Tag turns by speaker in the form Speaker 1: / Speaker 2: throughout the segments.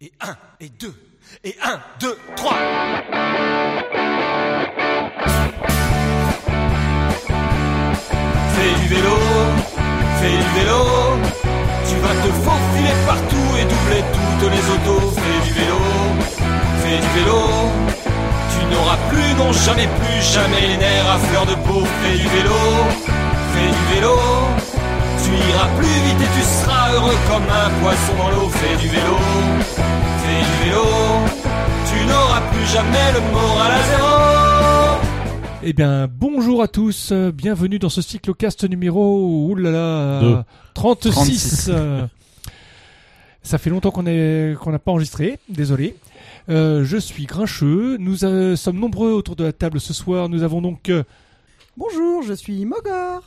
Speaker 1: Et 1, et 2, et 1, 2, 3. Fais du vélo, fais du vélo. Tu vas te faufiler partout et doubler toutes les autos. Fais du vélo, fais du vélo. Tu n'auras plus, non jamais plus, jamais les nerfs à fleur de peau. Fais du vélo, fais du vélo. Tu iras plus vite et tu seras heureux comme un poisson dans l'eau. Fais du vélo, fais du vélo. Tu n'auras plus jamais le moral à zéro.
Speaker 2: Eh bien, bonjour à tous, euh, bienvenue dans ce cyclocast numéro oulala,
Speaker 3: Deux.
Speaker 2: 36.
Speaker 3: 36.
Speaker 2: euh, ça fait longtemps qu'on est qu'on n'a pas enregistré, désolé. Euh, je suis grincheux, nous euh, sommes nombreux autour de la table ce soir, nous avons donc... euh,
Speaker 4: Bonjour, je suis Mogor.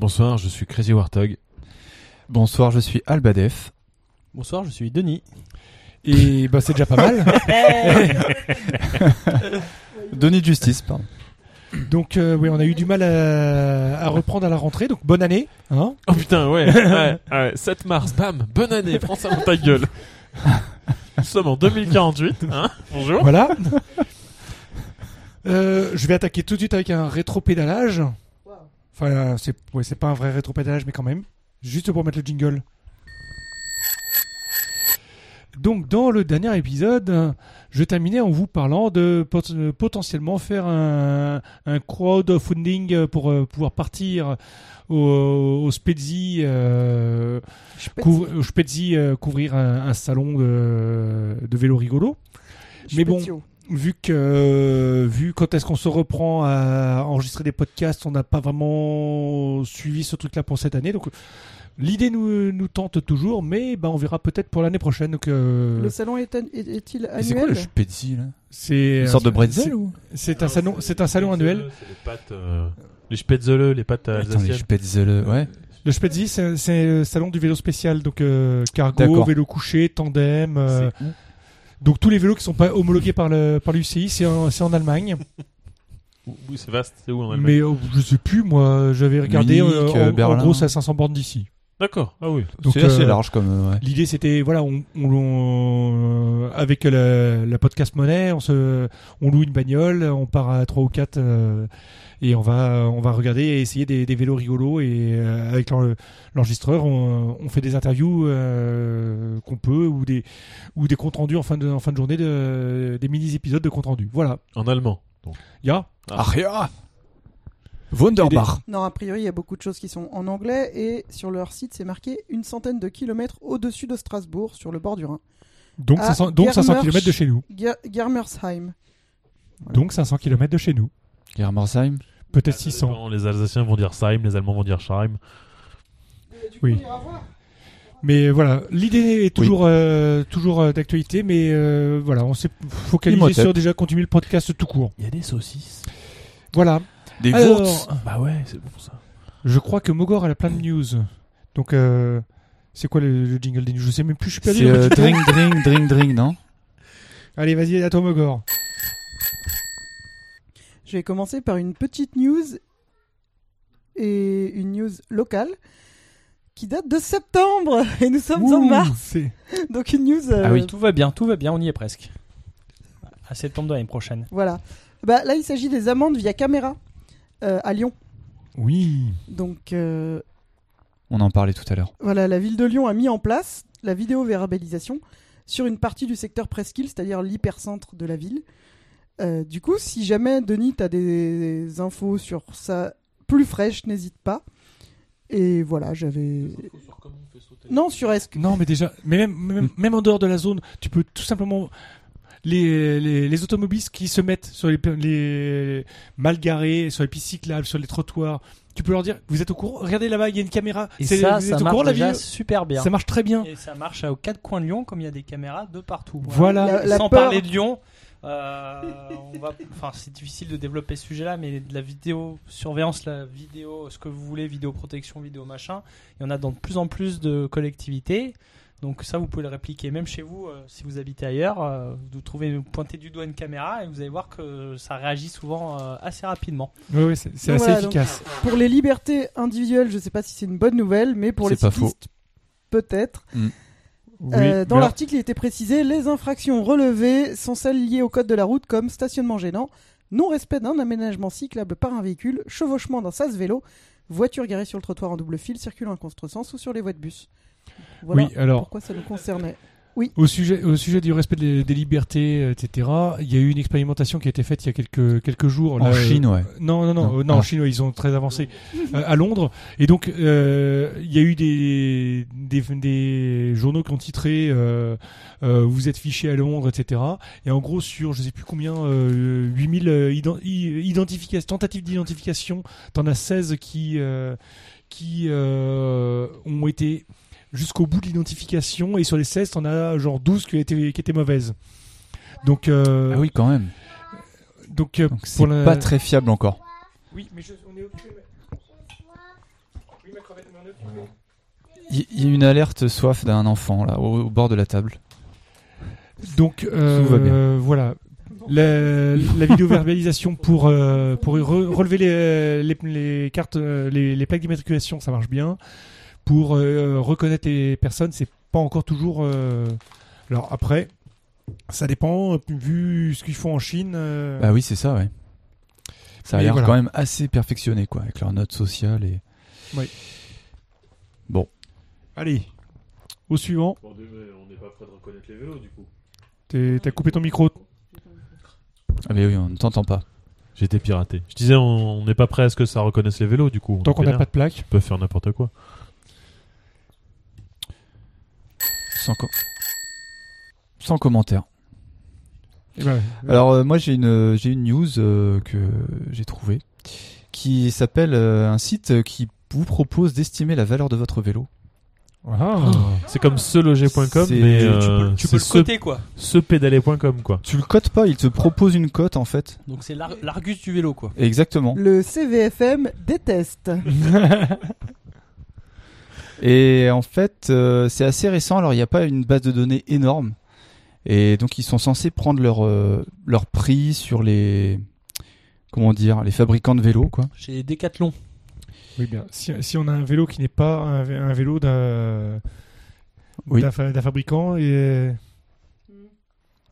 Speaker 3: Bonsoir, je suis Crazy Warthog.
Speaker 5: Bonsoir, je suis Albadef.
Speaker 6: Bonsoir, je suis Denis.
Speaker 2: et bah c'est déjà pas mal.
Speaker 5: Denis de Justice, pardon.
Speaker 2: Donc euh, oui, on a eu du mal à, à reprendre à la rentrée, donc bonne année. Hein
Speaker 3: Oh putain, ouais, ouais, ouais, 7 mars, bam, bonne année, prends ça dans ta gueule. Nous sommes en 2048, hein, bonjour.
Speaker 2: voilà. Euh, je vais attaquer tout de suite avec un rétro-pédalage. Enfin, euh, c'est ouais, c'est pas un vrai rétro-pédalage, mais quand même. Juste pour mettre le jingle. Donc, dans le dernier épisode, euh, je terminais en vous parlant de pot- euh, potentiellement faire un, un crowdfunding euh, pour euh, pouvoir partir au, au Spezi, euh,
Speaker 4: Je
Speaker 2: couvre- au Spezi, euh, couvrir un, un salon de, de vélo rigolo. mais bon. vu que vu quand est-ce qu'on se reprend à enregistrer des podcasts, on n'a pas vraiment suivi ce truc-là pour cette année. Donc l'idée nous, nous tente toujours, mais bah, on verra peut-être pour l'année prochaine. Donc euh,
Speaker 4: Le salon est an- est- est-il
Speaker 5: Et C'est quoi le
Speaker 4: annuel
Speaker 5: Spezi, là
Speaker 2: c'est
Speaker 5: hein Une sorte de bretzel ou
Speaker 2: C'est un salon, c'est un salon annuel.
Speaker 3: C'est les pâtes, euh, les spätzle, les pâtes euh,
Speaker 2: Euh,
Speaker 5: Attends, les
Speaker 3: alsaciennes.
Speaker 5: Spätzle, euh, ouais.
Speaker 2: Le Spezi, c'est c'est le salon du vélo spécial, donc euh, cargo,
Speaker 5: D'accord.
Speaker 2: vélo couché, tandem. euh,
Speaker 5: C'est où
Speaker 2: donc tous les vélos qui sont pas homologués par le par l'UCI, c'est en, c'est en Allemagne.
Speaker 3: Où- où c'est vaste, c'est où en Allemagne
Speaker 2: Mais euh, je sais plus, moi, j'avais regardé.
Speaker 5: Munich,
Speaker 2: euh, en-
Speaker 5: euh,
Speaker 2: en,
Speaker 5: Berlin.
Speaker 2: gros, c'est à 500 bornes d'ici.
Speaker 3: D'accord, ah oui.
Speaker 2: Donc,
Speaker 5: C'est assez
Speaker 2: euh,
Speaker 5: large comme. euh, ouais.
Speaker 2: L'idée c'était voilà on, on- on- euh, avec la, la podcast monnaie on se on loue une bagnole on part à trois ou quatre euh, et on va on va regarder et essayer des, des vélos rigolos et euh, avec l'en- l'enregistreur on, on fait des interviews euh, qu'on peut ou des ou des comptes rendus en fin de en fin de journée de, des mini épisodes de comptes rendus voilà
Speaker 3: En allemand. Donc.
Speaker 2: ya
Speaker 5: Aria Wunderbar
Speaker 4: Non, a priori, il y a beaucoup de choses qui sont en anglais et sur leur site, c'est marqué une centaine de kilomètres au-dessus de Strasbourg, sur le bord du Rhin.
Speaker 2: donc
Speaker 4: Ah,
Speaker 2: 500 donc 500
Speaker 4: Germersch.
Speaker 2: km de chez nous
Speaker 4: Ger- Germersheim.
Speaker 2: donc 500 km de chez nous
Speaker 5: Germersheim
Speaker 2: peut-être
Speaker 3: Ah,
Speaker 2: 600
Speaker 3: dépend, Les Alsaciens vont dire Saim, les Allemands vont dire Scheim.
Speaker 2: Oui. Mais voilà, l'idée est toujours euh, toujours euh, d'actualité, mais euh, voilà, on s'est focalisé
Speaker 5: Imhotep.
Speaker 2: sur déjà continuer le podcast tout court.
Speaker 3: Il y a des saucisses.
Speaker 2: Voilà.
Speaker 5: Des
Speaker 2: Alors,
Speaker 5: Wurz
Speaker 3: Bah ouais, c'est bon ça.
Speaker 2: je crois que Mogor elle a plein de news. Donc euh, c'est quoi le, le jingle des news Je sais même plus, je suis perdu.
Speaker 5: C'est
Speaker 2: dans ma
Speaker 5: euh,
Speaker 2: petite
Speaker 5: drink, drink, drink, drink, non
Speaker 2: tête. Allez, vas-y, à toi Mogor.
Speaker 4: Je vais commencer par une petite news et une news locale qui date de septembre et nous sommes en
Speaker 2: Ouh,
Speaker 4: mars.
Speaker 2: c'est-
Speaker 4: Donc une news euh,
Speaker 6: Ah Tout va bien, tout va bien, on y est presque. À septembre de l'année prochaine.
Speaker 4: Voilà. Bah, là, il s'agit des amendes via caméra euh, à Lyon.
Speaker 2: Oui.
Speaker 4: Donc euh,
Speaker 5: On en parlait tout à l'heure.
Speaker 4: voilà, la ville de Lyon a mis en place la vidéo-vérabilisation sur une partie du secteur Presqu'île, c'est-à-dire l'hypercentre de la ville. Euh, du coup, si jamais Denis, t'as des infos sur ça plus fraîches, n'hésite pas. Et voilà, j'avais. Non, sur est
Speaker 2: Non, mais déjà, mais même, même, même en dehors de la zone, tu peux tout simplement les, les, les automobilistes qui se mettent sur les, les mal garés, sur les pistes cyclables, sur les trottoirs, tu peux leur dire vous êtes au courant, regardez là-bas, il y a une caméra.
Speaker 6: Et
Speaker 2: C'est-
Speaker 6: ça,
Speaker 2: vous
Speaker 6: ça
Speaker 2: êtes au
Speaker 6: marche
Speaker 2: courant de la
Speaker 6: déjà
Speaker 2: vidéo
Speaker 6: super bien.
Speaker 2: Ça marche très bien.
Speaker 6: Et ça marche aux quatre coins de Lyon, comme il y a des caméras de partout.
Speaker 2: Voilà.
Speaker 4: La- la
Speaker 6: Sans
Speaker 4: peur.
Speaker 6: parler de Lyon, euh, on va- enfin, c'est difficile de développer ce sujet-là, mais de la vidéo surveillance, la vidéo, ce que vous voulez, vidéo protection, vidéo machin, il y en a dans de plus en plus de collectivités. Donc ça, vous pouvez le répliquer même chez vous, euh, si vous habitez ailleurs, euh, vous trouvez, vous pointez du doigt une caméra et vous allez voir que ça réagit souvent euh, assez rapidement.
Speaker 2: Ouais, ouais, c'est c'est
Speaker 4: Donc euh,
Speaker 2: assez
Speaker 4: voilà,
Speaker 2: efficace.
Speaker 4: Pour les libertés individuelles, je sais pas si c'est une bonne nouvelle, mais pour les
Speaker 5: C'est pas
Speaker 4: cyclistes, peut-être.
Speaker 5: Mm.
Speaker 2: Oui,
Speaker 4: Euh, dans
Speaker 2: mais-
Speaker 4: l'article, il était précisé les infractions relevées sont celles liées au code de la route comme stationnement gênant, non-respect d'un aménagement cyclable par un véhicule, chevauchement d'un sas vélo, voiture garée sur le trottoir en double fil, circulant en contresens ou sur les voies de bus. Voilà
Speaker 2: oui, alors,
Speaker 4: pourquoi ça nous concernait.
Speaker 2: Au sujet, au sujet du respect des, des libertés, euh, etc., il y a eu une expérimentation qui a été faite il y a quelques, quelques jours. là,
Speaker 5: En
Speaker 2: euh,
Speaker 5: Chine, ouais.
Speaker 2: Non, non, non,
Speaker 5: Non.
Speaker 2: euh, non,
Speaker 5: Ah.
Speaker 2: en Chine, ouais, ils sont très avancés. Euh, à Londres. Et donc, euh, il y a eu des, des, des journaux qui ont titré euh, euh, Vous êtes fiché à Londres, etc. Et en gros, sur je sais plus combien, euh, 8000 euh, ident- i- identifications- tentatives d'identification, t'en as 16 qui, euh, qui euh, ont été jusqu'au bout de l'identification. Et sur les 16, t'en as genre 12 qui étaient, qui étaient mauvaises. Donc, euh,
Speaker 5: Ah oui, quand même.
Speaker 2: donc, euh,
Speaker 5: Donc c'est
Speaker 2: pour la-
Speaker 5: pas très fiable encore.
Speaker 2: Oui, mais je- on est occupé. mais- Oui, ma crevette, mais on est occupé.
Speaker 5: Il il y a une alerte soif d'un enfant là au, au bord de la table.
Speaker 2: Donc euh,
Speaker 5: Tout va bien.
Speaker 2: voilà. La, la vidéo verbalisation pour euh, pour re- relever les, les, les cartes euh, les, les plaques d'immatriculation ça marche bien pour euh, reconnaître les personnes c'est pas encore toujours euh, alors après ça dépend vu ce qu'ils font en Chine euh,
Speaker 5: Bah oui, c'est ça, ouais. Ça a
Speaker 2: Mais
Speaker 5: l'air
Speaker 2: voilà.
Speaker 5: quand même assez perfectionné quoi, avec leur note sociale et.
Speaker 2: allez au suivant
Speaker 3: Bon, déjà, on n'est pas prêt de reconnaître les vélos, du coup.
Speaker 2: T'es- t'as coupé ton micro
Speaker 5: Ah mais oui, on ne t'entend pas.
Speaker 7: J'étais piraté. Je disais, on on n'est pas prêt à ce que ça reconnaisse les vélos, du coup.
Speaker 2: tant qu'on
Speaker 7: est
Speaker 2: n'a
Speaker 7: peinard.
Speaker 2: pas de plaque
Speaker 7: Ils peuvent faire n'importe quoi.
Speaker 5: Sans co- sans commentaire.
Speaker 2: Eh ben,
Speaker 5: Alors euh, moi j'ai une euh, j'ai une news euh, que j'ai trouvée qui s'appelle euh, un site qui vous propose d'estimer la valeur de votre vélo.
Speaker 2: ah.
Speaker 7: C'est comme seloger.com,
Speaker 5: C'est-
Speaker 7: mais
Speaker 5: tu peux-
Speaker 7: euh,
Speaker 8: Tu peux
Speaker 7: c'est
Speaker 8: le coter quoi.
Speaker 7: se- sepédaler.com, quoi.
Speaker 5: Tu le cotes pas, il te propose une cote en fait.
Speaker 8: Donc c'est l'ar- l'argus du vélo quoi.
Speaker 5: Exactement.
Speaker 4: Le CVFM déteste.
Speaker 5: Et en fait euh, c'est assez récent, alors il n'y a pas une base de données énorme. Et donc ils sont censés prendre leur euh, leur prix sur les comment dire les fabricants de vélos quoi.
Speaker 8: Chez Decathlon.
Speaker 2: oui bien si, si on a un vélo qui n'est pas un, vé- un vélo d'un
Speaker 5: Oui.
Speaker 2: d'un fa- d'un fabricant et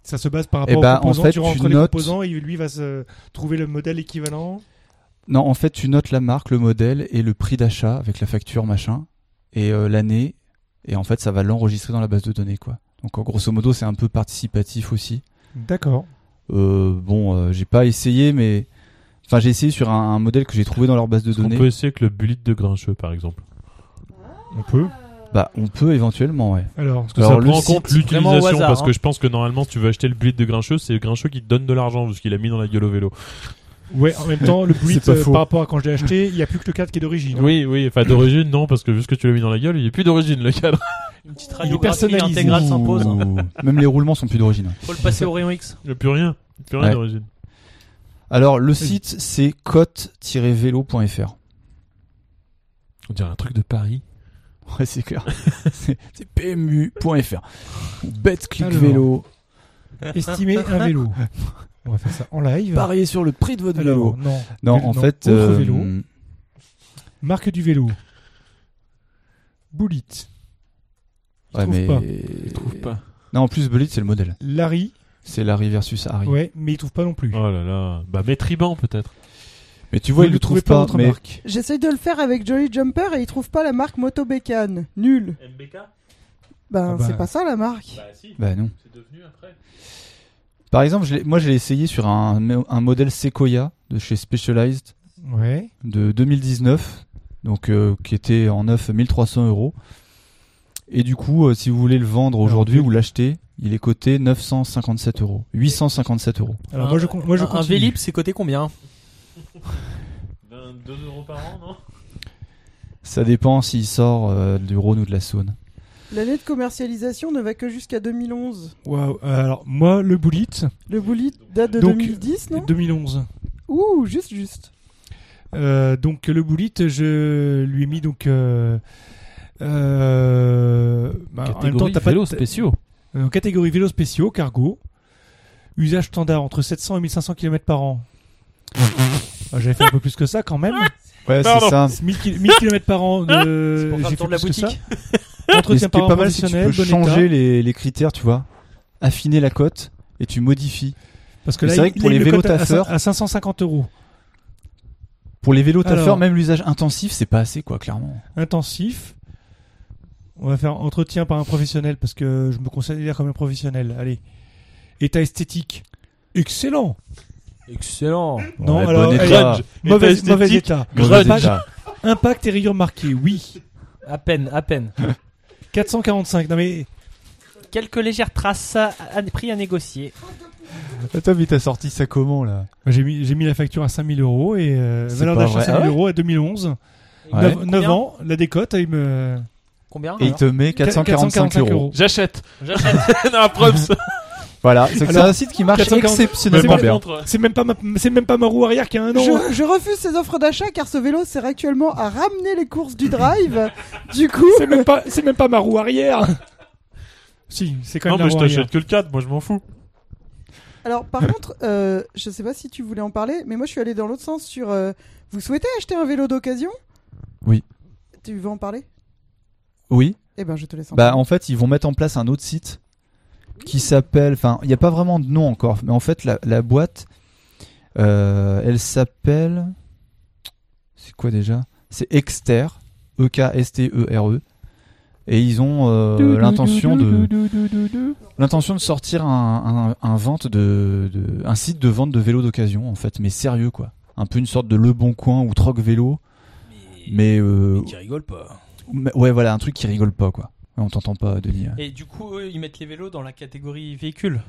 Speaker 2: ça se base par rapport
Speaker 5: Eh ben,
Speaker 2: aux composants.
Speaker 5: en fait,
Speaker 2: tu rentres
Speaker 5: tu
Speaker 2: les
Speaker 5: notes-
Speaker 2: composants et lui va se trouver le modèle équivalent.
Speaker 5: Non, en fait, tu notes la marque, le modèle et le prix d'achat avec la facture, machin, et euh, l'année. Et en fait, ça va l'enregistrer dans la base de données, quoi. Donc, en grosso modo, c'est un peu participatif aussi.
Speaker 2: D'accord.
Speaker 5: Euh, bon, euh, j'ai pas essayé, mais. Enfin, j'ai essayé sur un, un modèle que j'ai trouvé dans leur base de
Speaker 7: On
Speaker 5: données.
Speaker 7: peut essayer avec le bullet de Grincheux, par exemple.
Speaker 2: On peut.
Speaker 5: Bah, on peut éventuellement, ouais.
Speaker 2: Alors, parce que
Speaker 5: Alors,
Speaker 2: ça
Speaker 5: le
Speaker 2: prend en
Speaker 7: en
Speaker 2: compte-
Speaker 7: compte
Speaker 8: site, vraiment au
Speaker 7: l'utilisation,
Speaker 8: hasard,
Speaker 7: parce
Speaker 8: hein.
Speaker 7: que je pense que normalement, si tu veux acheter le bullet de Grincheux, c'est Grincheux qui te donne de l'argent, parce qu'il a mis dans la gueule au vélo.
Speaker 2: Ouais, en même temps, le bruit
Speaker 5: C'est pas
Speaker 2: euh,
Speaker 5: faux.
Speaker 2: par rapport à quand je l'ai acheté, il n'y a plus que le cadre qui est d'origine.
Speaker 7: Oui, oui, enfin d'origine, non, parce que vu ce que tu l'as mis dans la gueule, il est plus d'origine, le cadre.
Speaker 8: Une petite
Speaker 2: radiographie
Speaker 8: radiographie
Speaker 2: personnalisé. Mmh.
Speaker 8: intégrale s'impose.
Speaker 5: Ouh. Même les roulements sont plus d'origine. hein.
Speaker 8: Faut le passer au rayon X.
Speaker 7: Il n'y a plus rien. Il y a Plus rien
Speaker 5: Ouais.
Speaker 7: d'origine.
Speaker 5: Alors, le site, c'est cote-vélo.fr.
Speaker 7: On dirait un truc de Paris.
Speaker 5: Ouais, c'est clair. c'est c'est pmu.fr. Ou Betclic
Speaker 2: Alors.
Speaker 5: Vélo.
Speaker 2: Estimer un vélo. On va faire ça en live.
Speaker 5: Parier sur le prix de votre
Speaker 2: Alors,
Speaker 5: vélo.
Speaker 2: non.
Speaker 5: Non,
Speaker 2: Vélo-
Speaker 5: en fait.
Speaker 2: autre
Speaker 5: euh,
Speaker 2: vélo. Marque du vélo. Bullet. Il
Speaker 5: Ouais,
Speaker 2: trouve
Speaker 5: mais.
Speaker 2: pas.
Speaker 7: pas.
Speaker 5: Non, en plus, Bullet, c'est le modèle.
Speaker 2: Larry.
Speaker 5: C'est Larry versus Harry.
Speaker 2: Ouais, mais il trouve pas non plus.
Speaker 7: Oh là là. Bah, Métriban, peut-être.
Speaker 5: Mais tu Ah, vois,
Speaker 2: Vous
Speaker 5: il
Speaker 2: ne
Speaker 5: le
Speaker 2: trouvez
Speaker 5: trouve
Speaker 2: pas
Speaker 5: pas.
Speaker 2: votre
Speaker 5: mais...
Speaker 2: marque.
Speaker 4: J'essaye de le faire avec Jolly Jumper et il trouve pas la marque Motobécane. Nul.
Speaker 7: MBK
Speaker 4: Ben,
Speaker 2: Ah bah.
Speaker 4: c'est pas ça la marque.
Speaker 7: Bah, si.
Speaker 5: Bah non.
Speaker 7: C'est devenu après.
Speaker 5: Par exemple, je l'ai- moi, je l'ai essayé sur un, un modèle Sequoia de chez Specialized
Speaker 2: Ouais.
Speaker 5: de 2019, donc euh, qui était en neuf 1300 euros. Et du coup, euh, si vous voulez le vendre aujourd'hui ou l'acheter, il est coté 957 euros, 857 euros.
Speaker 2: Alors, moi, je, con- moi, je
Speaker 8: Un- Un
Speaker 2: continue.
Speaker 8: Vélib, c'est coté combien
Speaker 7: 2 euros par an, non
Speaker 5: Ça dépend s'il sort euh, du Rhône ou de la Saône.
Speaker 4: L'année de commercialisation ne va que jusqu'à 2011.
Speaker 2: Waouh. Alors, moi, le Bullet,
Speaker 4: Le Bullet date de
Speaker 2: Donc,
Speaker 4: 2010, non
Speaker 2: 2011.
Speaker 4: Ouh, juste, juste.
Speaker 2: Euh, donc le bullet, je lui ai mis donc. Euh, euh, bah, en même temps, t'as pas de-
Speaker 7: spéciaux.
Speaker 2: euh, catégorie vélo spéciaux, cargo. Usage standard entre 700 et 1500 km par an. Ah, J'avais fait un peu plus que ça quand même.
Speaker 5: Ouais, c'est
Speaker 7: Pardon.
Speaker 5: ça.
Speaker 2: 1000 km par an.
Speaker 8: C'est
Speaker 2: euh,
Speaker 8: pour faire
Speaker 2: j'ai
Speaker 8: le tour
Speaker 2: fait
Speaker 8: de la
Speaker 2: plus que ça.
Speaker 8: boutique.
Speaker 5: Mais
Speaker 2: entretien
Speaker 5: ce qui est
Speaker 2: par
Speaker 5: pas mal, c'est que tu peux
Speaker 2: professionnel, bon
Speaker 5: changer
Speaker 2: état.
Speaker 5: les, les critères, tu vois, affiner la cote et tu modifies.
Speaker 2: Parce que
Speaker 5: Mais
Speaker 2: là,
Speaker 5: c'est vrai
Speaker 2: il-
Speaker 5: que pour
Speaker 2: il-
Speaker 5: les
Speaker 2: le
Speaker 5: vélos
Speaker 2: code à- à cin-
Speaker 5: taffeurs-
Speaker 2: à 550 euros
Speaker 5: Pour les vélos taffeurs,
Speaker 2: Alors.
Speaker 5: même l'usage intensif, c'est pas assez, quoi, clairement.
Speaker 2: intensif. On va faire entretien par un professionnel parce que je me considère comme un professionnel. Allez, état esthétique. Excellent.
Speaker 8: Excellent.
Speaker 2: Non,
Speaker 5: Ouais,
Speaker 2: alors, euh,
Speaker 5: bon
Speaker 2: elle-
Speaker 5: état.
Speaker 2: Mauvais,
Speaker 7: esthétique.
Speaker 2: mauvais état.
Speaker 5: Mauvais
Speaker 2: Impact-
Speaker 5: état.
Speaker 2: Impact et rayures marquées, oui.
Speaker 8: À peine, à peine.
Speaker 2: 445. Non mais
Speaker 8: Quelques légères traces à, à- prix à négocier.
Speaker 5: Attends, mais t'as sorti ça comment, là
Speaker 2: j'ai mis, j'ai mis la facture à 5000 euros et euh,
Speaker 5: C'est
Speaker 2: valeur
Speaker 5: pas
Speaker 2: d'achat
Speaker 5: vrai.
Speaker 2: 5000
Speaker 5: Ah ouais
Speaker 2: euros à 2011.
Speaker 8: Et
Speaker 5: Ouais.
Speaker 2: 9,
Speaker 8: combien-
Speaker 2: ans, la décote, il me...
Speaker 8: Combien
Speaker 5: Et il te met 445 euros.
Speaker 7: J'achète.
Speaker 8: J'achète.
Speaker 7: non, props.
Speaker 5: Voilà, c'est que c'est
Speaker 2: Alors,
Speaker 5: un site qui marche
Speaker 2: 440
Speaker 7: Mais
Speaker 5: exceptionnellement
Speaker 7: par
Speaker 5: bien.
Speaker 7: contre,
Speaker 2: C'est même pas ma, c'est même pas ma roue arrière qui a
Speaker 5: Ah
Speaker 2: un an. hein.
Speaker 4: Je, je refuse ces offres d'achat car ce vélo sert actuellement à ramener les courses du drive. du coup,
Speaker 2: C'est même pas, c'est même pas ma roue arrière. si, c'est quand
Speaker 7: non,
Speaker 2: même la
Speaker 7: mais je
Speaker 2: roue
Speaker 7: t'achète
Speaker 2: arrière.
Speaker 7: que le 4, moi je m'en fous.
Speaker 4: alors par contre, euh, je sais pas si tu voulais en parler, mais moi je suis allé dans l'autre sens sur. euh, vous souhaitez acheter un vélo d'occasion
Speaker 5: Oui.
Speaker 4: Tu veux en parler
Speaker 5: Oui.
Speaker 4: Eh ben, je te laisse en
Speaker 5: Bah,
Speaker 4: parler.
Speaker 5: en fait, ils vont mettre en place un autre site qui s'appelle. Enfin, il n'y a pas vraiment de nom encore, mais en fait, la, la boîte, euh, elle s'appelle. C'est quoi déjà C'est Exter, E E-K-S-T-E-R-E. E. Et ils ont euh, l'intention de l'intention de sortir un, un- un vente de, de- un site de vente de vélos d'occasion en fait, mais sérieux quoi. Un peu une sorte de Le Bon Coin ou Troc Vélo, mais, euh,
Speaker 8: rigole pas.
Speaker 5: mais- ouais voilà un truc qui rigole pas quoi. On t'entend pas Denis.
Speaker 8: Et du coup, eux, ils mettent les vélos dans la catégorie véhicule.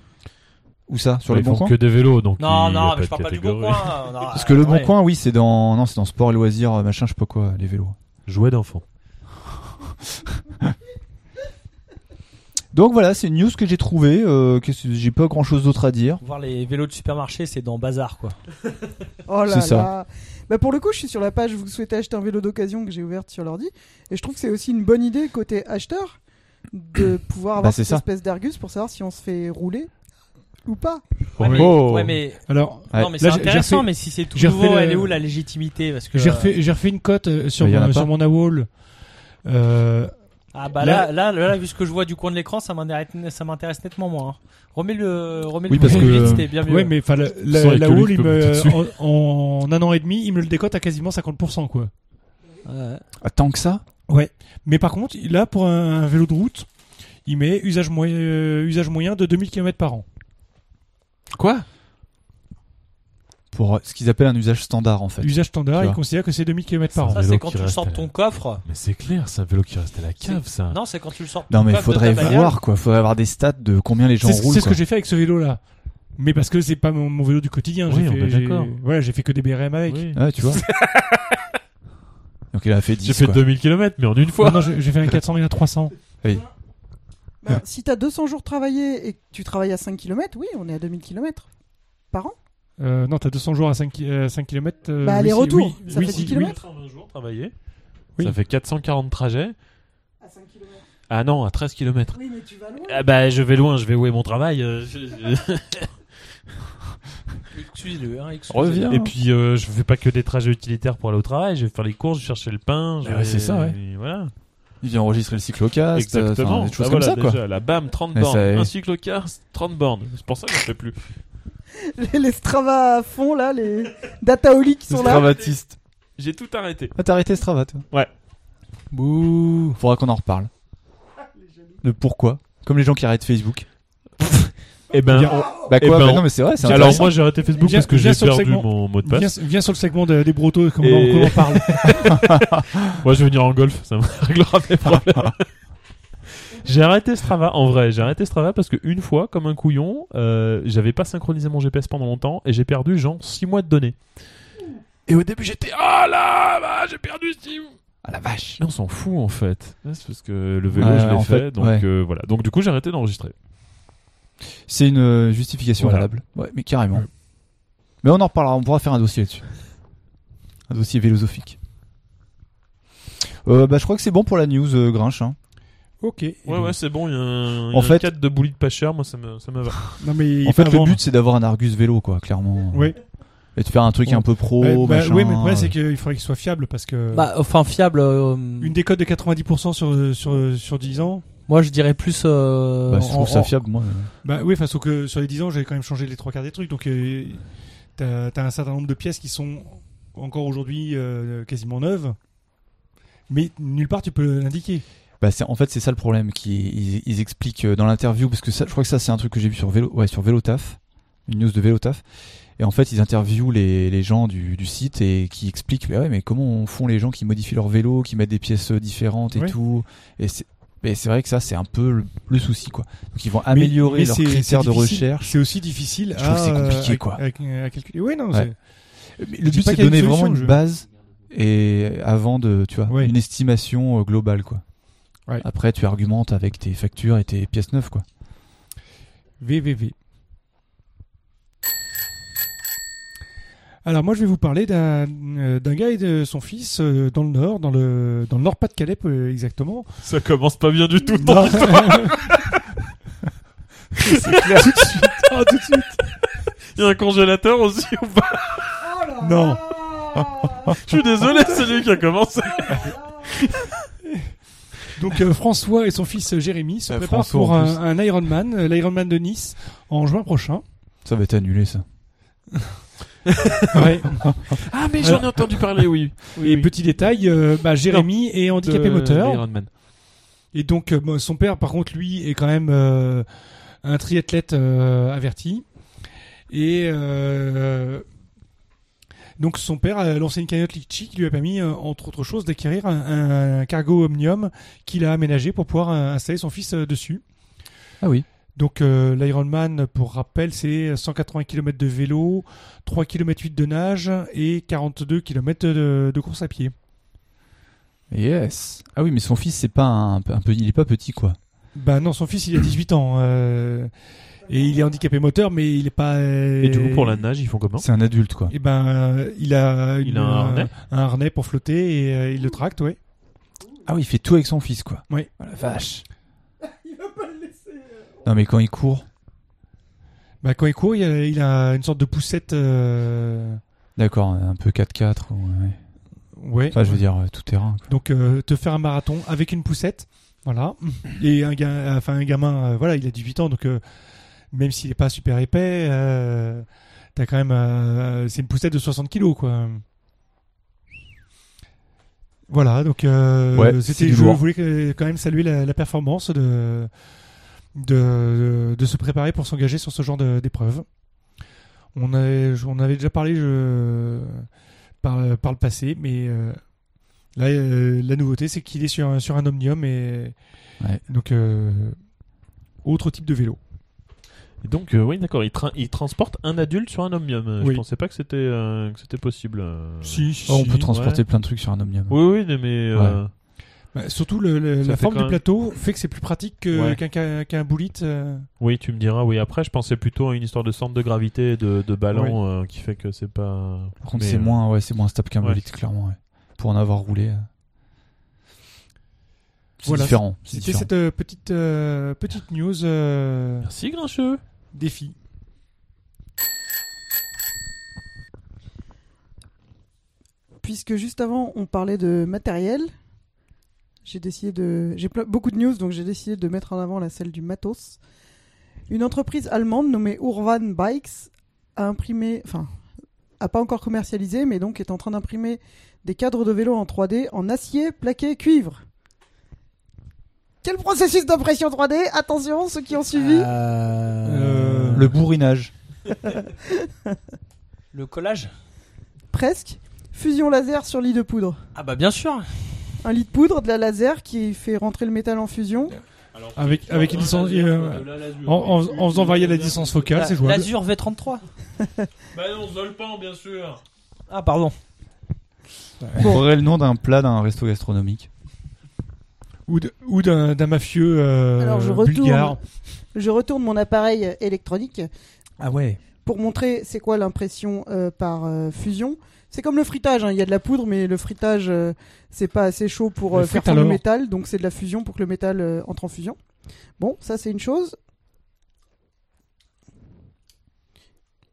Speaker 5: Où ça Sur le bon coin
Speaker 7: que des vélos, donc.
Speaker 8: Non, non, mais je parle pas du bon
Speaker 7: hein.
Speaker 8: coin. hein. Non,
Speaker 5: Parce
Speaker 6: Ah
Speaker 5: que le bon
Speaker 8: ouais.
Speaker 5: coin, oui, c'est dans non, c'est dans sport et loisirs, euh, machin, je sais pas quoi, les vélos.
Speaker 7: Jouet d'enfant.
Speaker 5: Donc voilà, c'est une news que j'ai trouvée. euh, que c'est- j'ai pas grand chose d'autre à dire.
Speaker 8: Voir les vélos de supermarché, c'est dans bazar quoi.
Speaker 4: Oh là
Speaker 5: C'est ça.
Speaker 4: là. Bah pour le coup, je suis sur la page Vous souhaitez acheter un vélo d'occasion que j'ai ouverte sur l'ordi. Et je trouve que c'est aussi une bonne idée côté acheteur de pouvoir
Speaker 5: Bah,
Speaker 4: avoir
Speaker 5: c'est
Speaker 4: cette
Speaker 5: ça.
Speaker 4: espèce d'argus pour savoir si on se fait rouler ou pas.
Speaker 8: Ouais, mais,
Speaker 5: Oh.
Speaker 8: ouais, mais,
Speaker 2: Alors,
Speaker 5: Ouais.
Speaker 8: non, mais
Speaker 2: Là,
Speaker 8: c'est
Speaker 2: j'ai- j'ai
Speaker 8: intéressant,
Speaker 2: refait-
Speaker 8: mais si c'est tout
Speaker 2: j'ai refait
Speaker 8: nouveau,
Speaker 2: le-
Speaker 8: elle est où la légitimité Parce que
Speaker 2: j'ai refait, j'ai refait une cote euh, sur,
Speaker 5: Bah, y en a
Speaker 2: mon,
Speaker 5: pas.
Speaker 2: sur mon AWOL. Euh,
Speaker 8: Ah bah là, là, là, là, vu ce que je vois du coin de l'écran, ça m'intéresse, ça m'intéresse nettement moins. hein. Remets le, remets
Speaker 5: Oui,
Speaker 8: le
Speaker 5: parce
Speaker 8: plus
Speaker 5: que-
Speaker 8: vite, c'était bien mieux.
Speaker 2: ouais, mais enfin, la, la-
Speaker 7: Sans les
Speaker 2: la
Speaker 7: coliques,
Speaker 2: Wall, il
Speaker 7: comme
Speaker 2: me- euh,
Speaker 7: tout de
Speaker 2: en, en un an et demi, il me le décote à quasiment 50%, quoi.
Speaker 8: Ouais.
Speaker 5: Ah, tant que ça
Speaker 2: Mais par contre, là, pour un, un vélo de route, il met usage, moyen euh, usage moyen de 2000 km par an.
Speaker 7: Quoi
Speaker 5: pour euh, ce qu'ils appellent un usage standard en fait.
Speaker 2: Usage standard,
Speaker 5: Tu
Speaker 2: il
Speaker 5: vois.
Speaker 2: considère que c'est 2000 km par
Speaker 7: Ça,
Speaker 2: an.
Speaker 8: Ça,
Speaker 7: vélo
Speaker 8: c'est quand
Speaker 7: qui
Speaker 8: tu le
Speaker 7: reste
Speaker 8: sors de
Speaker 7: à
Speaker 5: euh,
Speaker 8: ton
Speaker 7: la-
Speaker 8: coffre.
Speaker 7: Mais c'est clair, c'est un vélo qui reste à la cave, ça.
Speaker 8: Non, c'est quand tu le sors. de
Speaker 5: Non
Speaker 8: ton
Speaker 5: mais
Speaker 8: coffre, de
Speaker 5: faudrait
Speaker 8: ta bagnole.
Speaker 5: voir quoi, faudrait avoir des stats de combien les gens
Speaker 2: C'est
Speaker 5: roulent.
Speaker 2: c'est ce que
Speaker 5: quoi.
Speaker 2: j'ai fait avec ce vélo-là. Mais parce que c'est pas mon, mon vélo du quotidien.
Speaker 7: Oui,
Speaker 2: j'ai
Speaker 7: on
Speaker 2: fait,
Speaker 7: est
Speaker 2: j'ai-
Speaker 7: d'accord.
Speaker 2: Voilà, j'ai fait que des BRM avec.
Speaker 7: Oui.
Speaker 5: Ouais, tu vois. Donc il a fait 10
Speaker 7: J'ai fait
Speaker 5: quoi.
Speaker 7: 2000 km, mais en une
Speaker 2: Non,
Speaker 7: fois.
Speaker 2: non, j'ai j'ai fait un 400 et un 300.
Speaker 4: Bah, si t'as 200 jours travaillés et que tu travailles à 5 km, oui, on est à 2000 km par an.
Speaker 2: Euh, non, t'as 200 jours à euh, 5, km.
Speaker 4: Bah, aller-retour, ça fait 10 kilomètres.
Speaker 7: 420 jours travaillés.
Speaker 2: Oui.
Speaker 7: Ça fait 440 trajets.
Speaker 4: À 5 km.
Speaker 7: Ah non, à 13 km.
Speaker 4: Oui, mais tu vas loin.
Speaker 7: Ah bah je vais loin, je vais où est mon travail euh, je- je-
Speaker 8: Excuse-le, hein, excuse-le.
Speaker 5: Reviens.
Speaker 7: Et puis euh, je fais pas que des trajets utilitaires pour aller au travail, je vais faire les courses, je vais chercher le pain, je
Speaker 5: Bah
Speaker 7: vais...
Speaker 5: ouais, c'est ça, ouais.
Speaker 7: et Voilà.
Speaker 5: Il vient enregistrer le cyclocast, euh, enfin,
Speaker 7: Exactement.
Speaker 5: des choses
Speaker 7: Bah
Speaker 5: comme
Speaker 7: voilà,
Speaker 5: ça quoi.
Speaker 7: déjà, la BAM 30
Speaker 5: Mais
Speaker 7: bornes,
Speaker 5: ça-
Speaker 7: un cyclocast 30 bornes. C'est pour ça que je fais plus.
Speaker 4: Les, les Strava à fond, là, les dataolis qui sont là.
Speaker 5: Stravatiste.
Speaker 7: J'ai tout arrêté.
Speaker 5: Ah t'as arrêté Strava toi
Speaker 7: Ouais.
Speaker 5: Bouh. Faudra qu'on en reparle. Le pourquoi Comme les gens qui arrêtent Facebook.
Speaker 7: Et ben
Speaker 2: Bien.
Speaker 5: Bah
Speaker 7: Eh
Speaker 5: quoi
Speaker 7: ben,
Speaker 5: bah
Speaker 7: on-
Speaker 5: Non mais c'est vrai, c'est
Speaker 7: alors
Speaker 5: intéressant.
Speaker 7: moi j'ai arrêté Facebook
Speaker 2: Viens-
Speaker 7: parce que
Speaker 2: viens
Speaker 7: j'ai
Speaker 2: sur le
Speaker 7: perdu
Speaker 2: segment.
Speaker 7: mon mot de
Speaker 2: Viens,
Speaker 7: passe.
Speaker 2: viens sur le segment de- des brotos qu'on
Speaker 7: Et-
Speaker 2: qu'on en parle.
Speaker 7: Moi, je vais venir en golf, ça me réglera mes problèmes. j'ai arrêté Strava, en vrai, j'ai arrêté Strava parce que une fois, comme un couillon, euh, j'avais pas synchronisé mon GPS pendant longtemps et j'ai perdu genre 6 mois de données. Et au début, j'étais ah là, bah, j'ai perdu 6
Speaker 5: Ah la vache.
Speaker 7: Mais on s'en fout en fait. C'est parce que le vélo,
Speaker 5: Ouais,
Speaker 7: je l'ai
Speaker 5: en
Speaker 7: fait,
Speaker 5: fait,
Speaker 7: donc
Speaker 5: ouais.
Speaker 7: euh, voilà. Donc du coup, j'ai arrêté d'enregistrer.
Speaker 5: C'est une euh, justification
Speaker 7: Voilà.
Speaker 5: valable. Ouais, mais carrément. Mais on en reparlera, on pourra faire un dossier là-dessus. Un dossier philosophique. Euh, bah, je crois que c'est bon pour la news, euh, Grinch. hein.
Speaker 2: ok.
Speaker 7: Ouais, ouais, c'est bon, il y a un,
Speaker 5: En fait-
Speaker 7: 4 de boulis de pas cher, moi ça me, ça me va.
Speaker 2: Non, mais
Speaker 5: En fait,
Speaker 2: avant-
Speaker 5: le but, c'est d'avoir un Argus vélo, quoi, clairement.
Speaker 2: Oui.
Speaker 5: Et de faire un truc
Speaker 2: Ouais.
Speaker 5: un peu pro,
Speaker 2: Ouais, bah,
Speaker 5: Oh, machin.
Speaker 2: oui, mais le problème, c'est qu'il faudrait qu'il soit fiable parce que
Speaker 6: Bah, enfin, fiable. euh,
Speaker 2: une décote de 90% sur, sur, sur 10 ans,
Speaker 6: Moi, je dirais plus. euh,
Speaker 5: Bah, si je
Speaker 6: en-
Speaker 5: trouve ça
Speaker 6: en-
Speaker 5: fiable, moi.
Speaker 2: bah oui, enfin, sauf que sur les 10 ans, j'ai quand même changé les trois quarts des trucs. Donc, euh, t'as as un certain nombre de pièces qui sont encore aujourd'hui euh, quasiment neuves. Mais nulle part tu peux l'indiquer.
Speaker 5: Bah, c'est- en fait, c'est ça le problème qui ils, ils expliquent euh, dans l'interview parce que ça, je crois que ça c'est un truc que j'ai vu sur vélo, ouais, sur Vélotaf, une news de Vélotaf. Et en fait, ils interviewent les, les gens du, du site et qui expliquent mais ouais, mais comment font les gens qui modifient leur vélo, qui mettent des pièces euh, différentes et
Speaker 2: Ouais.
Speaker 5: tout. Et c'est mais c'est vrai que ça c'est un peu le, le souci quoi. Donc ils vont améliorer
Speaker 2: Mais- mais
Speaker 5: leurs
Speaker 2: c'est-
Speaker 5: critères
Speaker 2: c'est
Speaker 5: de
Speaker 2: difficile.
Speaker 5: recherche.
Speaker 2: C'est aussi difficile.
Speaker 5: Je
Speaker 2: à,
Speaker 5: trouve que c'est compliqué,
Speaker 2: euh, à-
Speaker 5: quoi.
Speaker 2: à- à calculer. Oui, non.
Speaker 5: Ouais. Mais le
Speaker 2: dis
Speaker 5: but
Speaker 2: pas
Speaker 5: c'est
Speaker 2: qu'il y
Speaker 5: de
Speaker 2: a une
Speaker 5: donner
Speaker 2: solution
Speaker 5: vraiment
Speaker 2: au
Speaker 5: une
Speaker 2: jeu.
Speaker 5: base et avant de tu vois
Speaker 2: Ouais.
Speaker 5: une estimation euh, globale quoi.
Speaker 2: Ouais.
Speaker 5: Après tu argumentes avec tes factures et tes pièces neuves quoi.
Speaker 2: c'est VVV. Alors moi je vais vous parler d'un euh, d'un gars et de son fils euh, dans le nord, dans le dans le nord Pas-de-Calais euh, exactement.
Speaker 7: Ça commence pas bien du tout.
Speaker 2: Non.
Speaker 7: Ah, Il y a un congélateur aussi ou pas
Speaker 4: Oh
Speaker 2: non.
Speaker 7: Je suis désolé, c'est lui qui a commencé.
Speaker 2: Donc euh, François et son fils euh, Jérémy se
Speaker 5: Euh,
Speaker 2: préparent
Speaker 5: François,
Speaker 2: pour
Speaker 5: en
Speaker 2: un, un Ironman, euh, l'Ironman de Nice en juin prochain.
Speaker 5: Ça va être annulé, ça.
Speaker 2: Ouais.
Speaker 7: Ah, mais
Speaker 2: j'en
Speaker 8: Euh,
Speaker 7: ai entendu parler, oui.
Speaker 2: et petit détail, euh, bah, Jérémy est handicapé moteur. Et donc euh, bon, son père, par contre, lui est quand même euh, un triathlète euh, averti. Et euh, donc son père a lancé une cagnotte Litchi qui lui a permis, euh, entre autres choses, d'acquérir un, un cargo Omnium qu'il a aménagé pour pouvoir euh, installer son fils euh, dessus.
Speaker 5: Ah oui.
Speaker 2: Donc euh, l'Ironman, pour rappel, c'est 180 km de vélo, 3 km 8 de nage et 42 km de, de course à pied.
Speaker 5: Yes. Ah oui, mais son fils, c'est pas un, un peu, il est pas petit, quoi.
Speaker 2: Bah non, son fils, il a 18 ans. euh, et il est handicapé moteur, mais il est pas...
Speaker 7: Et du coup, pour la nage, ils font comment
Speaker 5: C'est un adulte, quoi.
Speaker 2: Et ben, euh, il a, euh,
Speaker 7: Il a un harnais
Speaker 2: un harnais pour flotter et euh, il le tracte, ouais.
Speaker 5: Ah oui, il fait tout avec son fils, quoi.
Speaker 2: Oui.
Speaker 5: Oh, la vache. Non, mais quand il court.
Speaker 2: Bah, quand il court, il a, il a une sorte de poussette. euh,
Speaker 5: D'accord, un peu 4x4. ou- ouais.
Speaker 2: Ouais.
Speaker 5: Enfin, je veux dire, euh, tout terrain, quoi.
Speaker 2: Donc euh, te faire un marathon avec une poussette, voilà. Et un, ga- enfin, un gamin, euh, voilà, il a 18 ans, donc euh, même s'il n'est pas super épais, euh, t'as quand même, euh, c'est une poussette de 60 kilos, quoi. Voilà, donc euh,
Speaker 5: Ouais, c'est
Speaker 2: c'était,
Speaker 5: du
Speaker 2: je
Speaker 5: lourd.
Speaker 2: voulais euh, quand même saluer la, la performance de, de de se préparer pour s'engager sur ce genre de- d'épreuve. On avait, on avait déjà parlé je, par, par le passé, mais euh, là, euh, la nouveauté, c'est qu'il est sur, un- sur un Omnium et
Speaker 5: Ouais.
Speaker 2: donc euh, autre type de vélo.
Speaker 7: Et Donc, euh, oui, d'accord, ils, tra- ils transportent un adulte sur un omnium. Euh,
Speaker 2: Oui.
Speaker 7: Je pensais pas que c'était euh, que c'était possible. euh.
Speaker 2: si.
Speaker 5: Oh, on peut transporter plein de trucs sur un omnium.
Speaker 7: Oui, oui, mais. euh,
Speaker 2: Bah, surtout le- le-
Speaker 7: Ça
Speaker 2: la
Speaker 7: fait
Speaker 2: forme
Speaker 7: quand
Speaker 2: du
Speaker 7: même-
Speaker 2: plateau fait que c'est plus pratique que-
Speaker 7: Ouais.
Speaker 2: qu'un qu'un- qu'un bullet. euh.
Speaker 7: Oui, tu me diras, oui. Après, je pensais plutôt à une histoire de centre de gravité et de, de ballon euh, qui fait que c'est pas.
Speaker 5: Par contre,
Speaker 7: Mais,
Speaker 5: c'est
Speaker 7: euh,
Speaker 5: moins, ouais, c'est moins stable qu'un
Speaker 7: ouais.
Speaker 5: bolide, clairement, ouais. Pour en avoir roulé. euh. C'est
Speaker 2: Voilà.
Speaker 5: différent. C'est
Speaker 2: C'était
Speaker 5: différent.
Speaker 2: cette euh, petite euh, petite news euh,
Speaker 7: Merci, Grincheux.
Speaker 2: défi.
Speaker 4: Puisque juste avant, on parlait de matériel, j'ai décidé de. J'ai plein- beaucoup de news, donc j'ai décidé de mettre en avant la celle du matos. Une entreprise allemande nommée Urban Bikes a imprimé. Enfin, a pas encore commercialisé, mais donc est en train d'imprimer des cadres de vélo en 3D en acier, plaqué et cuivre. Quel processus d'impression 3D Attention, ceux qui ont suivi
Speaker 2: Euh,
Speaker 5: Le bourrinage.
Speaker 8: Le collage
Speaker 4: Presque. Fusion laser sur lit de poudre.
Speaker 8: Ah bah bien sûr
Speaker 4: Un lit de poudre, de la laser qui fait rentrer le métal en fusion.
Speaker 2: Avec avec une distance euh, en, en- en faisant varier la distance focale,
Speaker 8: La-
Speaker 2: c'est jouable.
Speaker 8: L'Azur V33
Speaker 3: Bah non, Zolpan, bien sûr.
Speaker 8: Ah pardon
Speaker 5: On pourrait le nom d'un plat d'un resto gastronomique.
Speaker 2: ou de- ou d'un d'un mafieux euh,
Speaker 4: Alors, je retourne.
Speaker 2: bulgare.
Speaker 4: Je retourne mon appareil électronique
Speaker 2: Ah ouais.
Speaker 4: pour montrer c'est quoi l'impression euh, par euh, fusion. C'est comme le fritage, hein. il y a de la poudre, mais le fritage, euh, c'est pas assez chaud pour
Speaker 2: Le
Speaker 4: euh, faire
Speaker 2: frit à
Speaker 4: fondre le
Speaker 2: l'or.
Speaker 4: métal, donc c'est de la fusion pour que le métal euh, entre en fusion. Bon, ça c'est une chose.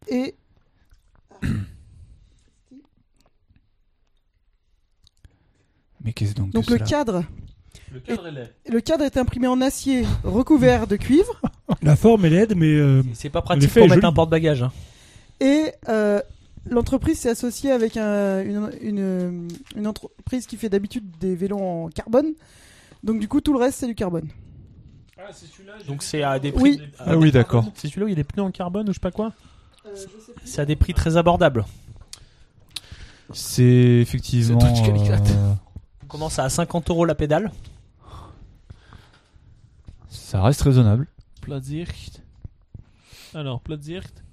Speaker 4: Et
Speaker 5: qu'est-ce donc,
Speaker 4: Donc
Speaker 5: que
Speaker 4: le
Speaker 5: cela
Speaker 4: cadre,
Speaker 3: Le cadre est laid.
Speaker 4: le cadre est imprimé en acier recouvert de cuivre
Speaker 2: La forme est laide, mais euh,
Speaker 8: C'est pas pratique
Speaker 2: L'effet
Speaker 8: pour
Speaker 2: est
Speaker 8: mettre
Speaker 2: joli.
Speaker 8: un porte-bagages. hein.
Speaker 4: et euh, l'entreprise s'est associée avec un- une, une- une entreprise qui fait d'habitude des vélos en carbone. Donc du coup tout le reste c'est du carbone.
Speaker 3: Ah, c'est celui-là. j'ai
Speaker 8: Donc
Speaker 3: vu.
Speaker 8: c'est à des prix.
Speaker 4: Oui.
Speaker 3: Des-
Speaker 5: Ah oui, d'accord.
Speaker 8: C'est celui-là où il y a des pneus en carbone ou je sais pas quoi C'est à des prix très abordables.
Speaker 5: C'est effectivement.
Speaker 8: C'est le truc qui éclate.
Speaker 5: euh,
Speaker 8: On commence à 50 euros la pédale.
Speaker 5: ça reste raisonnable.
Speaker 7: Platzircht. Alors, Platzircht.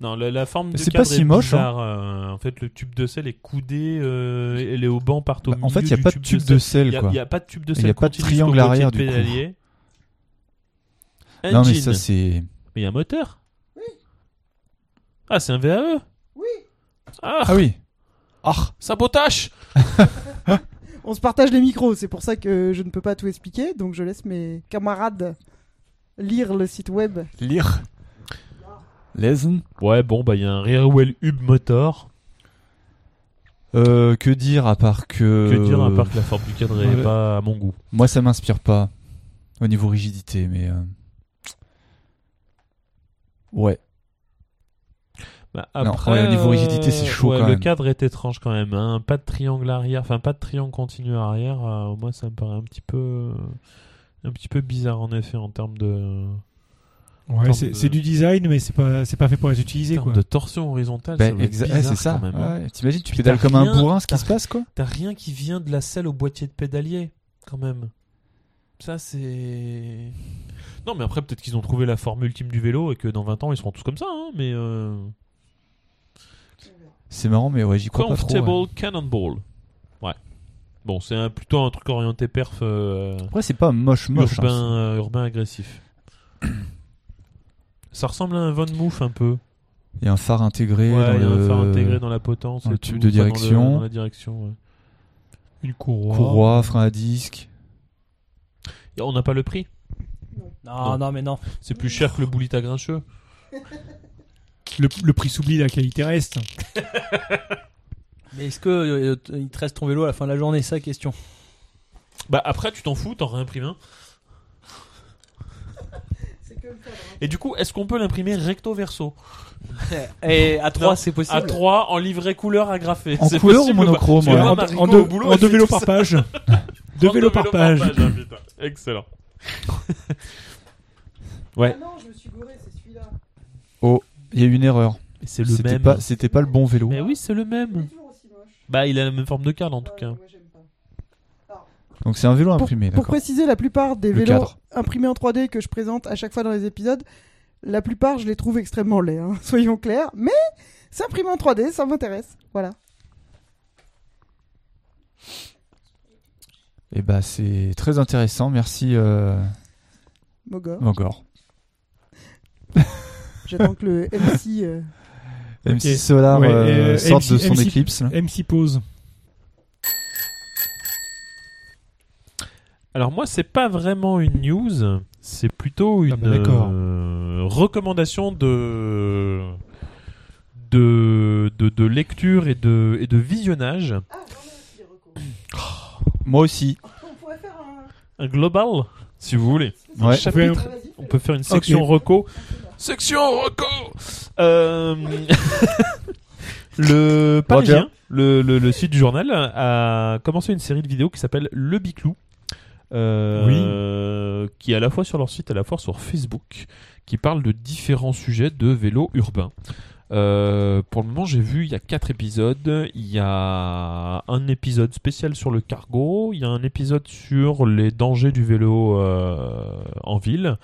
Speaker 7: Non, la, la forme du
Speaker 5: C'est
Speaker 7: cadre
Speaker 5: pas si
Speaker 7: est
Speaker 5: moche, hein.
Speaker 7: bizarre, euh, en fait, le tube de sel est coudé, euh, et elle est au banc partout. au
Speaker 5: Bah, en fait, il
Speaker 7: milieu
Speaker 5: n'y a
Speaker 7: du
Speaker 5: pas de tube de sel,
Speaker 7: Il y a-
Speaker 5: quoi.
Speaker 7: Il n'y a pas de tube de
Speaker 5: Et
Speaker 7: sel.
Speaker 5: il y a pas de
Speaker 7: continu
Speaker 5: triangle
Speaker 7: jusqu'au
Speaker 5: arrière,
Speaker 7: pied
Speaker 5: du
Speaker 7: de
Speaker 5: coup.
Speaker 7: pédalier.
Speaker 5: Non, mais
Speaker 7: Engine.
Speaker 5: ça, c'est.
Speaker 7: Mais il y a un moteur. Ah, c'est un VAE Oui. Ah,
Speaker 5: Ah oui.
Speaker 7: sabotage
Speaker 4: On se partage les micros, c'est pour ça que je ne peux pas tout expliquer, donc je laisse mes camarades lire le site web.
Speaker 5: Lire. Lesen.
Speaker 7: Ouais, bon, bah, il y a un rear wheel hub motor.
Speaker 5: Euh, que dire à part que.
Speaker 7: Que dire à part que la forme du cadre n'est
Speaker 5: Euh. ouais.
Speaker 7: pas à mon goût.
Speaker 5: Moi, ça m'inspire pas. Au niveau rigidité, mais. euh, Ouais.
Speaker 7: Bah,
Speaker 5: Non,
Speaker 7: après,
Speaker 5: ouais, au niveau rigidité, c'est
Speaker 7: euh,
Speaker 5: chaud,
Speaker 7: ouais,
Speaker 5: quand
Speaker 7: le
Speaker 5: même.
Speaker 7: cadre est étrange quand même. hein. Pas de triangle arrière, enfin pas de triangle continu arrière. euh, moi, ça me paraît un petit peu, un petit peu bizarre en effet en termes de,
Speaker 2: ouais,
Speaker 7: termes
Speaker 2: c'est
Speaker 7: de-
Speaker 2: c'est du design, mais c'est pas, c'est pas fait pour être utilisé.
Speaker 7: en termes
Speaker 2: Quoi.
Speaker 7: de torsion horizontale.
Speaker 5: Ben,
Speaker 7: ça doit être
Speaker 5: exa- ouais,
Speaker 7: bizarre
Speaker 5: c'est ça.
Speaker 7: quand même, hein.
Speaker 5: Ouais, T'imagines, tu
Speaker 7: Puis
Speaker 5: pédales
Speaker 7: t'as
Speaker 5: comme un
Speaker 7: rien,
Speaker 5: bourrin, ce qui
Speaker 7: t'as-
Speaker 5: se passe, quoi.
Speaker 7: T'as rien qui vient de la selle au boîtier de pédalier quand même. Ça c'est. Non, mais après peut-être qu'ils ont trouvé la forme ultime du vélo et que dans 20 ans ils seront tous comme ça. hein, mais euh...
Speaker 5: C'est marrant, mais ouais, j'y crois pas trop.
Speaker 7: comfortable
Speaker 5: ouais.
Speaker 7: cannonball. Ouais. Bon, c'est un, plutôt un truc orienté perf. euh,
Speaker 5: Après, c'est pas moche, moche. hein.
Speaker 7: urbain, euh, urbain agressif. Ça ressemble à un Von Moof un peu.
Speaker 5: Il y a un phare intégré.
Speaker 7: Ouais,
Speaker 5: dans
Speaker 7: il y a
Speaker 5: le-
Speaker 7: un phare intégré dans la potence.
Speaker 5: dans le
Speaker 7: et
Speaker 5: tube de
Speaker 7: tout, enfin, dans le-
Speaker 5: direction.
Speaker 7: dans la direction, ouais.
Speaker 2: Une courroie.
Speaker 5: Courroie, frein à disque.
Speaker 7: Et on n'a pas le prix.
Speaker 8: Non, non, mais non.
Speaker 7: C'est plus cher que le boulit à grincheux.
Speaker 2: Le, le prix s'oublie, la qualité reste.
Speaker 8: Mais est-ce que euh, t- il te reste ton vélo à la fin de la journée C'est la question.
Speaker 7: Bah après, tu t'en fous, t'en réimprimes un. Et du coup, est-ce qu'on peut l'imprimer recto verso
Speaker 8: Et à 3, c'est
Speaker 7: À
Speaker 8: possible.
Speaker 7: 3 en livret couleur agrafée.
Speaker 5: En
Speaker 7: C'est
Speaker 5: couleur ou
Speaker 7: possible pas
Speaker 5: monochrome,
Speaker 7: Parce que
Speaker 5: ouais.
Speaker 7: moi,
Speaker 2: en,
Speaker 7: Marico,
Speaker 2: en deux,
Speaker 7: au boulot,
Speaker 2: en
Speaker 7: elle
Speaker 2: deux
Speaker 7: fait
Speaker 2: vélos
Speaker 7: tout
Speaker 2: par
Speaker 7: ça.
Speaker 2: page. deux
Speaker 7: En
Speaker 2: vélos par page.
Speaker 7: ah, putain. Excellent. Ouais.
Speaker 4: Ah non, je me suis gouré, c'est celui-là.
Speaker 5: Il y a eu une erreur.
Speaker 7: C'est
Speaker 5: C'était pas, c'était pas le bon vélo.
Speaker 7: Mais oui, c'est le même. Bah, il a la même forme de cadre Mmh. en
Speaker 4: Ah,
Speaker 7: tout cas.
Speaker 5: Donc c'est un vélo imprimé.
Speaker 4: Pour
Speaker 5: d'accord.
Speaker 4: préciser, la plupart des
Speaker 5: Le
Speaker 4: vélos
Speaker 5: cadre.
Speaker 4: imprimés en 3D que je présente à chaque fois dans les épisodes, la plupart je les trouve extrêmement laids, hein, soyons clairs, mais c'est imprimé en 3D, ça m'intéresse. Voilà.
Speaker 5: Et bah c'est très intéressant. Merci euh,
Speaker 4: Mogor.
Speaker 5: Mangor.
Speaker 4: J'attends que le MC. euh,
Speaker 5: MC Solar
Speaker 2: Ouais,
Speaker 5: euh,
Speaker 2: et, euh,
Speaker 5: sorte
Speaker 2: MC
Speaker 5: de son
Speaker 2: MC
Speaker 5: éclipse. là.
Speaker 2: MC pose.
Speaker 7: Alors moi, c'est pas vraiment une news, c'est plutôt une
Speaker 2: Ah bah d'accord.
Speaker 7: euh, recommandation de de, de de lecture et de et de visionnage.
Speaker 5: Moi aussi.
Speaker 4: On pourrait faire un.
Speaker 7: Un global, si vous voulez.
Speaker 5: Ouais.
Speaker 2: On fait un-
Speaker 4: Ah, vas-y,
Speaker 7: On peut faire une section reco. Section reco. Euh, le Parisien, le, le, le site du journal, a commencé une série de vidéos qui s'appelle Le Biclou. Euh, qui est à la fois sur leur site, à la fois sur Facebook, qui parle de différents sujets de vélo urbain. Euh, pour le moment, j'ai vu, il y a quatre épisodes. Il y a un épisode spécial sur le cargo, il y a un épisode sur les dangers du vélo euh, en ville,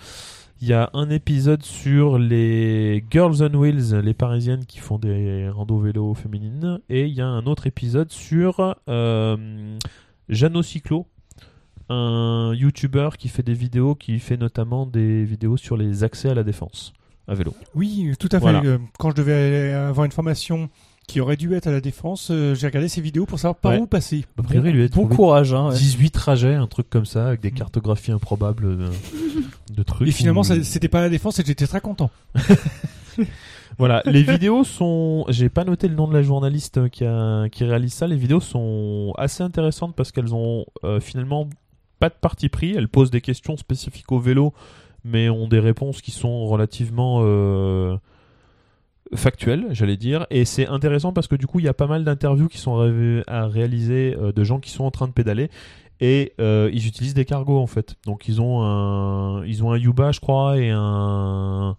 Speaker 7: il y a un épisode sur les Girls on Wheels, les parisiennes qui font des randos vélo féminines, et il y a un autre épisode sur euh, Jeannot Cyclo, un YouTuber qui fait des vidéos, qui fait notamment des vidéos sur les accès à la défense à vélo.
Speaker 2: Oui, tout à fait.
Speaker 7: Voilà.
Speaker 2: Euh, Quand je devais avoir une formation qui aurait dû être à la défense, euh, j'ai regardé ces vidéos pour savoir par
Speaker 7: Ouais.
Speaker 2: où passer.
Speaker 7: A priori, il lui a
Speaker 8: Bon
Speaker 7: trouvé
Speaker 8: courage. Hein, ouais.
Speaker 7: 18 trajets, un truc comme ça, avec des cartographies improbables euh, de trucs.
Speaker 2: Et finalement,
Speaker 7: où-
Speaker 2: ça- c'était pas à la défense et j'étais très content.
Speaker 7: Voilà, les vidéos sont. J'ai pas noté le nom de la journaliste euh, qui, a- qui réalise ça. Les vidéos sont assez intéressantes parce qu'elles ont euh, finalement pas de parti pris. Elles posent des questions spécifiques au vélo, mais ont des réponses qui sont relativement euh, factuelles, j'allais dire. Et c'est intéressant parce que du coup, il y a pas mal d'interviews qui sont ré- à réaliser euh, de gens qui sont en train de pédaler. Et euh, ils utilisent des cargos en fait. Donc ils ont un, ils ont un Yuba, je crois, et un,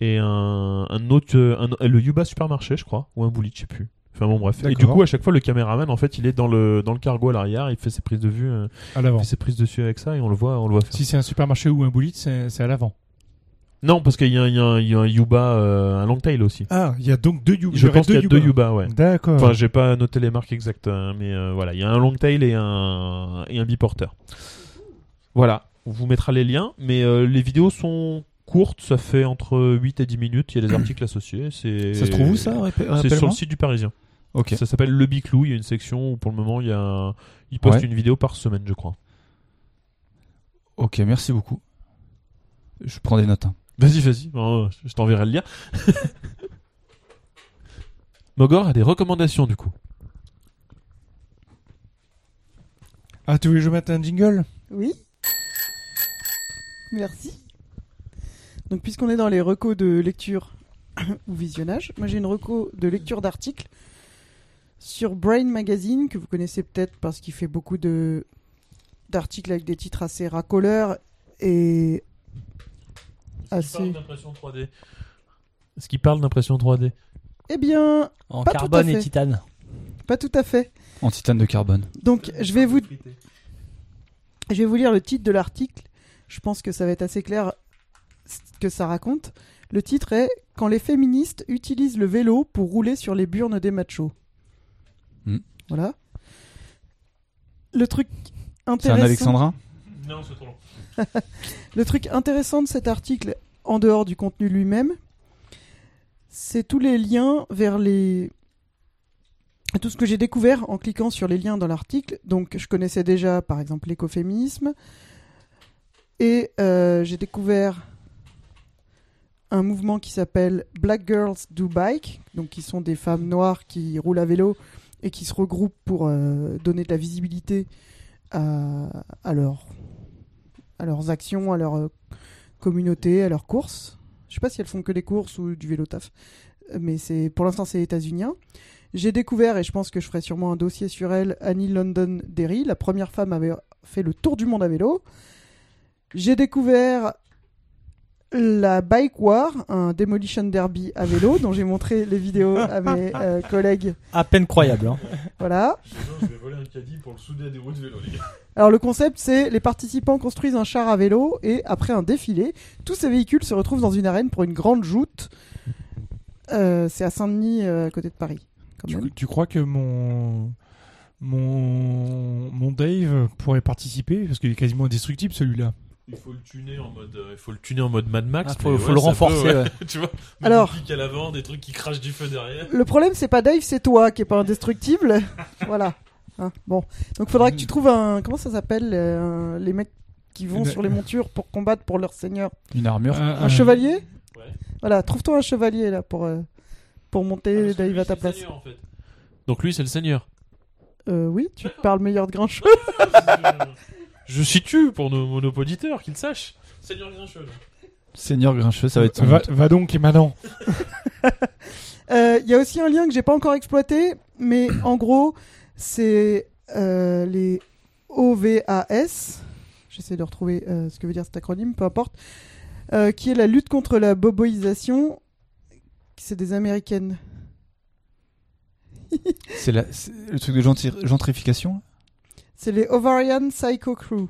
Speaker 7: et un, un autre euh, un- le Yuba supermarché je crois ou un Bully je sais plus enfin bon bref et
Speaker 2: D'accord.
Speaker 7: du coup à chaque fois le caméraman en fait il est dans le dans le cargo à l'arrière il fait ses prises de vue euh,
Speaker 2: à
Speaker 7: il
Speaker 2: l'avant.
Speaker 7: fait ses prises dessus avec ça et on le voit on le voit faire
Speaker 2: Si c'est un supermarché ou un bullet, c'est c'est à l'avant.
Speaker 7: non parce qu'il y a, un- il y a un- il y a un Yuba euh, un long tail aussi
Speaker 2: Ah, il y a donc deux Yuba.
Speaker 7: je pense qu'il y a deux Yuba ouais
Speaker 2: D'accord.
Speaker 7: enfin j'ai pas noté les marques exactes hein, mais euh, voilà il y a un long tail et un et un biporteur voilà on vous mettra les liens mais euh, les vidéos sont courtes ça fait entre 8 et 10 minutes il y a des articles associés c'est
Speaker 5: Ça se trouve où ça répé-
Speaker 7: c'est sur
Speaker 5: rappelle-moi
Speaker 7: le site du Parisien
Speaker 5: Ok.
Speaker 7: Ça s'appelle Le Biclou. Il y a une section où pour le moment il y a, il poste
Speaker 5: Ouais.
Speaker 7: une vidéo par semaine, je crois.
Speaker 5: Ok, merci beaucoup. Je prends des notes. hein.
Speaker 7: Vas-y, vas-y. Oh, je t'enverrai le lien. Mogor a des recommandations du coup.
Speaker 2: Ah, tu veux que je mette un jingle
Speaker 4: Oui. Merci. Donc, puisqu'on est dans les recos de lecture ou visionnage, moi j'ai une reco de lecture d'articles sur Brain Magazine, que vous connaissez peut-être parce qu'il fait beaucoup de d'articles avec des titres assez racoleurs et assez.
Speaker 7: d'impression 3D. Est-ce qu'il parle d'impression 3D
Speaker 4: Eh bien,
Speaker 6: En
Speaker 4: Pas tout à
Speaker 6: carbone et
Speaker 4: fait.
Speaker 6: titane.
Speaker 4: pas tout à fait.
Speaker 5: En titane de carbone.
Speaker 4: Donc, je vais vous Je vais vous lire le titre de l'article. Je pense que ça va être assez clair ce que ça raconte. Le titre est Quand les féministes utilisent le vélo pour rouler sur les burnes des machos.
Speaker 5: Hmm.
Speaker 4: Voilà. Le truc
Speaker 5: C'est un
Speaker 4: intéressant.
Speaker 5: alexandrin
Speaker 7: Non, c'est trop long.
Speaker 4: Le truc intéressant de cet article, en dehors du contenu lui-même, c'est tous les liens vers les. Tout ce que j'ai découvert en cliquant sur les liens dans l'article. Donc, je connaissais déjà, par exemple, l'écoféminisme. Et euh, j'ai découvert un mouvement qui s'appelle Black Girls Do Bike. Donc, qui sont des femmes noires qui roulent à vélo et qui se regroupent pour euh, donner de la visibilité à, à leur à leurs actions, à leur euh, communauté, à leurs courses. Je sais pas si elles font que des courses ou du vélo taf, Euh, mais c'est pour l'instant c'est états-unien. J'ai découvert et je pense que je ferai sûrement un dossier sur elle, Annie London Derry, la première femme à avoir fait le tour du monde à vélo. J'ai découvert la Bike War, un demolition derby à vélo dont j'ai montré les vidéos à mes euh, collègues.
Speaker 6: À peine croyable. hein.
Speaker 4: Voilà.
Speaker 3: Je vais voler un caddie pour le souder à des roues de vélo, les gars.
Speaker 4: Alors le concept, c'est les participants construisent un char à vélo et après un défilé, tous ces véhicules se retrouvent dans une arène pour une grande joute. Euh, c'est à Saint-Denis, euh, à côté de Paris. Quand
Speaker 2: tu,
Speaker 4: même.
Speaker 2: tu crois que mon mon mon Dave pourrait participer parce qu'il est quasiment indestructible celui-là.
Speaker 3: Il faut le tuner en mode, euh, il faut le tuner en mode Mad Max.
Speaker 6: Ah, faut,
Speaker 3: mais
Speaker 6: faut
Speaker 3: ouais,
Speaker 6: le
Speaker 3: ça
Speaker 6: renforcer.
Speaker 3: peut, ouais.
Speaker 6: ouais.
Speaker 3: tu vois, mettre
Speaker 4: Alors.
Speaker 3: des pics à l'avant, des trucs qui crachent du feu derrière.
Speaker 4: Le problème, c'est pas Dave, c'est toi qui est pas indestructible. voilà. Hein, bon, donc faudra que tu trouves un comment ça s'appelle euh, les mecs qui vont
Speaker 2: Une- Ah.
Speaker 4: sur les montures pour combattre pour leur seigneur.
Speaker 5: Une armure
Speaker 4: Un, chevalier.
Speaker 3: Ouais.
Speaker 4: Voilà, trouve-toi un chevalier là pour euh, pour
Speaker 7: Ah,
Speaker 3: Ah,
Speaker 4: monter Dave bah, à ta place.
Speaker 7: Donc lui, c'est le seigneur.
Speaker 4: Euh, oui, tu parles meilleur de grand chose.
Speaker 7: Je situe pour nos monopoliteurs qu'ils sachent.
Speaker 3: Seigneur Grincheux.
Speaker 5: Seigneur grincheux, ça va être son
Speaker 2: Va,
Speaker 5: nom.
Speaker 2: va donc et maintenant.
Speaker 4: Euh, Il y a aussi un lien que j'ai pas encore exploité, mais en gros, c'est euh, les OVAS. J'essaie de retrouver euh, ce que veut dire cet acronyme, peu importe. Euh, qui est la lutte contre la boboisation. C'est des américaines.
Speaker 5: C'est la- c'est le truc de gentri- gentrification
Speaker 4: C'est les Ovarian Psycho Crew.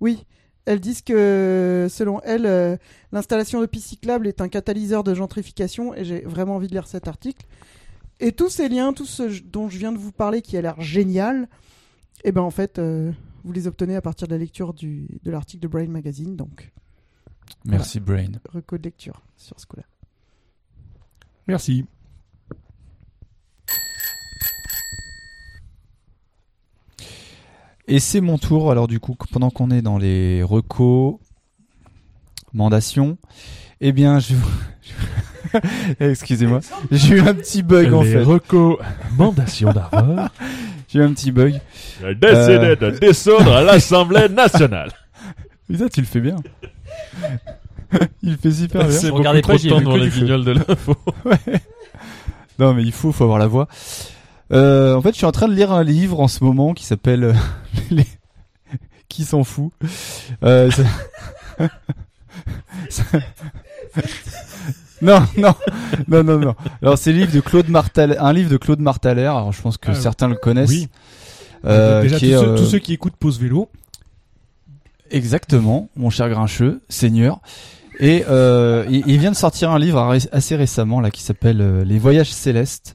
Speaker 4: Oui, elles disent que, selon elles, euh, l'installation de pistes cyclables est un catalyseur de gentrification, et j'ai vraiment envie de lire cet article. Et tous ces liens, tout ce dont je viens de vous parler, qui a l'air génial, eh ben en fait, euh, vous les obtenez à partir de la lecture du, de l'article de Brain Magazine, donc
Speaker 5: Merci Brain.
Speaker 4: reco de lecture sur ce coup-là.
Speaker 2: Merci.
Speaker 5: Et c'est mon tour. Alors du coup, pendant qu'on est dans les recos, mandations, Eh bien, je vous... Excusez-moi. J'ai eu un petit bug, en fait.
Speaker 7: recommandations d'Harvard.
Speaker 5: J'ai eu un petit bug.
Speaker 7: Elle décidait de
Speaker 4: Euh.
Speaker 7: descendre à l'Assemblée nationale.
Speaker 5: Putain, tu le fais bien. Il fait super bien.
Speaker 7: C'est
Speaker 8: Regardez
Speaker 7: beaucoup
Speaker 8: pas,
Speaker 7: trop
Speaker 8: j'y
Speaker 7: de
Speaker 8: ai
Speaker 7: temps
Speaker 8: vu
Speaker 7: dans
Speaker 8: que
Speaker 7: les
Speaker 8: du feu.
Speaker 7: guignols de l'info.
Speaker 5: Ouais. Non, mais il faut, faut avoir la voix. Euh, en fait, je suis en train de lire un livre en ce moment qui s'appelle euh, les- Qui s'en fout. Euh, ça- ça- Non, non, non, non, non. Alors, c'est le livre de Claude Martal, un livre de Claude Martaler. Alors, je pense que
Speaker 2: Ah,
Speaker 5: certains le connaissent.
Speaker 2: oui.
Speaker 5: Euh,
Speaker 2: Déjà, tous,
Speaker 5: qui est,
Speaker 2: ceux,
Speaker 5: euh,
Speaker 2: tous ceux qui écoutent Pause Vélo,
Speaker 5: Exactement, mon cher Grincheux, seigneur. Et euh, il, il vient de sortir un livre arré- assez récemment là qui s'appelle euh, Les Voyages célestes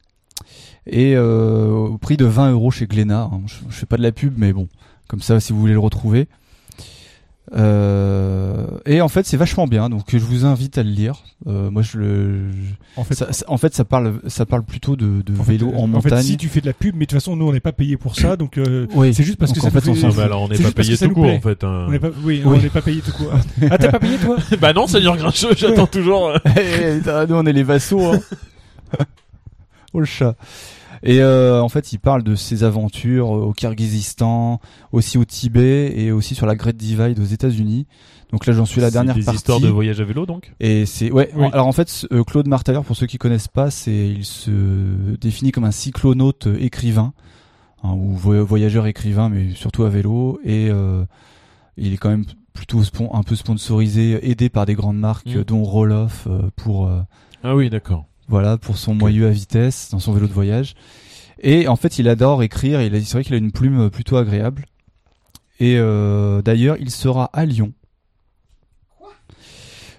Speaker 5: et euh, au prix de 20 euros chez Glénat. hein. Je, je fais pas de la pub, mais bon, comme ça, si vous voulez le retrouver. Euh, et en fait, c'est vachement bien, donc je vous invite à le lire. Euh, moi, je le. je-
Speaker 2: en fait.
Speaker 5: ça- ça- en fait, ça parle, ça parle plutôt de, de
Speaker 2: en fait,
Speaker 5: vélo
Speaker 2: euh,
Speaker 5: en
Speaker 2: en fait,
Speaker 5: montagne.
Speaker 2: si tu fais de la pub, mais de toute façon, nous, on n'est pas payé pour ça, donc euh,
Speaker 5: Oui.
Speaker 2: c'est juste parce que
Speaker 5: Donc,
Speaker 2: ça
Speaker 5: en fait,
Speaker 2: nous
Speaker 5: on s'en
Speaker 7: Ah
Speaker 5: va
Speaker 7: bah alors on n'est
Speaker 2: C'est
Speaker 7: pas
Speaker 2: juste parce
Speaker 7: payé
Speaker 2: que ça
Speaker 7: tout
Speaker 2: nous
Speaker 7: court
Speaker 2: plaît.
Speaker 7: en fait. hein.
Speaker 2: On n'est pas, oui,
Speaker 5: Oui.
Speaker 2: on n'est pas payé tout court. ah, t'as pas payé toi
Speaker 7: Bah non, Seigneur Grincheux, j'attends toujours.
Speaker 2: hein.
Speaker 7: euh.
Speaker 5: Eh, putain, nous on est les vassaux. hein. oh le chat. Et euh, en fait, il parle de ses aventures euh, au Kirghizistan, aussi au Tibet et aussi sur la Great Divide aux États-Unis. Donc là, j'en suis à la
Speaker 7: C'est
Speaker 5: dernière
Speaker 7: Des
Speaker 5: partie.
Speaker 7: histoires de voyage à vélo donc.
Speaker 5: Et c'est ouais.
Speaker 2: Oui.
Speaker 5: Alors en fait, ce- euh, Claude Martaler, pour ceux qui connaissent pas, c'est il se définit comme un cyclonaute euh, écrivain hein, ou vo- voyageur écrivain, mais surtout à vélo. Et euh, il est quand même plutôt spon- un peu sponsorisé, aidé par des grandes marques,
Speaker 7: Mhm.
Speaker 5: euh, dont Roloff euh, pour euh,
Speaker 7: Ah oui, d'accord.
Speaker 5: voilà, pour son moyeu à vitesse, dans son vélo de voyage. Et en fait, il adore écrire, il a- c'est vrai qu'il a une plume euh, plutôt agréable. Et euh, d'ailleurs, il sera à Lyon.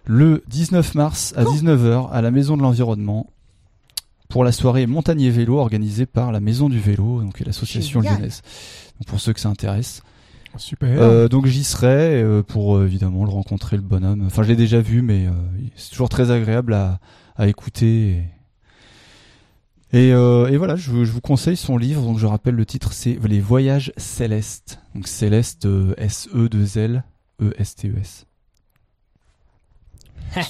Speaker 5: Le 19 mars à 19h à la Maison de l'Environnement pour la soirée Montagne et Vélo organisée par la Maison du Vélo, donc l'association
Speaker 4: Génial.
Speaker 5: lyonnaise. Donc, pour ceux que ça intéresse.
Speaker 2: Super.
Speaker 5: Euh, donc j'y serai euh, pour euh, évidemment le rencontrer le bonhomme. Enfin je l'ai déjà vu mais euh, c'est toujours très agréable à, à écouter. Et, et, euh, et voilà, je, vous- je vous conseille son livre. Donc je rappelle le titre, c'est Les Voyages célestes. Donc céleste, S E 2 L E S T E S.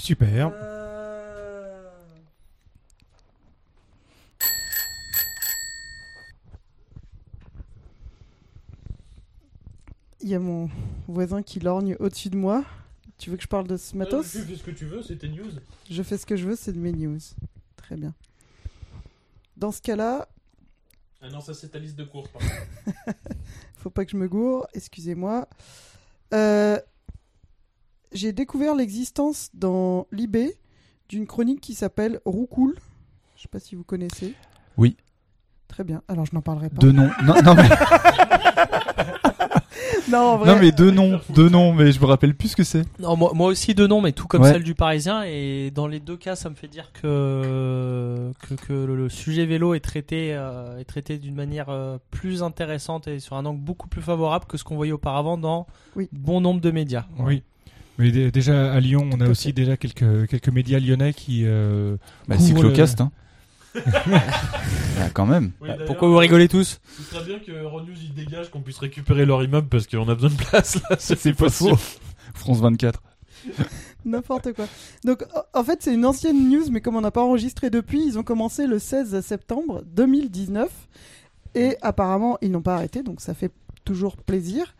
Speaker 2: Super.
Speaker 4: Il y a mon voisin qui lorgne au-dessus de moi. Tu veux que je parle de ce matos
Speaker 7: Euh,
Speaker 3: Tu Ah, fais ce que tu veux, c'était news.
Speaker 4: Je fais ce que je veux, c'est de mes news. Très bien. Dans ce cas-là,
Speaker 3: Ah non, ça c'est ta liste de courses. par
Speaker 4: faut pas que je me gourre, excusez-moi. Euh, J'ai découvert l'existence dans l'IB d'une chronique qui s'appelle Roucoule. Je sais pas si vous connaissez.
Speaker 5: Oui.
Speaker 4: Très bien. Alors je n'en parlerai pas.
Speaker 5: Deux noms. Non, non, mais,
Speaker 4: Non, en vrai,
Speaker 5: non mais deux noms, deux noms, mais je me rappelle plus ce que c'est.
Speaker 8: Non, moi, moi aussi deux noms, mais tout comme
Speaker 5: Ouais.
Speaker 8: celle du Parisien. Et dans les deux cas, ça me fait dire que, que, que le, le sujet vélo est traité, euh, est traité d'une manière euh, plus intéressante et sur un angle beaucoup plus favorable que ce qu'on voyait auparavant dans
Speaker 4: Oui.
Speaker 8: bon nombre de médias.
Speaker 2: Oui. Mais dé- déjà à Lyon, on
Speaker 4: à
Speaker 2: a
Speaker 4: fait.
Speaker 2: aussi déjà quelques quelques médias lyonnais qui. euh,
Speaker 5: Bah,
Speaker 2: couvrent
Speaker 5: cyclocast, hein. Bah, quand même.
Speaker 3: Oui, d'ailleurs, euh,
Speaker 8: Pourquoi vous rigolez tous
Speaker 3: Ce serait bien que Ron News, ils dégagent, qu'on puisse récupérer leur immeuble parce qu'on a besoin de place là.
Speaker 5: C'est pas faux. France 24.
Speaker 4: N'importe quoi. Donc, en- en fait, c'est une ancienne news, mais comme on n'a pas enregistré depuis, ils ont commencé le 16 septembre 2019. Et apparemment, ils n'ont pas arrêté, donc ça fait toujours plaisir.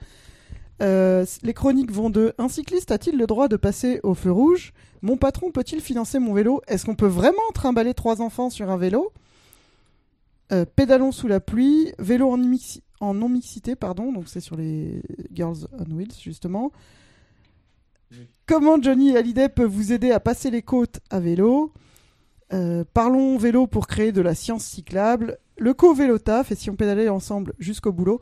Speaker 4: Euh, les chroniques vont de Un cycliste a-t-il le droit de passer au feu rouge Mon patron peut-il financer mon vélo Est-ce qu'on peut vraiment trimballer trois enfants sur un vélo Euh, Pédalons sous la pluie, vélo en, mixi- en non-mixité, pardon, donc c'est sur les Girls on Wheels justement. Comment Johnny Hallyday peut vous aider à passer les côtes à vélo Euh, Parlons vélo pour créer de la science cyclable. Le co-vélo taf, et si on pédalait ensemble jusqu'au boulot.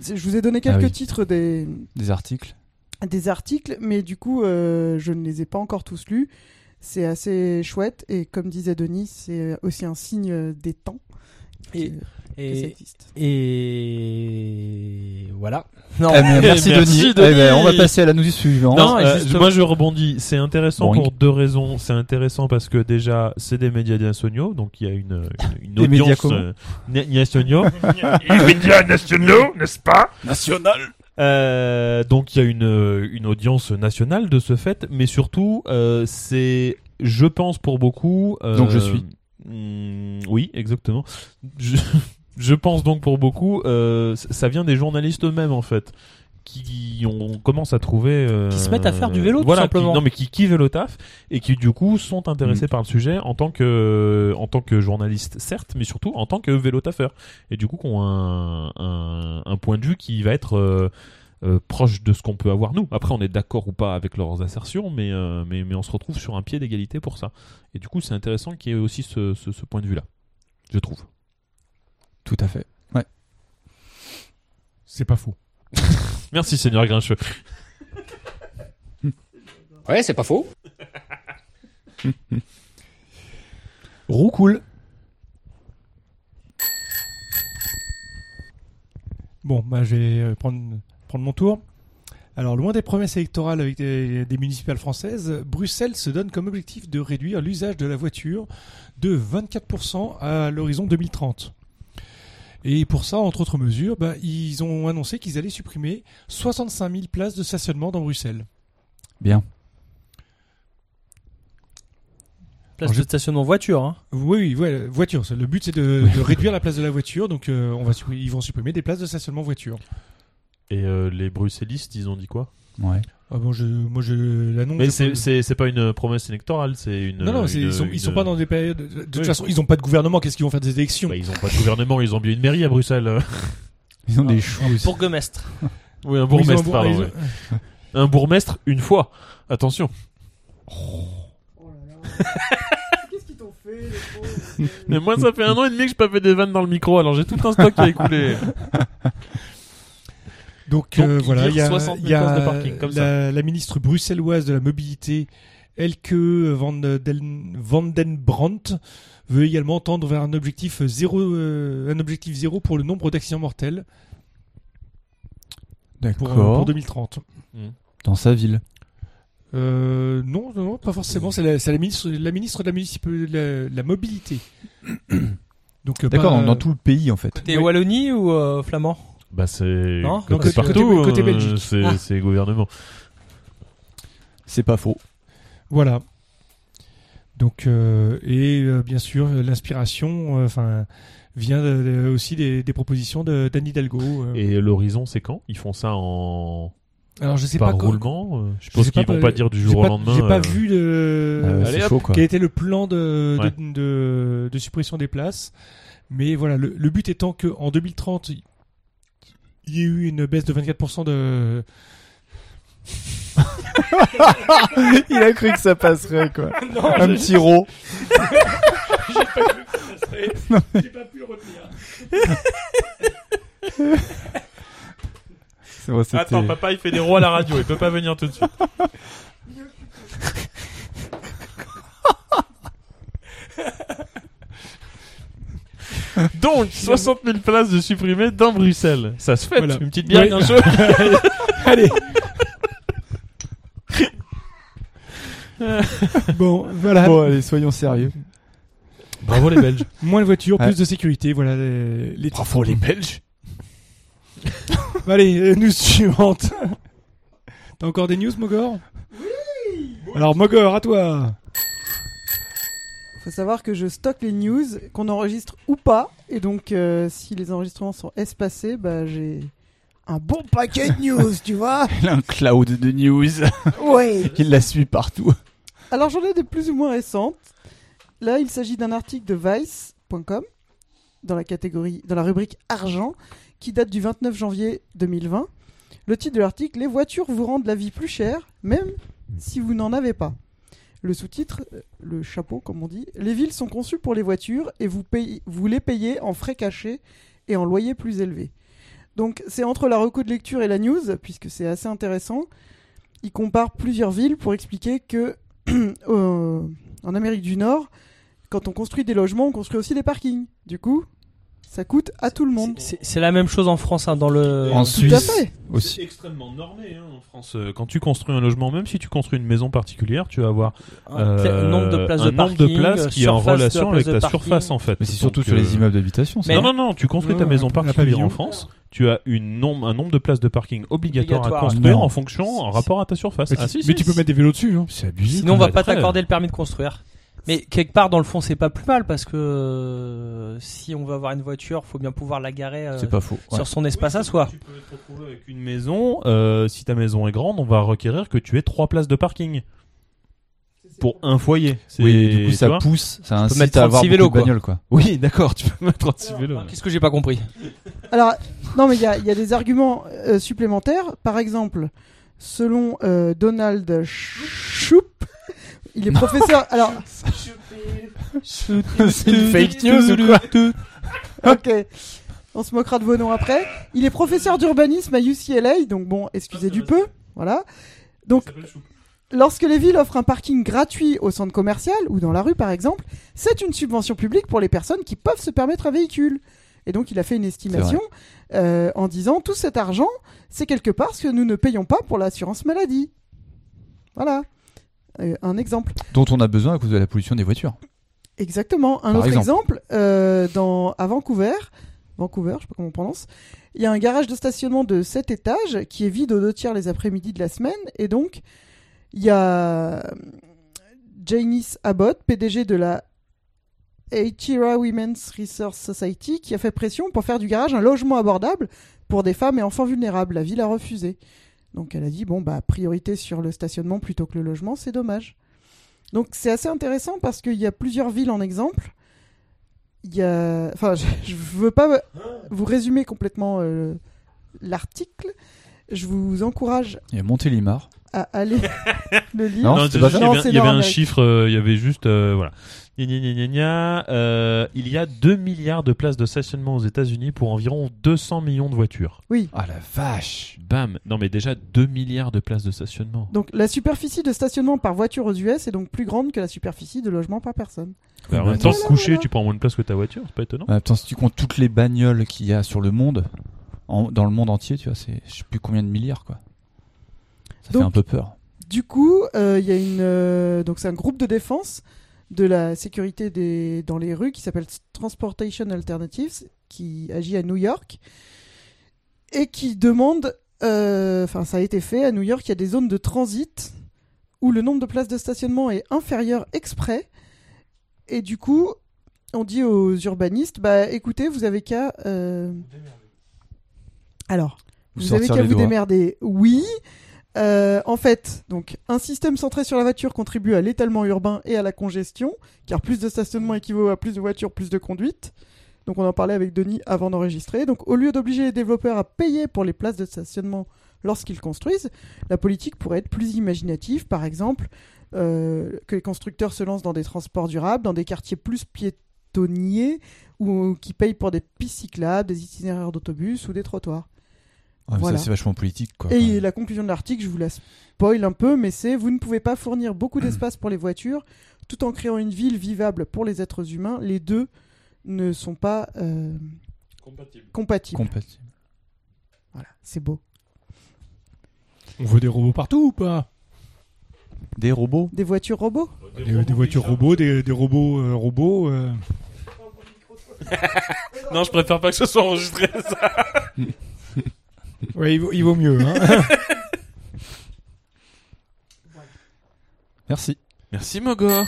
Speaker 4: C'est- Je vous ai donné
Speaker 5: Ah
Speaker 4: quelques
Speaker 5: oui.
Speaker 4: titres des,
Speaker 5: Des articles.
Speaker 4: des articles, mais du coup, euh, je ne les ai pas encore tous lus. C'est assez chouette, et comme disait Denis, c'est aussi un signe euh, des temps que-
Speaker 8: Et-
Speaker 4: que ça
Speaker 8: Et,
Speaker 4: existe.
Speaker 8: et voilà. Non,
Speaker 5: Eh bien, merci,
Speaker 7: Merci,
Speaker 5: Denis.
Speaker 7: Denis.
Speaker 5: Eh bien, on va passer à la news suivante.
Speaker 7: Non,
Speaker 8: Non,
Speaker 7: euh,
Speaker 8: justement.
Speaker 7: moi je rebondis. C'est intéressant
Speaker 5: Boing.
Speaker 7: pour deux raisons. C'est intéressant parce que déjà, c'est des médias nationaux, donc il y a une, une, une
Speaker 5: Des médias
Speaker 7: audience
Speaker 5: comment
Speaker 7: euh, na- nationaux.
Speaker 3: Les médias nationaux, n'est-ce pas
Speaker 7: Euh, donc il y a une, une audience nationale de ce fait, mais surtout euh, c'est, je pense pour beaucoup. euh,
Speaker 5: Donc je suis.
Speaker 7: mm, oui, exactement. Je, je pense donc pour beaucoup, euh, c- ça vient des journalistes eux-mêmes en fait, qui ont commence à trouver. euh,
Speaker 6: Qui se mettent à faire du vélo, tout
Speaker 7: voilà,
Speaker 6: simplement.
Speaker 7: qui- non mais qui kiffent le taf et qui du coup sont intéressés par le sujet en tant que en tant que journaliste certes, mais surtout en tant que vélo taffeur et du coup qui ont un, un, un point de vue qui va être euh, euh, proche de ce qu'on peut avoir nous. Après, on est d'accord ou pas avec leurs assertions, mais, euh, mais, mais on se retrouve sur un pied d'égalité pour ça. Et du coup, c'est intéressant qu'il y ait aussi ce, ce- ce point de vue-là, je trouve.
Speaker 5: Tout à fait.
Speaker 2: C'est pas faux.
Speaker 7: Merci, Seigneur Grincheux.
Speaker 9: Ouais, c'est pas faux.
Speaker 5: Roux cool.
Speaker 2: Bon, bah, je vais euh, prendre, prendre mon tour. Alors, loin des promesses électorales avec des, des municipales françaises, Bruxelles se donne comme objectif de réduire l'usage de la voiture de 24% à l'horizon 2030. Et pour ça, entre autres mesures, bah, ils ont annoncé qu'ils allaient supprimer 65 000 places de stationnement dans Bruxelles.
Speaker 5: Bien.
Speaker 2: Alors,
Speaker 6: Place
Speaker 2: je-
Speaker 6: de stationnement voiture. hein.
Speaker 2: Oui, oui, ouais, voiture. c'est- Le but, c'est de, de réduire la place de la voiture. Donc, euh, on va, supprimer- ils vont supprimer des places de stationnement voiture.
Speaker 7: Et euh, les bruxellistes, ils ont dit quoi
Speaker 5: Ouais.
Speaker 2: Ah bon, je, moi, je l'annonce.
Speaker 7: Mais
Speaker 2: je-
Speaker 7: c'est- euh, c'est c'est pas une euh, promesse électorale, c'est une.
Speaker 2: Non, non,
Speaker 7: une-
Speaker 2: c'est- ils sont,
Speaker 7: une-
Speaker 2: ils sont pas dans des périodes. De toute
Speaker 7: Oui.
Speaker 2: façon, ils ont pas de gouvernement. Qu'est-ce qu'ils vont faire des élections
Speaker 7: Bah, ils ont pas de gouvernement, ils ont bien une mairie à Bruxelles.
Speaker 5: Ils ont des choux aussi.
Speaker 8: Bourgmestre.
Speaker 7: oui,
Speaker 2: Ils
Speaker 7: un
Speaker 2: ont un
Speaker 7: bourgmestre,
Speaker 2: bourg-
Speaker 7: pardon.
Speaker 2: ils ont-
Speaker 7: ouais. Un bourgmestre, une fois. Attention.
Speaker 4: Oh là là. Qu'est-ce qu'ils t'ont fait, les pauvres
Speaker 7: Mais moi, ça fait un an et demi que je pas fait des vannes dans le micro, alors j'ai tout un stock qui a écoulé.
Speaker 2: Donc,
Speaker 7: Donc,
Speaker 2: euh,
Speaker 7: ils
Speaker 2: voilà,
Speaker 7: virent
Speaker 2: il y a,
Speaker 7: 60 000
Speaker 2: il y a
Speaker 7: places de parking, comme
Speaker 2: la, la ministre bruxelloise de la mobilité, Elke van, den, van den Brandt, veut également tendre vers un objectif zéro, euh, un objectif zéro pour le nombre d'accidents mortels pour, euh, pour
Speaker 5: D'accord.
Speaker 2: 2030.
Speaker 5: Dans sa ville.
Speaker 2: Euh, non, non, non, pas forcément. C'est la, c'est la ministre, la ministre de la, municipa- de la, de la mobilité. Donc, euh,
Speaker 5: D'accord,
Speaker 2: pas,
Speaker 5: dans, dans
Speaker 2: euh,
Speaker 5: tout le pays en fait.
Speaker 8: Côté
Speaker 2: Oui.
Speaker 8: Wallonie ou euh, Flamand
Speaker 7: Bah c'est
Speaker 8: Non,
Speaker 7: comme
Speaker 2: côté-
Speaker 7: c'est partout,
Speaker 2: côté- côté
Speaker 7: euh,
Speaker 2: Belgique.
Speaker 7: c'est
Speaker 8: Ah.
Speaker 7: c'est gouvernement.
Speaker 5: C'est pas faux.
Speaker 2: Voilà. Donc euh, et euh, bien sûr euh, l'inspiration, euh, enfin vient de- de- aussi des, des propositions de d'Anne Hidalgo. euh.
Speaker 7: Et l'horizon, c'est quand Ils font ça en
Speaker 2: Alors je sais
Speaker 7: par
Speaker 2: pas. quand-
Speaker 7: roulement. euh, Je
Speaker 2: je
Speaker 7: pense
Speaker 2: sais
Speaker 7: qu'ils vont pas dire du
Speaker 2: j'ai
Speaker 7: jour au
Speaker 2: pas-
Speaker 7: lendemain.
Speaker 2: J'ai pas
Speaker 7: euh,
Speaker 2: vu le
Speaker 5: Ah ouais,
Speaker 7: allez,
Speaker 5: c'est
Speaker 7: hop.
Speaker 5: chaud quoi.
Speaker 2: quel était le plan de,
Speaker 7: Ouais.
Speaker 2: de, de- de suppression des places. Mais voilà, le, le but étant que en 2030 il y ait eu une baisse de 24% de
Speaker 5: Il a cru que ça passerait quoi.
Speaker 2: Ah,
Speaker 5: un petit rot. C'est vrai, c'était-
Speaker 7: Attends, papa, il fait des rois à la radio, il peut pas venir tout de suite. Donc, 60 000 places de supprimées dans Bruxelles. Ça se fait,
Speaker 2: Voilà.
Speaker 7: une petite bière,
Speaker 2: Ouais.
Speaker 7: un jeu.
Speaker 2: Allez. bon, voilà.
Speaker 5: Bon, allez, soyons sérieux.
Speaker 7: Bravo les Belges.
Speaker 2: Moins de voitures,
Speaker 5: Ouais.
Speaker 2: plus de sécurité. Voilà les, les titres.
Speaker 5: Bravo les Belges.
Speaker 2: Allez, euh, news suivante. T'as encore des news, Mogor Oui Alors, Mogor, à toi.
Speaker 4: Faut savoir que je stocke les news qu'on enregistre ou pas, et donc euh, si les enregistrements sont espacés, bah j'ai un bon paquet de news, tu vois.
Speaker 5: Il a un cloud de news.
Speaker 4: Oui.
Speaker 5: Il la suit partout.
Speaker 4: Alors j'en ai des plus ou moins récentes. Là, il s'agit d'un article de Vice.com dans la catégorie, dans la rubrique argent, qui date du 29 janvier 2020. Le titre de l'article Les voitures vous rendent la vie plus chère, même si vous n'en avez pas. Le sous-titre, euh, le chapeau comme on dit, les villes sont conçues pour les voitures et vous, paye- vous les payez en frais cachés et en loyer plus élevé. Donc c'est entre la reco de lecture et la news, puisque c'est assez intéressant. Il compare plusieurs villes pour expliquer que euh, en Amérique du Nord, quand on construit des logements, on construit aussi des parkings. Du coup, Ça coûte à tout le monde.
Speaker 6: C'est c'est la même chose en France, hein, dans le.
Speaker 5: En
Speaker 4: Tout à
Speaker 5: Suisse
Speaker 4: fait.
Speaker 5: aussi.
Speaker 7: C'est extrêmement normé hein, en France. Euh, Quand tu construis un logement, même si tu construis une maison particulière, tu vas avoir
Speaker 6: un tel-
Speaker 7: euh,
Speaker 6: nombre de places
Speaker 7: un
Speaker 6: de
Speaker 7: nombre
Speaker 6: parking, euh,
Speaker 7: de places qui est en
Speaker 6: surface de la
Speaker 7: relation
Speaker 6: place
Speaker 7: avec
Speaker 6: de
Speaker 7: ta
Speaker 6: parking.
Speaker 7: surface en fait.
Speaker 5: Mais c'est surtout
Speaker 7: Donc,
Speaker 5: sur
Speaker 7: euh,
Speaker 5: les immeubles d'habitation. ça. hein.
Speaker 6: Mais-
Speaker 7: Non, non, non, tu construis
Speaker 2: Ouais,
Speaker 7: ta maison
Speaker 2: un pa- un
Speaker 7: particulière en
Speaker 2: pavillon.
Speaker 7: France, tu as une nombre, un nombre de places de parking obligatoire,
Speaker 6: Obligatoire.
Speaker 7: à construire
Speaker 5: Non.
Speaker 7: en fonction, en rapport à ta surface.
Speaker 2: Mais,
Speaker 7: Ah,
Speaker 2: tu-
Speaker 7: si,
Speaker 2: mais
Speaker 7: si,
Speaker 2: tu peux
Speaker 7: si.
Speaker 2: mettre des vélos dessus. Hein.
Speaker 5: C'est abusé.
Speaker 6: Sinon, on
Speaker 5: quoi.
Speaker 6: va pas
Speaker 7: Après,
Speaker 6: t'accorder le permis de construire. Mais quelque part, dans le fond, c'est pas plus mal parce que euh, si on veut avoir une voiture, faut bien pouvoir la garer euh,
Speaker 5: C'est pas faux. ouais.
Speaker 6: sur son espace à
Speaker 7: Oui,
Speaker 6: soi.
Speaker 7: Tu peux te retrouver avec une maison. euh, si ta maison est grande, on va requérir que tu aies trois places de parking pour un foyer. C'est-
Speaker 5: Oui, du coup,
Speaker 7: tu
Speaker 5: ça
Speaker 7: vois
Speaker 5: pousse, ça
Speaker 6: peux mettre
Speaker 5: incite à avoir
Speaker 6: 36
Speaker 5: beaucoup
Speaker 6: vélos,
Speaker 5: de bagnoles, quoi.
Speaker 7: Oui, d'accord, tu peux mettre 36 vélos.
Speaker 6: Qu'est-ce que j'ai pas compris
Speaker 4: Alors, non, mais il y a, il y a des arguments euh, supplémentaires. Par exemple, selon euh, Donald Shoup, il est professeur. Alors,
Speaker 5: C'est une fake news ou quoi
Speaker 4: ok, on se moquera de vos noms après. Il est professeur d'urbanisme à UCLA, donc bon, excusez du peu. Voilà. Donc, lorsque les villes offrent un parking gratuit au centre commercial ou dans la rue, par exemple, c'est une subvention publique pour les personnes qui peuvent se permettre un véhicule. Et donc, il a fait une estimation euh, en disant tout cet argent, c'est quelque part ce que nous ne payons pas pour l'assurance maladie. Voilà. Euh, un exemple.
Speaker 5: Dont on a besoin à cause de la pollution des voitures.
Speaker 4: Exactement. Un
Speaker 5: Par
Speaker 4: autre exemple,
Speaker 5: exemple.
Speaker 4: euh, dans, à Vancouver, Vancouver, je sais pas comment on prononce, il y a un garage de stationnement de 7 étages qui est vide aux deux tiers les après-midi de la semaine. Et donc, il y a euh, Janice Abbott, PDG de la Aitira Women's Resource Society, qui a fait pression pour faire du garage un logement abordable pour des femmes et enfants vulnérables. La ville a refusé. Donc elle a dit, bon, bah, priorité sur le stationnement plutôt que le logement, c'est dommage. Donc c'est assez intéressant parce qu'il y a plusieurs villes en exemple. Il y a... Enfin, je, je veux pas vous résumer complètement euh, l'article. Je vous encourage
Speaker 5: Il y a Montélimar.
Speaker 4: à aller le lire.
Speaker 5: Non,
Speaker 7: Bah, Non,
Speaker 5: c'était
Speaker 7: c'est
Speaker 5: pas
Speaker 4: ça.
Speaker 7: juste qu'il y
Speaker 4: Non,
Speaker 7: avait,
Speaker 4: c'est
Speaker 7: il y avait un
Speaker 4: Nord-Amérique.
Speaker 7: chiffre, euh, il y avait juste, euh, voilà. Gna, gna, gna, gna, gna. Euh, il y a 2 milliards de places de stationnement aux États-Unis pour environ 200 millions de voitures.
Speaker 5: Ah la vache
Speaker 7: Bam Non, mais déjà 2 milliards de places de stationnement.
Speaker 4: Donc la superficie de stationnement par voiture aux US est donc plus grande que la superficie de logement par personne.
Speaker 7: Bah, en
Speaker 5: mais
Speaker 7: même temps,
Speaker 4: attends.
Speaker 7: couché, tu prends moins de place que ta voiture, c'est pas étonnant.
Speaker 5: Ouais, putain, bah, si tu comptes toutes les bagnoles qu'il y a sur le monde, en- dans le monde entier, tu vois, c'est je sais plus combien de milliards, quoi. Ça
Speaker 4: Donc-
Speaker 5: fait un peu peur.
Speaker 4: Du coup, euh, il y a une euh, donc c'est un groupe de défense de la sécurité des dans les rues qui s'appelle Transportation Alternatives qui agit à New York et qui demande euh, enfin ça a été fait à New York, il y a des zones de transit où le nombre de places de stationnement est inférieur exprès et du coup, on dit aux urbanistes bah écoutez, vous avez qu'à euh, alors vous avez
Speaker 5: sortir
Speaker 4: qu'à
Speaker 5: les
Speaker 4: vous
Speaker 5: doigts.
Speaker 4: démerder. Oui. Euh, en fait, donc un système centré sur la voiture contribue à l'étalement urbain et à la congestion, car plus de stationnement équivaut à plus de voitures, plus de conduite. Donc on en parlait avec Denis avant d'enregistrer. Donc au lieu d'obliger les développeurs à payer pour les places de stationnement lorsqu'ils construisent, la politique pourrait être plus imaginative, par exemple euh, que les constructeurs se lancent dans des transports durables, dans des quartiers plus piétonniers, ou euh, qui payent pour des pistes cyclables, des itinéraires d'autobus ou des trottoirs.
Speaker 5: Ouais, Ah, mais
Speaker 4: Voilà.
Speaker 5: Ça, c'est vachement politique, quoi. quand
Speaker 4: Et
Speaker 5: même.
Speaker 4: la conclusion de l'article, je vous la spoil un peu, mais c'est vous ne pouvez pas fournir beaucoup d'espace pour les voitures tout en créant une ville vivable pour les êtres humains. Les deux ne sont pas euh,
Speaker 7: Compatible.
Speaker 4: compatibles.
Speaker 5: Compatible.
Speaker 4: voilà, c'est beau.
Speaker 2: On veut des robots partout ou pas
Speaker 5: Des robots
Speaker 4: Des voitures robots
Speaker 2: des, des voitures robots, des, des robots euh, robots. euh.
Speaker 7: Non, je préfère pas que ce soit enregistré.
Speaker 2: Ouais, il vaut, il vaut mieux. Hein.
Speaker 5: Merci.
Speaker 7: Merci Mogor.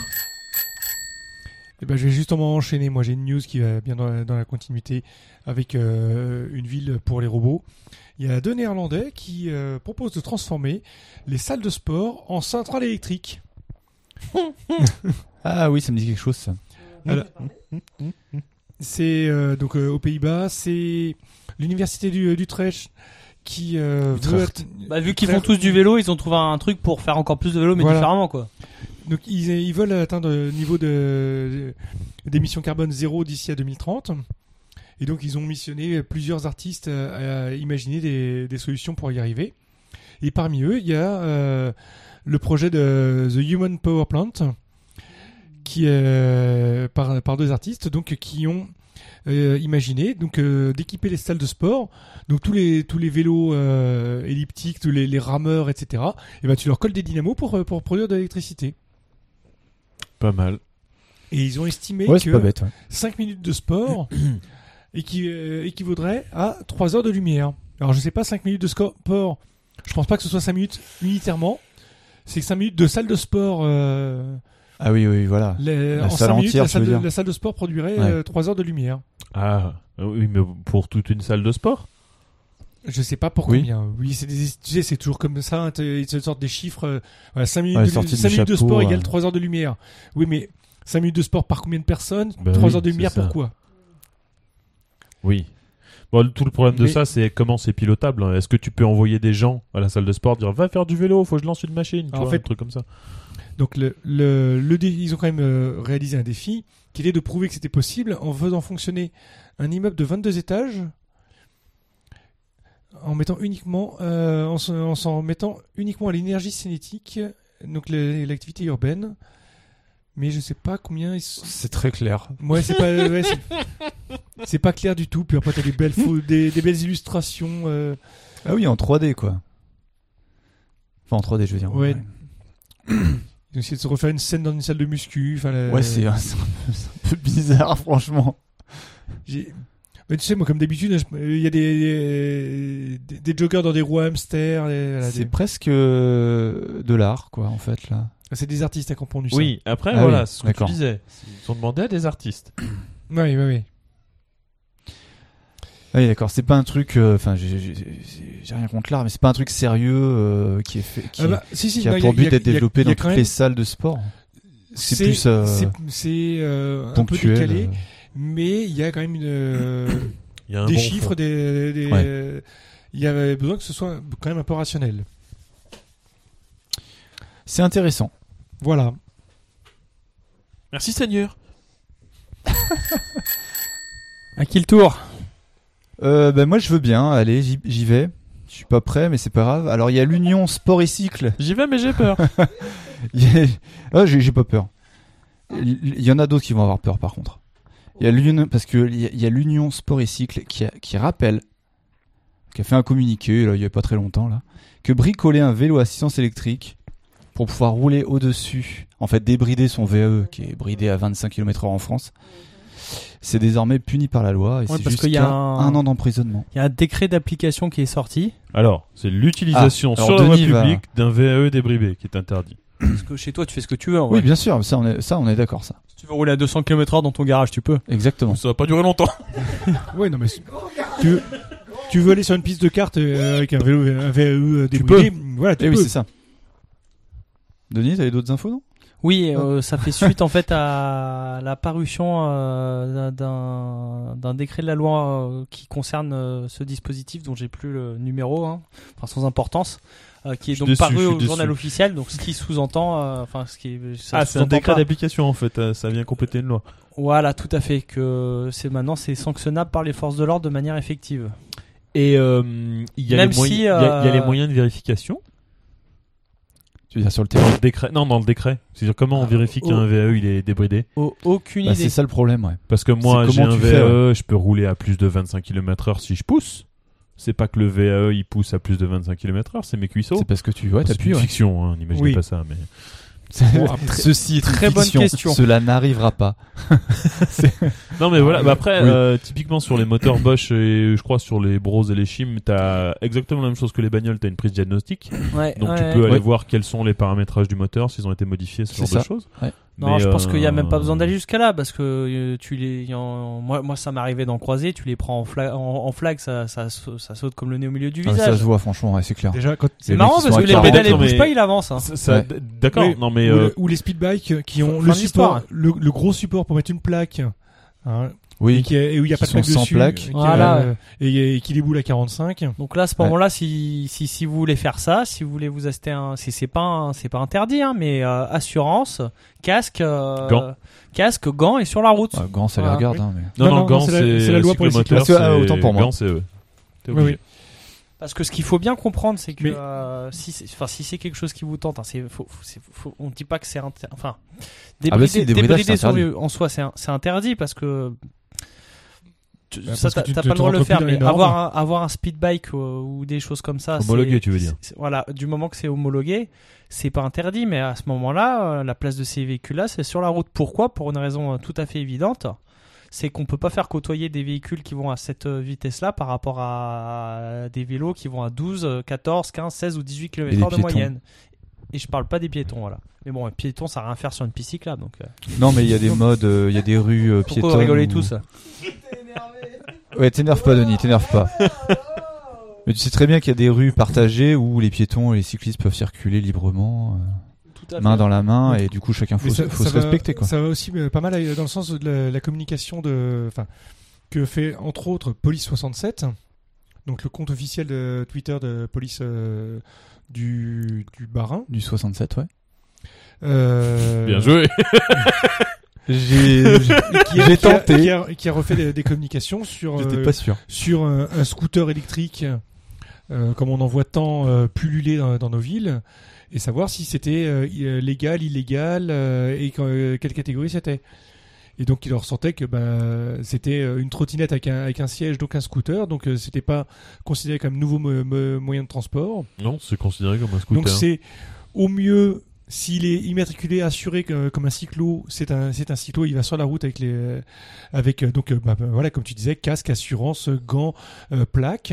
Speaker 2: Eh ben, je vais justement enchaîner. Moi, j'ai une news qui va bien dans la, dans la continuité avec euh, une ville pour les robots. Il y a deux Néerlandais qui euh, proposent de transformer les salles de sport en centrales électriques.
Speaker 5: Ah oui, ça me dit quelque chose, ça.
Speaker 2: Alors, mmh, c'est euh, donc euh, aux Pays-Bas, c'est l'université du- euh, d'Utrecht qui euh, veut
Speaker 5: Utrecht.
Speaker 2: att-
Speaker 6: Bah, vu qu'ils font tous du vélo, ils ont trouvé un truc pour faire encore plus de vélo, mais
Speaker 2: Voilà.
Speaker 6: différemment quoi.
Speaker 2: Donc ils, ils veulent atteindre le niveau de d'émission carbone zéro d'ici à 2030. Et donc ils ont missionné plusieurs artistes à, à imaginer des, des solutions pour y arriver. Et parmi eux, il y a euh, le projet de The Human Power Plant, qui est euh, par, par deux artistes donc qui ont euh, imaginé donc euh, d'équiper les salles de sport donc tous les tous les vélos euh, elliptiques tous les, les rameurs etc et ben tu leur colles des dynamos pour euh, pour produire de l'électricité
Speaker 7: Pas mal.
Speaker 2: et ils ont estimé
Speaker 5: Ouais, c'est pas
Speaker 2: que
Speaker 5: bête. ouais.
Speaker 2: 5 minutes de sport équi- euh, équivaudrait à 3 heures de lumière alors je sais pas 5 minutes de sco- sport je pense pas que ce soit 5 minutes unitairement c'est 5 minutes de salle de sport euh,
Speaker 5: Ah oui, oui, voilà.
Speaker 2: les-
Speaker 5: La
Speaker 2: en
Speaker 5: salle
Speaker 2: 5 minutes
Speaker 5: entière,
Speaker 2: la
Speaker 5: tu
Speaker 2: salle,
Speaker 5: veux
Speaker 2: de,
Speaker 5: dire.
Speaker 2: la salle de sport produirait
Speaker 5: Ouais.
Speaker 2: 3 heures de lumière
Speaker 7: Ah, oui, mais pour toute une salle de sport
Speaker 2: Je sais pas pour
Speaker 5: Oui.
Speaker 2: combien. Oui, c'est des- tu sais, c'est toujours comme ça. hein, t'es- Ils te sortent des chiffres. euh, voilà, 5 minutes,
Speaker 5: Ouais,
Speaker 2: de,
Speaker 5: sortie du
Speaker 2: cinq minutes de
Speaker 5: chapeau,
Speaker 2: sport
Speaker 5: ouais.
Speaker 2: égale 3 heures de lumière. Oui, mais 5 minutes de sport par combien de personnes
Speaker 5: Bah
Speaker 7: Ben
Speaker 2: 3
Speaker 7: oui,
Speaker 2: heures de
Speaker 7: c'est
Speaker 2: lumière,
Speaker 7: ça.
Speaker 2: pourquoi
Speaker 7: Oui. Bon, le- tout le problème de
Speaker 2: Mais-
Speaker 7: ça, c'est comment c'est pilotable. hein. Est-ce que tu peux envoyer des gens à la salle de sport, dire va faire du vélo, faut que je lance une machine, tu
Speaker 2: En
Speaker 7: vois,
Speaker 2: fait-
Speaker 7: un truc comme ça.
Speaker 2: Donc, le, le, le dé- ils ont quand même euh, réalisé un défi qui était de prouver que c'était possible en faisant fonctionner un immeuble de 22 étages en mettant uniquement euh, en se- en s'en mettant uniquement à l'énergie cinétique donc le- l'activité urbaine mais je sais pas combien ils s-
Speaker 10: C'est très clair.
Speaker 2: Ouais, c'est pas, euh, ouais, c'est- c'est pas clair du tout. Puis après, t'as des belles, faux- des, des belles illustrations. euh,
Speaker 5: Ah oui, en 3D, quoi. Enfin, en 3D, je veux dire.
Speaker 2: Ouais. Ils ont essayé de se refaire une scène dans une salle de muscu. enfin, la-
Speaker 5: Ouais, c'est c'est un, peu- c'est un peu bizarre, franchement.
Speaker 2: j'ai- Mais tu sais, moi, comme d'habitude, je- il y a des, des, des joggers dans des roues à hamster. les- voilà,
Speaker 5: c'est
Speaker 2: des-
Speaker 5: presque euh, de l'art, quoi, en fait, là.
Speaker 2: C'est des artistes à qui ont pondu ça.
Speaker 7: Oui, après,
Speaker 5: Ah
Speaker 7: voilà,
Speaker 5: oui,
Speaker 7: c'est ce que tu
Speaker 5: d'accord.
Speaker 7: disais. Ils ont demandé à des artistes.
Speaker 2: oui, oui. oui.
Speaker 5: Ah Oui, d'accord. C'est pas un truc. euh, Enfin, j'ai- j'ai j'ai- j'ai rien contre l'art, mais c'est pas un truc sérieux euh, qui est fait, qui,
Speaker 2: Ah bah, si, si,
Speaker 5: qui a
Speaker 2: bah, il y il
Speaker 5: pour
Speaker 2: y
Speaker 5: but d'être
Speaker 2: il y a-
Speaker 5: développé
Speaker 2: il y a
Speaker 5: dans
Speaker 2: quand
Speaker 5: toutes
Speaker 2: même-
Speaker 5: les salles de sport. c'est plus, euh,
Speaker 2: c'est- c'est, euh, un peu
Speaker 5: Ponctuel.
Speaker 2: décalé,
Speaker 5: euh.
Speaker 2: mais il y a quand même une, euh,
Speaker 7: Il y a un
Speaker 2: des
Speaker 7: bon
Speaker 2: chiffres,
Speaker 7: fond.
Speaker 2: des, des- il y avait besoin que ce soit quand même un peu rationnel.
Speaker 5: C'est intéressant.
Speaker 2: Voilà.
Speaker 7: Merci Seigneur.
Speaker 6: À qui le tour
Speaker 5: Euh, ben moi, je veux bien. Allez, j'y j'y vais. Je suis pas prêt, mais c'est pas grave. Alors, il y a l'Union Sport et Cycle.
Speaker 7: J'y vais, mais j'ai peur.
Speaker 5: Il y a- Ah, j'ai j'ai pas peur. Il il y en a d'autres qui vont avoir peur, par contre. Il y a l'Union, parce que il y a- il y a l'Union Sport et Cycle qui, a- qui rappelle, qui a fait un communiqué, là, il y a pas très longtemps, là, que bricoler un vélo à assistance électrique pour pouvoir rouler au-dessus, en fait, débrider son VAE, qui est bridé à 25 km/h en France, c'est désormais puni par la loi et
Speaker 6: Ouais,
Speaker 5: c'est
Speaker 6: parce
Speaker 5: jusqu'à
Speaker 6: qu'il y a
Speaker 5: un...
Speaker 6: un-
Speaker 5: an d'emprisonnement.
Speaker 6: Il y a un décret d'application qui est sorti.
Speaker 7: Alors, c'est l'utilisation
Speaker 5: Ah, alors
Speaker 7: sur la voie
Speaker 5: Denis va-
Speaker 7: publique d'un VAE débridé qui est interdit.
Speaker 6: Parce que chez toi, tu fais ce que tu veux. en
Speaker 5: Oui,
Speaker 6: vrai.
Speaker 5: bien sûr, ça on est, ça, on est d'accord, ça.
Speaker 6: Si tu veux rouler à 200 km/h dans ton garage, tu peux.
Speaker 5: Exactement.
Speaker 7: Ça va pas durer longtemps.
Speaker 2: Ouais, non, mais c'est- tu veux, tu veux aller sur une piste de carte euh, avec un vélo, un VAE euh, débridé, voilà, tu
Speaker 5: Eh
Speaker 2: peux.
Speaker 5: oui, c'est ça. Denis, t'avais d'autres infos, non
Speaker 6: Oui, euh, ça fait suite en fait à la parution euh, d'un- d'un d'un décret de la loi euh, qui concerne euh, ce dispositif dont j'ai plus le numéro, hein, enfin sans importance, euh, qui est
Speaker 7: Je suis
Speaker 6: donc
Speaker 7: déçu, je
Speaker 6: paru
Speaker 7: suis
Speaker 6: au
Speaker 7: déçu.
Speaker 6: journal officiel. Donc ce qui sous-entend, euh, enfin ce qui est, ça
Speaker 7: Ah, c'est un
Speaker 6: sous-entend
Speaker 7: décret
Speaker 6: pas.
Speaker 7: d'application en fait, euh, ça vient compléter une loi.
Speaker 6: Voilà, tout à fait. Que c'est maintenant c'est sanctionnable par les forces de l'ordre de manière effective.
Speaker 7: Bah,
Speaker 6: Et
Speaker 7: euh, Il y, a
Speaker 6: Même
Speaker 7: les moyens-
Speaker 6: si,
Speaker 7: il y a- il y a les
Speaker 6: euh,
Speaker 7: moyens de vérification.
Speaker 5: Tu veux dire sur le terrain
Speaker 7: Dans le décret. Non, dans le décret. C'est-à-dire comment on vérifie
Speaker 6: oh.
Speaker 7: qu'un VAE il est débridé
Speaker 6: aucune
Speaker 5: Bah,
Speaker 6: idée.
Speaker 5: C'est ça le problème, ouais.
Speaker 7: Parce que moi,
Speaker 5: C'est
Speaker 7: j'ai
Speaker 5: comment
Speaker 7: un
Speaker 5: tu fais,
Speaker 7: VAE, je peux rouler à plus de 25 km/h si je pousse. C'est pas que le VAE il pousse à plus de 25 km/h, c'est mes cuisseaux.
Speaker 5: C'est parce que tu ouais,
Speaker 7: C'est
Speaker 5: t'appuies.
Speaker 7: une
Speaker 5: ouais.
Speaker 7: fiction, hein, n'imaginez
Speaker 2: Oui.
Speaker 7: pas ça. Mais...
Speaker 2: Bon, après,
Speaker 5: Ceci est
Speaker 6: très
Speaker 5: une
Speaker 6: bonne
Speaker 5: fiction.
Speaker 6: question.
Speaker 5: Cela n'arrivera pas.
Speaker 7: Non, mais voilà. bah après,
Speaker 5: Oui.
Speaker 7: euh, typiquement sur les moteurs Bosch et je crois sur les Bros et les Chim, t'as exactement la même chose que les bagnoles. T'as une prise diagnostique,
Speaker 6: Ouais,
Speaker 7: donc
Speaker 6: ouais.
Speaker 7: tu peux aller
Speaker 5: Ouais.
Speaker 7: voir quels sont les paramétrages du moteur, s'ils ont été modifiés, ce
Speaker 5: C'est
Speaker 7: genre
Speaker 5: ça.
Speaker 7: de choses.
Speaker 5: Ouais.
Speaker 6: Non,
Speaker 7: Mais,
Speaker 6: je pense
Speaker 7: euh,
Speaker 6: qu'il n'y a même pas besoin d'aller jusqu'à là parce que euh, tu les, y en- moi, moi ça m'arrivait d'en croiser, tu les prends en, fla- en, en flag, ça, ça, sa- ça saute comme le nez au milieu du
Speaker 5: Ah, mais ça
Speaker 6: visage.
Speaker 5: se voit, franchement, ouais, c'est clair.
Speaker 2: Déjà, quand,
Speaker 6: c'est
Speaker 5: les mecs
Speaker 6: marrant
Speaker 5: qui sont
Speaker 6: parce
Speaker 5: à
Speaker 6: que les
Speaker 5: 40,
Speaker 6: pédales elles
Speaker 7: mais-
Speaker 6: bougent pas, il avance. hein.
Speaker 7: Ça- ça- d- D'accord.
Speaker 2: Oui.
Speaker 7: Non, mais
Speaker 2: ou,
Speaker 7: euh,
Speaker 2: le, ou les speedbikes qui ont
Speaker 6: fin
Speaker 2: le
Speaker 6: de l'histoire.
Speaker 2: support, le, le gros support pour mettre une plaque. hein, et,
Speaker 5: Oui.
Speaker 2: qui est- et où il n'y a
Speaker 5: Qui
Speaker 2: pas de
Speaker 5: sont
Speaker 2: plaque
Speaker 5: sans
Speaker 2: dessus,
Speaker 5: plaque.
Speaker 2: et qui,
Speaker 6: Voilà,
Speaker 2: euh, et, et qui déboule à 45.
Speaker 6: Donc là, à ce
Speaker 5: Ouais.
Speaker 6: moment-là, si, si, si vous voulez faire ça, si vous voulez vous acheter un, c'est c'est pas, un- c'est pas interdit, hein, mais euh, assurance, casque, euh,
Speaker 7: Gants.
Speaker 6: casque, gants et sur la route.
Speaker 5: Ouais, Gans, ça les
Speaker 6: Voilà,
Speaker 5: regarde.
Speaker 2: oui.
Speaker 5: hein, mais-
Speaker 7: non,
Speaker 2: Non,
Speaker 7: non,
Speaker 2: non,
Speaker 7: Gans,
Speaker 2: c'est la-
Speaker 7: c'est
Speaker 2: c'est la loi pour les
Speaker 7: cyclomoteurs,
Speaker 5: cyclistes. Ah,
Speaker 7: c'est-
Speaker 5: autant pour moi.
Speaker 7: Gans, c'est euh, t'es
Speaker 2: Oui,
Speaker 7: obligé.
Speaker 2: oui.
Speaker 6: Parce que ce qu'il faut bien comprendre, c'est que
Speaker 2: Mais-
Speaker 6: euh, si, c'est- enfin, si c'est quelque chose qui vous tente, hein, c'est, faut, faut- c'est- faut- on ne dit pas que c'est inter- enfin
Speaker 5: Ah bah si,
Speaker 6: débrider,
Speaker 5: débridage,
Speaker 6: débrider
Speaker 5: c'est
Speaker 6: sur
Speaker 5: interdit.
Speaker 6: rue, en soi, c'est, un- c'est interdit parce que tu-
Speaker 2: Bah,
Speaker 6: ça,
Speaker 2: parce que
Speaker 6: t'as
Speaker 2: tu
Speaker 6: t'as
Speaker 2: te-
Speaker 6: pas le
Speaker 2: te
Speaker 6: droit de le
Speaker 2: remplis
Speaker 6: faire,
Speaker 2: dans
Speaker 6: mais
Speaker 2: les normes.
Speaker 6: avoir un, avoir un speed bike ou, ou des choses comme ça. c'est-
Speaker 3: Homologué, tu veux dire.
Speaker 6: c'est- Voilà, du moment que c'est homologué, c'est pas interdit, mais à ce moment-là, euh, la place de ces véhicules-là, c'est sur la route. Pourquoi Pour une raison euh, tout à fait évidente. C'est qu'on peut pas faire côtoyer des véhicules qui vont à cette euh, vitesse-là par rapport à des vélos qui vont à 12, euh, 14, 15, 16 ou 18
Speaker 5: Et des
Speaker 6: km/h de
Speaker 5: piétons.
Speaker 6: moyenne. Et je parle pas des piétons, voilà. Mais bon, un piéton, ça a rien à faire sur une piste cyclable. Donc, euh,
Speaker 5: Non, mais il y a des modes, euh, il y a des rues euh,
Speaker 6: pourquoi
Speaker 5: piétonnes.
Speaker 6: vous rigolez
Speaker 5: où-
Speaker 6: tous
Speaker 5: Ouais, t'énerve pas, Denis, t'énerve pas. Mais tu sais très bien qu'il y a des rues partagées où les piétons et les cyclistes peuvent circuler librement,
Speaker 6: Tout à
Speaker 5: euh,
Speaker 6: fait.
Speaker 5: main dans la main, et du coup chacun faut,
Speaker 2: Mais
Speaker 5: se- faut se
Speaker 2: va-
Speaker 5: respecter quoi.
Speaker 2: Ça va aussi euh, pas mal euh, dans le sens de la, la communication de, enfin, que fait entre autres Police 67, donc le compte officiel de Twitter de Police euh, du du Barin.
Speaker 5: Du 67, ouais.
Speaker 2: Euh,
Speaker 3: Bien joué.
Speaker 5: J'ai
Speaker 2: Qui a,
Speaker 5: j'ai
Speaker 2: qui a-
Speaker 5: tenté.
Speaker 2: qui a, qui a refait des, des communications sur
Speaker 5: J'étais
Speaker 2: euh,
Speaker 5: pas sûr.
Speaker 2: sur euh, un, un scooter électrique, euh, comme on en voit tant euh, pulluler dans, dans nos villes, et savoir si c'était euh, i- euh, légal, illégal, euh, et que- euh, quelle catégorie c'était. Et donc il ressentait que ben, c'était euh, une trottinette avec un, avec un siège, donc un scooter, donc euh, c'était pas considéré comme nouveau mo- mo- moyen de transport.
Speaker 3: Non, c'est considéré comme un scooter. hein.
Speaker 2: Donc c'est au mieux, s'il est immatriculé, assuré que- comme un cyclo, c'est un, c'est un cyclo, il va sur la route avec les, avec euh, donc euh, bah, bah, voilà comme tu disais, casque, assurance, gants, euh, plaque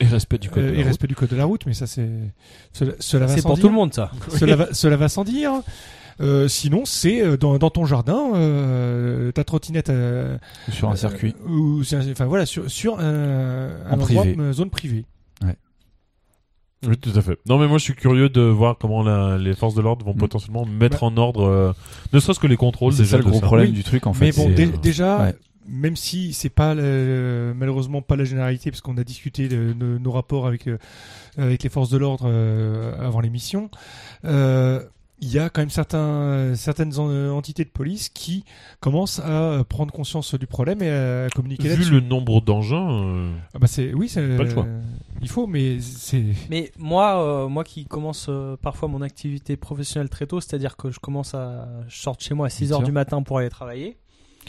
Speaker 3: Et respect du code.
Speaker 2: euh,
Speaker 3: de la
Speaker 2: et
Speaker 3: route.
Speaker 2: respect du code de la route, mais ça c'est cela, cela va
Speaker 6: C'est
Speaker 2: sans
Speaker 6: pour
Speaker 2: dire.
Speaker 6: tout le monde, ça.
Speaker 2: Cela va, cela va sans dire. Euh, sinon, c'est euh, dans, dans ton jardin, euh, ta trottinette euh,
Speaker 5: Sur un circuit.
Speaker 2: euh, ou c'est un- enfin voilà sur sur un, un
Speaker 5: En
Speaker 2: endroit,
Speaker 5: privé.
Speaker 2: euh, zone privée.
Speaker 3: Oui, tout à fait. Non, mais moi, je suis curieux de voir comment la- les forces de l'ordre vont
Speaker 5: Mm.
Speaker 3: potentiellement mettre en ordre, euh, ne serait-ce que les contrôles.
Speaker 5: C'est
Speaker 3: déjà,
Speaker 5: ça le
Speaker 3: de
Speaker 5: gros problème
Speaker 2: Oui.
Speaker 5: du truc en fait.
Speaker 2: Mais bon,
Speaker 5: c'est-
Speaker 2: dé-
Speaker 3: euh,
Speaker 2: déjà,
Speaker 5: ouais.
Speaker 2: même si c'est pas le- malheureusement pas la généralité, parce qu'on a discuté de, de nos rapports avec euh, avec les forces de l'ordre euh, avant l'émission, euh, il y a quand même certains euh, certaines en- euh, entités de police qui commencent à euh, prendre conscience du problème et à communiquer
Speaker 3: Vu
Speaker 2: là-dessus.
Speaker 3: le nombre d'engins, euh,
Speaker 2: Ah bah c'est oui, c'est
Speaker 3: Pas le choix.
Speaker 2: euh, il faut, mais c'est
Speaker 6: Mais moi, euh, moi qui commence euh, parfois mon activité professionnelle très tôt, c'est-à-dire que je commence à je sors de chez moi à 6
Speaker 5: Huit
Speaker 6: heures
Speaker 5: heures.
Speaker 6: du matin pour aller travailler.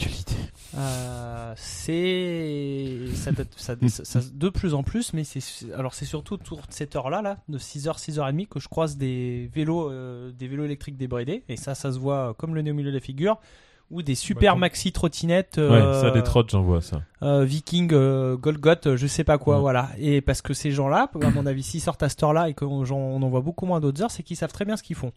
Speaker 5: Quelle idée.
Speaker 6: euh, c'est ça, peut être- ça, ça- ça- de plus en plus, mais c'est alors c'est surtout autour de cette heure-là, là, de 6h, 6h30 que je croise des vélos, euh, des vélos électriques débridés, et ça, ça se voit comme le nez au milieu de la figure, ou des super
Speaker 2: comme-
Speaker 6: maxi trottinettes.
Speaker 3: ouais,
Speaker 6: euh,
Speaker 3: ça, des trottes, j'en vois ça.
Speaker 6: euh, Viking, euh, Golgoth, euh, je sais pas quoi,
Speaker 3: Ouais.
Speaker 6: voilà. Et parce que ces gens-là, à mon avis, s'ils sortent à cette heure-là et qu'on j'en- on en voit beaucoup moins d'autres heures, c'est qu'ils savent très bien ce qu'ils font.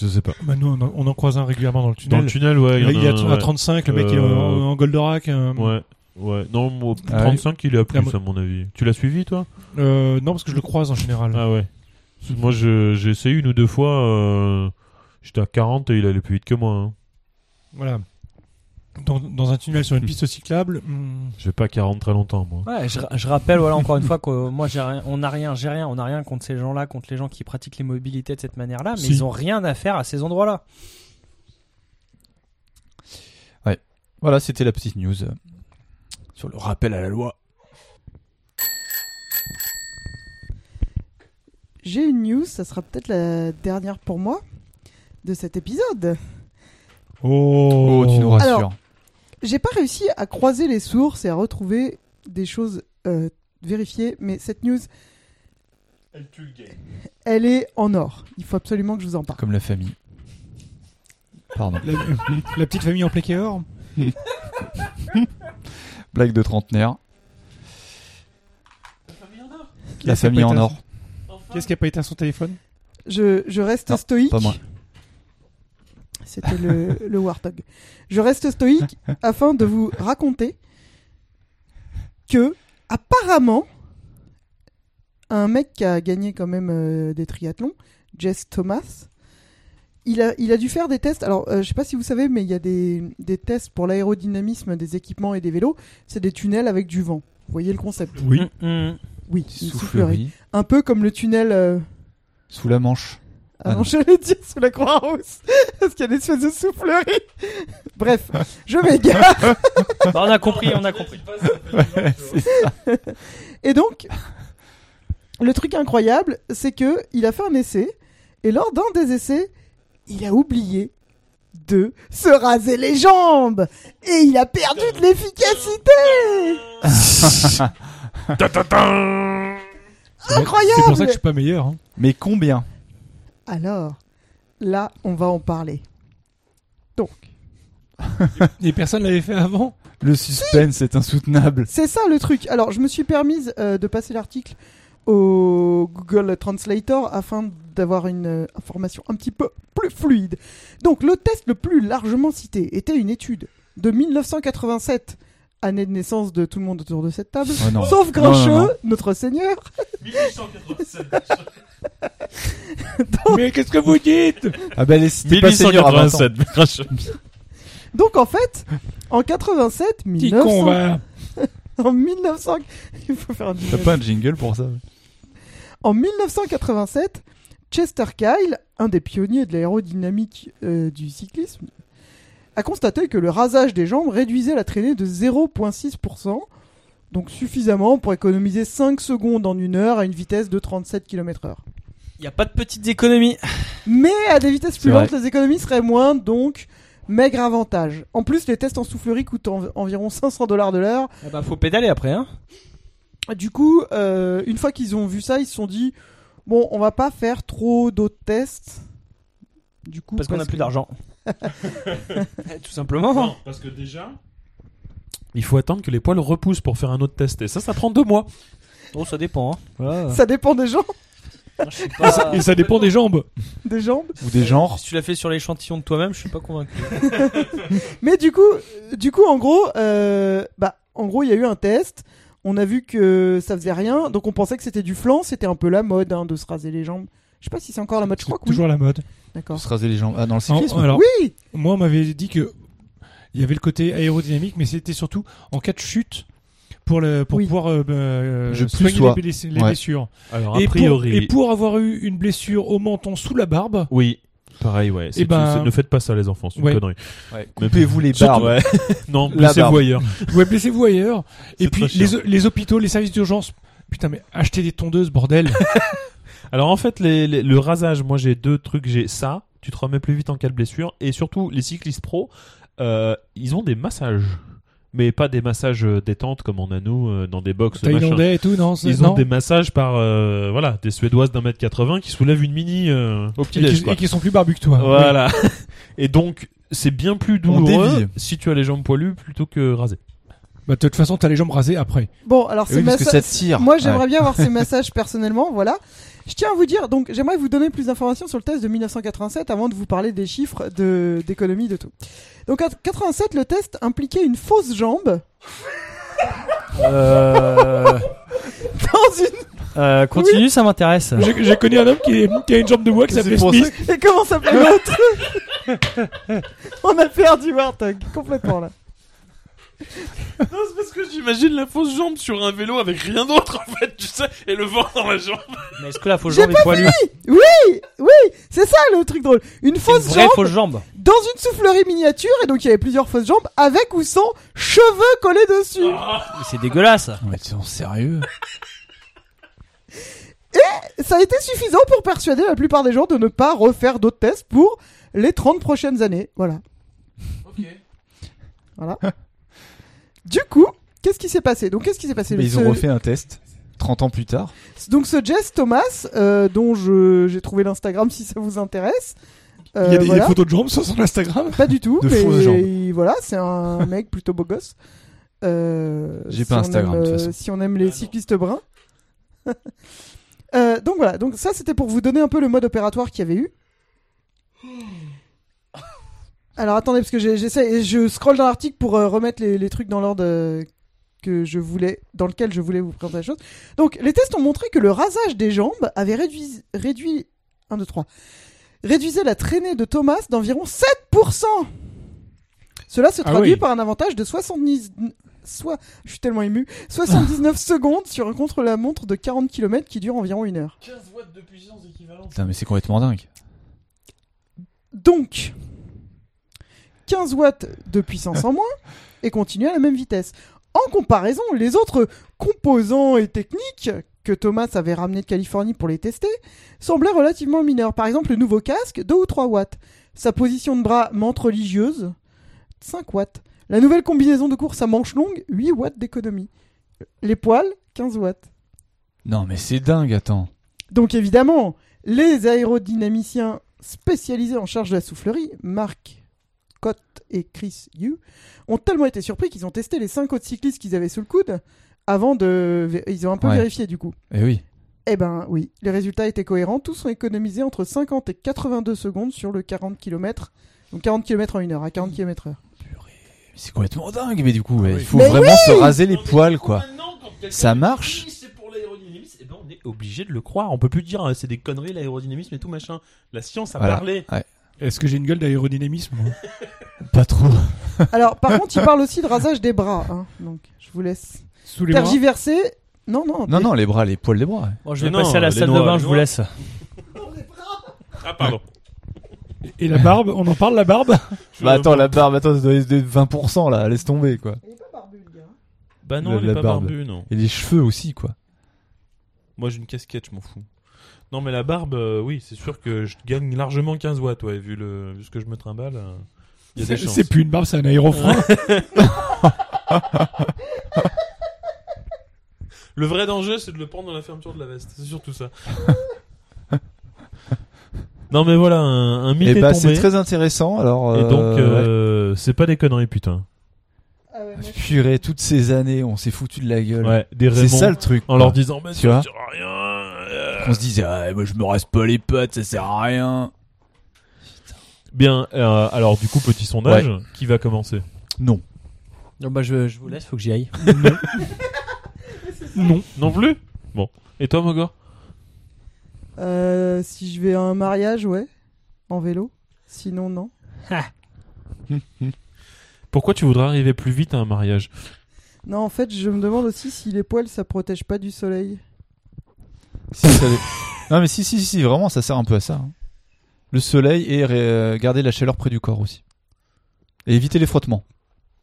Speaker 3: Je sais pas.
Speaker 2: Bah, nous on en, on en croise un régulièrement dans le
Speaker 3: Dans
Speaker 2: tunnel.
Speaker 3: le tunnel, ouais.
Speaker 2: Là,
Speaker 3: y en
Speaker 2: il est à,
Speaker 3: a un,
Speaker 2: à
Speaker 3: ouais.
Speaker 2: 35, le mec il est en,
Speaker 3: Euh,
Speaker 2: en Goldorak. hein.
Speaker 3: Ouais. Ouais, non, moi, plus
Speaker 5: Ah,
Speaker 3: 35, il est à plus,
Speaker 2: la mo-
Speaker 3: à mon avis. Tu l'as suivi, toi
Speaker 2: Euh, non parce que je le croise en général.
Speaker 3: Ah ouais. Parce que Moi, je- j'ai essayé une ou deux fois. euh, J'étais à 40 et il allait plus vite que moi. hein.
Speaker 2: Voilà. Dans, dans un tunnel sur une piste cyclable, hmm,
Speaker 3: Je vais pas à 40 très longtemps, moi.
Speaker 6: Ouais, je, ra- je rappelle, voilà, encore une fois, que euh, moi, j'ai rien, on n'a rien, j'ai rien, on n'a rien contre ces gens-là, contre les gens qui pratiquent les mobilités de cette manière-là, mais
Speaker 2: Si.
Speaker 6: ils ont rien à faire à ces endroits-là.
Speaker 5: Voilà, c'était la petite news euh, sur le rappel à la loi.
Speaker 4: J'ai une news, ça sera peut-être la dernière pour moi de cet épisode.
Speaker 2: Oh,
Speaker 5: Oh, tu nous rassures.
Speaker 4: Alors, J'ai pas réussi à croiser les sources et à retrouver des choses euh, vérifiées, mais cette news, elle est en or. Il faut absolument que je vous en parle.
Speaker 5: Comme la famille. Pardon.
Speaker 2: La, la petite famille en plaqué or
Speaker 5: Blague de trentenaire. La
Speaker 2: Qu'est-ce qui
Speaker 5: famille
Speaker 2: a pas
Speaker 5: en
Speaker 2: éteint-
Speaker 5: or.
Speaker 2: Qu'est-ce qui a pas éteint son téléphone
Speaker 4: Je, je reste
Speaker 5: Non,
Speaker 4: stoïque.
Speaker 5: pas moi.
Speaker 4: C'était le, le Warthog. Je reste stoïque afin de vous raconter que, apparemment, un mec qui a gagné quand même euh, des triathlons, Jess Thomas, il a, il a dû faire des tests. Alors, euh, je sais pas si vous savez, mais il y a des, des tests pour l'aérodynamisme des équipements et des vélos. C'est des tunnels avec du vent. Vous voyez le concept
Speaker 2: Oui.
Speaker 6: Mm, mm.
Speaker 4: Oui, une soufflerie.
Speaker 5: Soufflerie.
Speaker 4: Un peu comme le tunnel. euh,
Speaker 5: Sous la manche. Ah
Speaker 4: ah non,
Speaker 5: non.
Speaker 4: j'allais dire sous la Croix-Rousse. Parce qu'il y a des espèces de soufflerie. Bref, je m'égare.
Speaker 6: Bah, on a compris, on a compris.
Speaker 4: Et donc, le truc incroyable, c'est que il a fait un essai. Et lors d'un des essais, il a oublié de se raser les jambes et il a perdu de l'efficacité. Incroyable.
Speaker 2: C'est pour ça que je suis pas meilleur. hein.
Speaker 5: Mais combien
Speaker 4: Alors, là, on va en parler. Donc,
Speaker 2: Et personne l'avait fait avant.
Speaker 5: Le suspense est insoutenable.
Speaker 4: c'est ça le truc. Alors, je me suis permise euh, de passer l'article au Google Translator afin d'avoir une euh, information un petit peu plus fluide. Donc, le test le plus largement cité était une étude de 1987, année de naissance de tout le monde autour de cette table,
Speaker 5: Oh non.
Speaker 4: sauf
Speaker 5: Non, non,
Speaker 4: Grincheux,
Speaker 5: non.
Speaker 4: notre Seigneur.
Speaker 2: Mais qu'est-ce que vous dites
Speaker 5: Ah ben, les- c'était pas senior à 20 ans.
Speaker 3: 1887. Crash.
Speaker 4: Donc, en fait, en 87,
Speaker 2: Petit con,
Speaker 4: 1900,
Speaker 2: va.
Speaker 4: en 1900, il faut faire un
Speaker 5: T'as pas un jingle pour ça
Speaker 4: En 1987, Chester Kyle, un des pionniers de l'aérodynamique euh, du cyclisme, a constaté que le rasage des jambes réduisait la traînée de 0,6%, donc suffisamment pour économiser 5 secondes en une heure à une vitesse de 37 km/h.
Speaker 8: Il n'y a pas de petites économies.
Speaker 4: Mais à des vitesses
Speaker 5: C'est
Speaker 4: plus
Speaker 5: vrai.
Speaker 4: lentes, les économies seraient moindres, donc maigre avantage. En plus, les tests en soufflerie coûtent en- environ 500 dollars de l'heure,
Speaker 8: Eh
Speaker 6: ben,
Speaker 8: bah, faut pédaler après, hein.
Speaker 4: Du coup, euh, une fois qu'ils ont vu ça, ils se sont dit bon, on va pas faire trop d'autres tests. Du coup,
Speaker 8: Parce qu'on a
Speaker 4: que-
Speaker 8: plus d'argent.
Speaker 6: Eh,
Speaker 8: Tout
Speaker 6: hein.
Speaker 8: simplement.
Speaker 3: parce que déjà. Il faut attendre que les poils repoussent pour faire un autre test. Et ça, ça prend deux mois.
Speaker 8: Oh, ça dépend. hein.
Speaker 4: Ça dépend des gens,
Speaker 8: Je suis pas-
Speaker 2: Et ça dépend des jambes.
Speaker 4: Oh, des jambes.
Speaker 5: Ou des genres
Speaker 8: Si tu l'as fait sur l'échantillon de toi-même, je suis pas convaincu.
Speaker 4: Mais du coup, du coup, en gros, euh, bah, en gros, il y a eu un test. On a vu que ça faisait rien, donc on pensait que c'était du flan. C'était un peu la mode hein, de se raser les jambes. Je sais pas si c'est encore la mode. Je crois que oui.
Speaker 2: Toujours la mode.
Speaker 4: D'accord.
Speaker 5: se raser les jambes. Ah, dans le cyclisme
Speaker 2: En- alors,
Speaker 4: Oui.
Speaker 2: Moi, on m'avait dit que il y avait le côté aérodynamique, mais c'était surtout en cas de chute pour le pour
Speaker 4: Oui.
Speaker 2: pouvoir euh, bah, euh,
Speaker 5: Je plus
Speaker 2: soigner
Speaker 5: sois.
Speaker 2: les, blessi- les
Speaker 5: Ouais.
Speaker 2: blessures.
Speaker 3: Alors,
Speaker 2: et,
Speaker 3: a priori.
Speaker 2: Pour, et pour avoir eu une blessure au menton sous la barbe,
Speaker 3: Oui. Pareil, ouais. C'est
Speaker 2: ben-
Speaker 3: une- c'est- Ne faites pas ça, les enfants. C'est une
Speaker 2: Ouais.
Speaker 3: connerie.
Speaker 5: Coupez-vous les
Speaker 3: Surtout-
Speaker 5: barbes. Eh
Speaker 3: ouais. non,
Speaker 5: La
Speaker 3: blessez-vous
Speaker 5: barbe.
Speaker 3: ailleurs.
Speaker 2: ouais, blessez-vous ailleurs. Et
Speaker 3: C'est
Speaker 2: puis
Speaker 3: très
Speaker 2: les,
Speaker 3: chiant.
Speaker 2: les hôpitaux, les services d'urgence. Putain, mais achetez des tondeuses, bordel.
Speaker 3: Alors en fait, les- les- le rasage, moi j'ai deux trucs. J'ai ça, tu te remets plus vite en cas de blessure. Et surtout, les cyclistes pro, euh, ils ont des massages. Mais pas des massages euh, détente comme on a nous euh, dans des box. machin.
Speaker 2: Thaïlandais et tout, non c'est-
Speaker 3: Ils ont
Speaker 2: non
Speaker 3: des massages par euh, voilà des suédoises d'un mètre 80 qui soulèvent une mini euh, au petit
Speaker 2: et qui, et qui sont plus barbus que toi.
Speaker 3: Voilà. et donc c'est bien plus douloureux
Speaker 5: dévie.
Speaker 3: si tu as les jambes poilues plutôt que rasées.
Speaker 2: Oui. Bah, de toute façon, t'as les jambes rasées après.
Speaker 4: Bon, alors
Speaker 5: Et
Speaker 4: c'est
Speaker 5: Eh Oui, parce que
Speaker 4: massa-
Speaker 5: ça tire.
Speaker 4: Moi, j'aimerais bien avoir ces massages personnellement, voilà. Je tiens à vous dire, donc, j'aimerais vous donner plus d'informations sur le test de 1987 avant de vous parler des chiffres de- d'économie de, tout. Donc, en 87, le test impliquait une fausse jambe dans une.
Speaker 6: Euh, continue, ça m'intéresse.
Speaker 2: J'ai j'ai connu un homme qui, est- qui a une jambe de bois qui
Speaker 5: C'est
Speaker 2: s'appelait
Speaker 5: pour
Speaker 2: Smith.
Speaker 5: ça
Speaker 4: Et comment s'appelle l'autre On a perdu Warthog, complètement là.
Speaker 3: Non, c'est parce que j'imagine la fausse jambe sur un vélo avec rien d'autre en fait, tu sais, et le vent dans la jambe.
Speaker 8: Mais est-ce que la fausse
Speaker 4: J'ai
Speaker 8: jambe est poilue
Speaker 4: Oui, oui, c'est ça le truc drôle. Une
Speaker 8: Une
Speaker 4: fausse
Speaker 8: vraie
Speaker 4: jambe
Speaker 8: fausse jambe.
Speaker 4: dans une soufflerie miniature, et donc il y avait plusieurs fausses jambes avec ou sans cheveux collés dessus.
Speaker 8: Mais c'est dégueulasse.
Speaker 5: Mais t'es en sérieux
Speaker 4: ça a été suffisant pour persuader la plupart des gens de ne pas refaire d'autres tests pour les 30 prochaines années. Voilà. Voilà. du coup, qu'est-ce qui s'est passé Donc, qu'est-ce qui s'est passé
Speaker 5: Mais Bah, ils
Speaker 4: Ce-
Speaker 5: ont refait un test 30 ans plus tard.
Speaker 4: Donc, ce Jess Thomas, euh, dont je- j'ai trouvé l'Instagram si ça vous intéresse. euh,
Speaker 2: Il y a des,
Speaker 4: voilà.
Speaker 2: des photos de jambes sur son Instagram.
Speaker 4: Pas du tout,
Speaker 5: de
Speaker 4: mais
Speaker 5: fausses jambes.
Speaker 4: il- voilà, c'est un mec plutôt beau gosse. Euh,
Speaker 5: J'ai pas
Speaker 4: on
Speaker 5: Instagram,
Speaker 4: aime,
Speaker 5: de toute
Speaker 4: euh,
Speaker 5: façon.
Speaker 4: Si on aime
Speaker 2: Ah
Speaker 4: les cyclistes bruns. Euh, donc voilà, donc ça c'était pour vous donner un peu le mode opératoire qu'il y avait eu. Alors attendez, parce que j'ai- j'essaie, et je scroll dans l'article pour euh, remettre les, les trucs dans l'ordre euh, que je voulais, dans lequel je voulais vous présenter la chose. Donc les tests ont montré que le rasage des jambes avait réduit, réduit 1, 2, 3, réduisait la traînée de Thomas d'environ 7%. Cela se
Speaker 2: Ah
Speaker 4: traduit
Speaker 2: oui.
Speaker 4: par un avantage de 70, soit, je suis tellement ému, 79 secondes sur un contre-la-montre de 40 km qui dure environ une heure.
Speaker 5: Putain, mais c'est complètement dingue.
Speaker 4: Donc, 15 watts de puissance en moins et continuer à la même vitesse. En comparaison, les autres composants et techniques que Thomas avait ramenés de Californie pour les tester semblaient relativement mineurs. Par exemple, le nouveau casque, 2 ou 3 watts. Sa position de bras, menthe religieuse, 5 watts. La nouvelle combinaison de course à manches longues, 8 watts d'économie. Les poils, 15 watts.
Speaker 5: Non, mais c'est dingue, attends.
Speaker 4: Donc évidemment, les aérodynamiciens spécialisés en charge de la soufflerie, Marc Cott et Chris Yu, ont tellement été surpris qu'ils ont testé les 5 autres cyclistes qu'ils avaient sous le coude avant de... Ils ont un peu
Speaker 5: Ouais.
Speaker 4: vérifié du coup.
Speaker 5: Eh oui.
Speaker 4: Eh ben oui, les résultats étaient cohérents. Tous ont économisé entre 50 et 82 secondes sur le 40 km. Donc 40 km en une heure, à 40 km heure.
Speaker 5: Mais C'est complètement dingue, mais du coup, ouais, il faut
Speaker 4: Mais
Speaker 5: vraiment se raser les poils, quoi. Ça marche
Speaker 3: C'est pour l'aérodynamisme, eh ben, on est obligé de le croire. On peut plus dire euh, c'est des conneries l'aérodynamisme et tout machin. La science a
Speaker 5: Voilà.
Speaker 3: parlé.
Speaker 2: Est-ce que j'ai une gueule d'aérodynamisme moi
Speaker 5: Pas trop.
Speaker 4: Alors, par contre, il parle aussi de rasage des bras. hein. Donc, je vous laisse
Speaker 2: Sous les bras
Speaker 4: tergiverser. Non, non,
Speaker 5: Non, non, les bras, les poils des bras.
Speaker 6: Bon, je
Speaker 3: Mais
Speaker 6: vais
Speaker 3: non,
Speaker 6: passer à la
Speaker 3: les
Speaker 6: salle
Speaker 3: noirs,
Speaker 6: de bain,
Speaker 3: les
Speaker 6: je vous
Speaker 3: noirs.
Speaker 6: laisse.
Speaker 3: Ah pardon.
Speaker 2: Et la barbe On en parle la barbe
Speaker 5: Bah attends, la barbe, attends, ça doit être de 20% là, laisse tomber, quoi.
Speaker 3: Bah
Speaker 5: Le-
Speaker 3: non, il
Speaker 5: la
Speaker 3: est pas
Speaker 5: barbe.
Speaker 3: barbu, non.
Speaker 5: Et les cheveux aussi, quoi.
Speaker 3: Moi j'ai une casquette, je m'en fous. Non mais la barbe, euh, oui, c'est sûr que je gagne largement 15 watts, ouais, vu, le, vu ce que je me trimballe. euh, Il y a
Speaker 2: C'est
Speaker 3: des chances.
Speaker 2: c'est plus une barbe, c'est un aérofrein.
Speaker 3: Le vrai danger, c'est de le prendre dans la fermeture de la veste. C'est surtout ça. non mais voilà, un, un mythe
Speaker 5: Et
Speaker 3: est
Speaker 5: bah c'est
Speaker 3: tombé.
Speaker 5: très intéressant, alors...
Speaker 3: Et
Speaker 5: euh,
Speaker 3: donc,
Speaker 5: ouais.
Speaker 3: euh, c'est pas des conneries, putain.
Speaker 4: Ah
Speaker 5: Ah, Purée, toutes ces années, on s'est foutu de la gueule.
Speaker 3: Ouais, des
Speaker 5: c'est
Speaker 3: Raymond.
Speaker 5: ça le truc.
Speaker 3: En
Speaker 5: quoi.
Speaker 3: leur disant, bah,
Speaker 5: Tu
Speaker 3: ça
Speaker 5: vois
Speaker 3: sert à rien. euh.
Speaker 5: On se disait, ah, moi je me rase pas les pattes, ça sert à rien.
Speaker 3: Bien, euh, alors du coup, petit sondage, qui va commencer
Speaker 5: Non.
Speaker 6: Non, bah, je, je vous laisse, faut que j'y aille.
Speaker 2: non.
Speaker 3: Non plus Bon. Et toi, Mogor
Speaker 4: Euh, si je vais à un mariage, ouais. En vélo. Sinon, non.
Speaker 3: Pourquoi tu voudrais arriver plus vite à un mariage
Speaker 4: Non, en fait, je me demande aussi si les poils, ça protège pas du soleil.
Speaker 5: Si, ça dé- non mais si, si, si, vraiment, ça sert un peu à ça. hein. Le soleil et euh, garder la chaleur près du corps aussi. Et éviter les frottements.